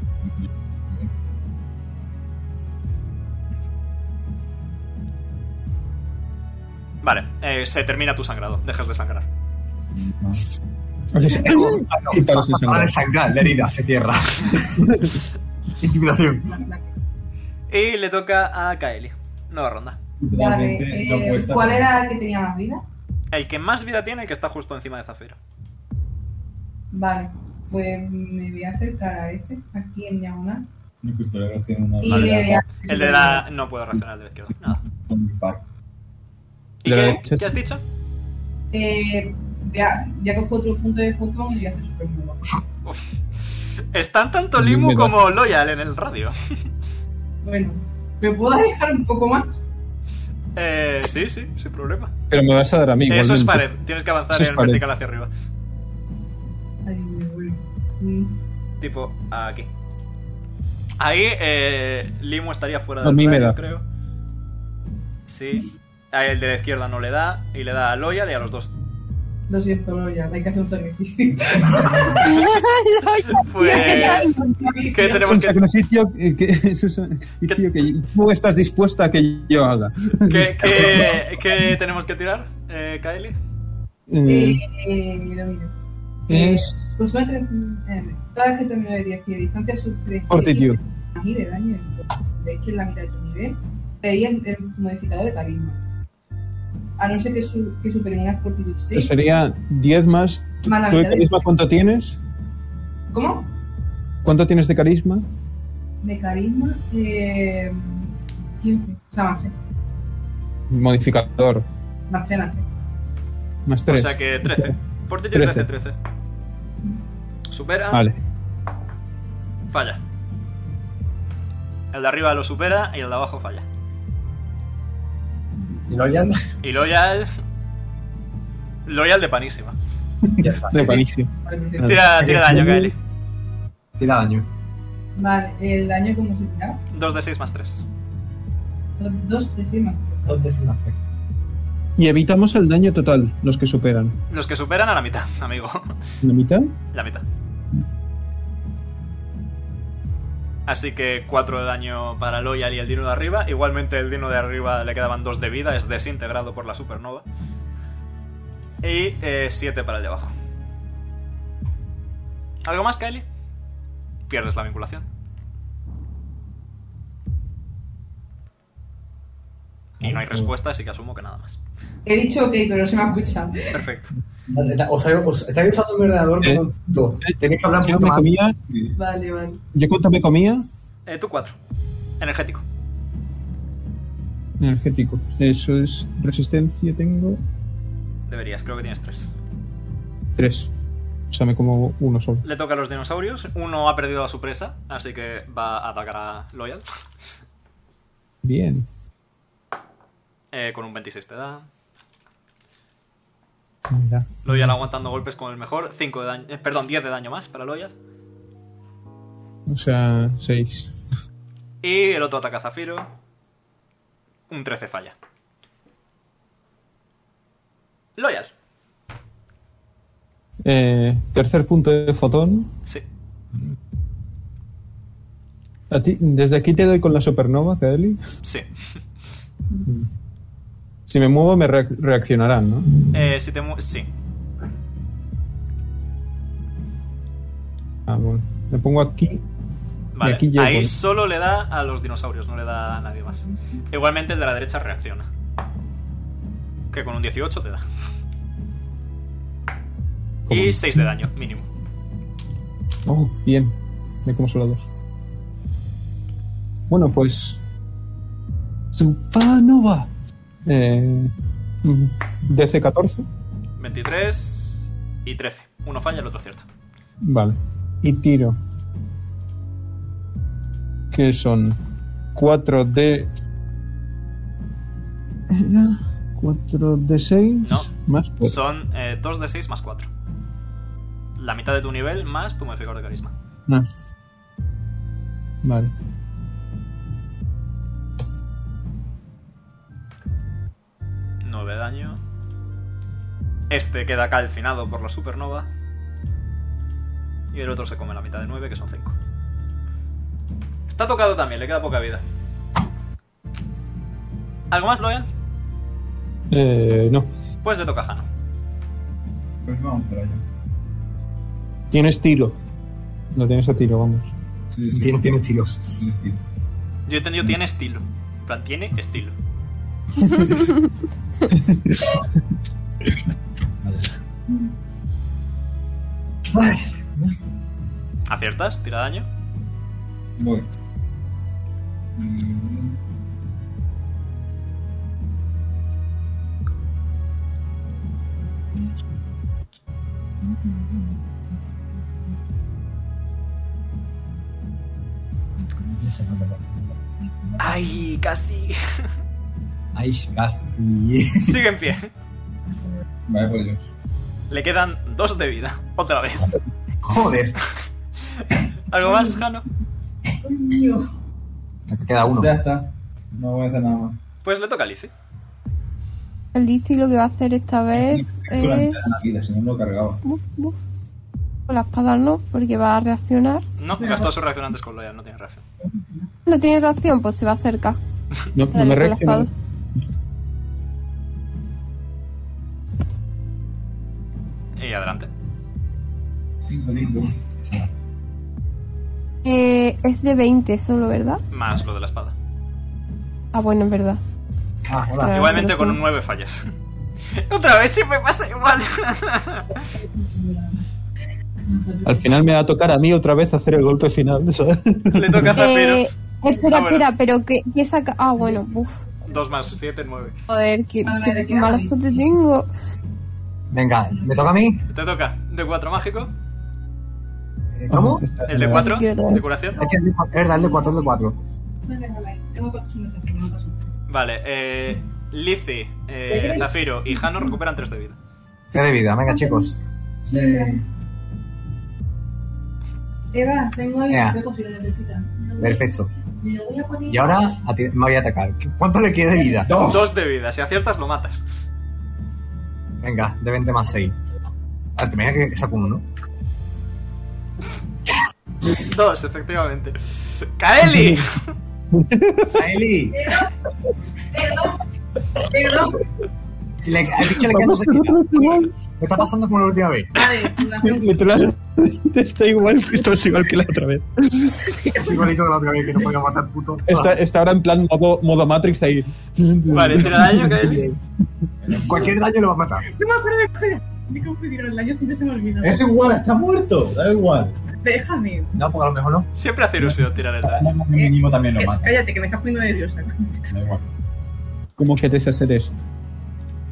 Speaker 1: Vale, eh, se termina tu sangrado. Dejas de sangrar.
Speaker 6: Haces-
Speaker 5: Ah, no,
Speaker 6: Y para sin
Speaker 5: acaba
Speaker 6: sangrar.
Speaker 5: de sangrar, la herida se cierra. Intimidación.
Speaker 1: Y le toca a Kaeli. Nueva ronda.
Speaker 9: Vale,
Speaker 2: Realmente no
Speaker 9: eh,
Speaker 2: cuesta
Speaker 9: ¿Cuál
Speaker 2: nada.
Speaker 9: era el que tenía más vida?
Speaker 1: El que más vida tiene, el que está justo encima de Zafiro.
Speaker 9: Vale, pues me voy a acercar a ese, aquí en diagonal.
Speaker 2: Los pistoleros tienen una
Speaker 9: Y
Speaker 2: vida
Speaker 9: le voy a...
Speaker 1: El de la. No puedo reaccionar al de la izquierda. Nada.
Speaker 2: con mi pack.
Speaker 1: ¿Y
Speaker 6: De la
Speaker 1: qué,
Speaker 6: derecha.
Speaker 1: qué has dicho?
Speaker 9: Eh, ya, ya cojo otro punto de fotón y voy a hacer super nuevo.
Speaker 1: Están tanto
Speaker 6: Bien,
Speaker 1: Limu
Speaker 6: bien.
Speaker 1: como Loyal en el radio.
Speaker 9: Bueno, ¿me puedo dejar un poco más?
Speaker 1: Eh, sí, sí, sin problema.
Speaker 6: Pero me vas a dar a mí.
Speaker 1: Eso es
Speaker 6: igualmente.
Speaker 1: pared. Tienes que avanzar
Speaker 6: Eso es
Speaker 1: en
Speaker 6: pared.
Speaker 1: vertical hacia arriba.
Speaker 9: Ay, me vuelvo. Mm,
Speaker 1: Tipo, aquí. Ahí eh, Limo estaría fuera
Speaker 6: A
Speaker 1: del
Speaker 6: mí me
Speaker 1: radio,
Speaker 6: da.
Speaker 1: creo. Sí. A el de la izquierda no le da. Y le da a Loyal y a los dos.
Speaker 4: Lo siento, Loya, hay que hacer un sacrificio.
Speaker 1: Pues. ¿Qué
Speaker 6: Es
Speaker 1: tenemos
Speaker 6: un
Speaker 1: que.?
Speaker 6: sacrificio que, que- es un sacrificio que tú estás dispuesta a que yo haga.
Speaker 1: ¿Qué, qué- qué tenemos que tirar, eh, Kylie?
Speaker 6: Eh,
Speaker 4: Eh, eh, lo miro.
Speaker 6: es
Speaker 4: Pues son tres. eh, Toda la gente menor de 10 pies de distancia sufre.
Speaker 6: fortitude.
Speaker 4: Y de daño. De que es la mitad de tu nivel. Pedí el, el modificador de carisma. A no ser que, su, que superen una fortitud 6.
Speaker 6: Sería 10 más. ¿Tú
Speaker 4: Mala
Speaker 6: de
Speaker 4: vida de-
Speaker 6: carisma cuánto tienes?
Speaker 4: ¿Cómo?
Speaker 6: ¿Cuánto tienes de carisma?
Speaker 4: De carisma, eh, 15. O sea, más 3.
Speaker 6: Modificador.
Speaker 4: Más 3, más 3.
Speaker 6: Más
Speaker 1: O
Speaker 6: 3.
Speaker 1: sea que 13. Fortitude 13,
Speaker 6: Trece.
Speaker 1: 13. Supera.
Speaker 6: Vale.
Speaker 1: Falla. El de arriba lo supera y el de abajo falla.
Speaker 5: Y lo ya
Speaker 1: Y Loyal. Loyal de panísima.
Speaker 5: ya está.
Speaker 6: De buenísimo.
Speaker 1: Tira, tira daño, Kylie.
Speaker 5: Tira daño.
Speaker 4: Vale, el daño como se tiraba.
Speaker 1: 2 de 6 más 3.
Speaker 4: 2 de 6 más
Speaker 5: Entonces es más
Speaker 6: Y evitamos el daño total, los que superan.
Speaker 1: Los que superan a la mitad, amigo.
Speaker 6: ¿La mitad?
Speaker 1: La mitad. Así que 4 de daño para Loyal y el dino de arriba. Igualmente el dino de arriba le quedaban 2 de vida, es desintegrado por la supernova. Y 7 para el de abajo. ¿Algo más, Kylie? Pierdes la vinculación. Y no hay respuesta, así que asumo que nada más.
Speaker 4: He dicho ok, pero no se me ha escuchado.
Speaker 1: Perfecto.
Speaker 5: Os, os estáis usando mi ordenador
Speaker 6: Eh.
Speaker 5: como un puto. Tenéis que hablar un
Speaker 6: Yo
Speaker 5: poquito
Speaker 6: me
Speaker 5: más.
Speaker 6: comía.
Speaker 4: Vale, vale.
Speaker 6: ¿Yo cuánto me comía?
Speaker 1: Eh, tú 4. Energético.
Speaker 6: Energético. Eso es. Resistencia tengo.
Speaker 1: Deberías, creo que tienes 3.
Speaker 6: 3. O sea, me como uno solo.
Speaker 1: Le toca a los dinosaurios. Uno ha perdido a su presa, así que va a atacar a Loyal.
Speaker 6: Bien.
Speaker 1: Eh, con un 26 te da.
Speaker 6: Mira.
Speaker 1: Loyal aguantando golpes con el mejor. 5 de daño. eh, perdón, 10 de daño más para Loyal.
Speaker 6: O sea, 6.
Speaker 1: Y el otro ataca a Zafiro. Un 13 falla. Loyal.
Speaker 6: Eh, tercer punto de fotón.
Speaker 1: Sí.
Speaker 6: A ti- desde aquí te doy con la supernova, Kaeli.
Speaker 1: Sí.
Speaker 6: Si me muevo, me reac- reaccionarán, ¿no?
Speaker 1: Eh, si te mu- sí.
Speaker 6: Ah, bueno. Me pongo aquí.
Speaker 1: Vale.
Speaker 6: aquí llego.
Speaker 1: Ahí solo le da a los dinosaurios, no le da a nadie más. Igualmente el de la derecha reacciona. Que con un 18 te da.
Speaker 6: ¿Cómo?
Speaker 1: Y 6 de daño, mínimo.
Speaker 6: Oh, bien. Me como solo dos. Bueno, pues. Supernova. Eh, mm, DC 14.
Speaker 1: 23 y 13. Uno falla, el otro acierta.
Speaker 6: Vale. Y tiro. Que son 4 de. 4 de 6.
Speaker 1: No.
Speaker 6: Más pues, cuatro.
Speaker 1: Son 2 de 6 más 4. La mitad de tu nivel más tu modificador de carisma.
Speaker 6: No. Vale.
Speaker 1: Nueve de daño. Este queda calcinado por la supernova. Y el otro se come la mitad de 9, que son 5. Está tocado también, le queda poca vida. ¿Algo más, Loyal?
Speaker 6: Eh, no.
Speaker 1: Pues le toca a Hano.
Speaker 2: Pues vamos para allá.
Speaker 6: Tienes tiro. Lo tienes a tiro, vamos.
Speaker 2: Sí, sí,
Speaker 5: Tiene, tiene tiros.
Speaker 2: sí, sí.
Speaker 1: Yo he entendido, tiene estilo. En plan, tiene estilo. ¿Aciertas? ¿Tira daño?
Speaker 2: Voy. Mm,
Speaker 1: ¡Ay, casi!
Speaker 5: Ay, casi.
Speaker 1: Sigue en pie.
Speaker 2: Vale, por Dios.
Speaker 1: Le quedan dos de vida. Otra vez.
Speaker 5: Joder.
Speaker 1: ¿Algo más, Jano?
Speaker 5: Te queda uno.
Speaker 2: Ya está. No voy a hacer nada más.
Speaker 1: Pues le toca a Lizzie.
Speaker 3: El Lizzy lo que va a hacer esta vez
Speaker 2: Con la
Speaker 3: es.
Speaker 2: mitad de la vida, si no me lo cargaba.
Speaker 3: Buf, buf. Con la espada no, porque va a reaccionar.
Speaker 1: No, gastó su reacción antes con Loyal, no tiene reacción.
Speaker 3: No tiene reacción, pues se va a acercar.
Speaker 6: No, no me
Speaker 3: Dale, con la
Speaker 6: reacciona.
Speaker 3: espada.
Speaker 1: Y adelante.
Speaker 3: Eh, es de 20 solo, ¿verdad?
Speaker 1: Más lo de la espada.
Speaker 3: Ah, bueno, es verdad.
Speaker 5: Ah, hola.
Speaker 3: Claro, se
Speaker 1: Igualmente
Speaker 3: los
Speaker 1: con
Speaker 3: pongo.
Speaker 1: un 9 fallas. Otra vez siempre pasa igual.
Speaker 6: Al final me va a tocar a mí otra vez hacer el golpe final, ¿sabes?
Speaker 1: Le toca a Zafiro.
Speaker 3: Eh, espera,
Speaker 1: Ah, bueno.
Speaker 3: espera, pero que, que saca. Ah, bueno, uff.
Speaker 1: 2 más 7, 9.
Speaker 3: Joder, que,
Speaker 4: Vale,
Speaker 3: que
Speaker 4: vale, queda
Speaker 3: mala
Speaker 4: bien.
Speaker 3: suerte tengo.
Speaker 5: Venga, ¿me toca a mí?
Speaker 1: Te toca de 4 mágico,
Speaker 5: Eh, ¿Cómo?
Speaker 1: el de 4 de curación.
Speaker 5: Es que el de cuatro- es verdad, el de 4 de 4.
Speaker 4: Tengo cuatro sumas aquí, no pasa nada.
Speaker 1: Vale, eh, Lizzie, eh, Zafiro y Jano recuperan 3 de vida.
Speaker 5: 3 de vida, venga, chicos.
Speaker 4: Eva, tengo ahí.
Speaker 5: Ya.
Speaker 4: hueco si lo necesitan. Me lo voy-
Speaker 5: Perfecto.
Speaker 4: Me lo voy a poner.
Speaker 5: Y ahora a ti- me voy a atacar. ¿Qué- ¿Cuánto le queda de vida?
Speaker 1: 2 de vida, si aciertas lo matas.
Speaker 5: Venga, de 20 más 6. Ah, te mira que saco uno, ¿no?
Speaker 1: 2, efectivamente. ¡Kaeli!
Speaker 5: ¡Eli!
Speaker 4: Perdón, perdón.
Speaker 5: Le, al bicho le queda no sé qué. ¿Qué está pasando como la última vez?
Speaker 4: Vale,
Speaker 6: Literalmente está igual, esto es igual que la otra vez.
Speaker 5: Es igualito que la otra vez que no podía matar puto.
Speaker 6: Está, está ahora en plan modo, modo Matrix ahí.
Speaker 1: Vale, tira daño, Kaeli.
Speaker 5: Cualquier daño lo va a matar.
Speaker 4: No me acuerdo de cuál. Me confundieron el año, siempre se me olvida.
Speaker 2: Es igual, está muerto, da igual.
Speaker 4: Déjame.
Speaker 5: No, porque a lo mejor no.
Speaker 1: Siempre hace ilusión tirar el daño.
Speaker 2: Mínimo también lo
Speaker 4: Eh,
Speaker 2: mata.
Speaker 4: Cállate, que me estás poniendo nerviosa.
Speaker 2: Da igual.
Speaker 6: ¿Cómo quieres hacer esto?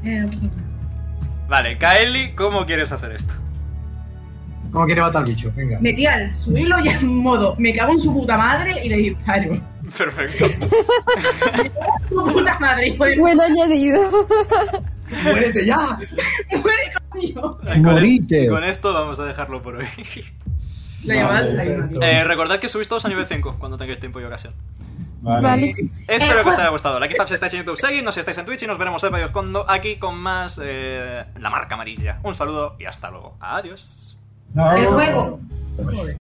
Speaker 4: Eh, pues nada.
Speaker 1: Vale, Kaeli, ¿cómo quieres hacer esto?
Speaker 5: ¿Cómo quiere matar al bicho? Venga.
Speaker 4: Metí al suelo y en modo, me cago en su puta madre y le disparo.
Speaker 1: Perfecto.
Speaker 4: Su puta madre, hijo de
Speaker 3: Buen añadido.
Speaker 5: ¡Muérete ya!
Speaker 4: muere, coño.
Speaker 1: Con
Speaker 6: Morite.
Speaker 1: es- Con esto vamos a dejarlo por hoy.
Speaker 4: La llamada
Speaker 2: Vale,
Speaker 4: está ahí,
Speaker 5: perfecto.
Speaker 1: Eh, recordad que subís todos a nivel 5 cuando tengáis tiempo y ocasión.
Speaker 3: Vale.
Speaker 1: Espero que os haya gustado. Like y subs si estáis en YouTube, seguidnos si estáis en Twitch y nos veremos el Dios cuando aquí con más eh, La Marca Amarilla. Un saludo y hasta luego. Adiós.
Speaker 2: No.
Speaker 4: El juego. Joder.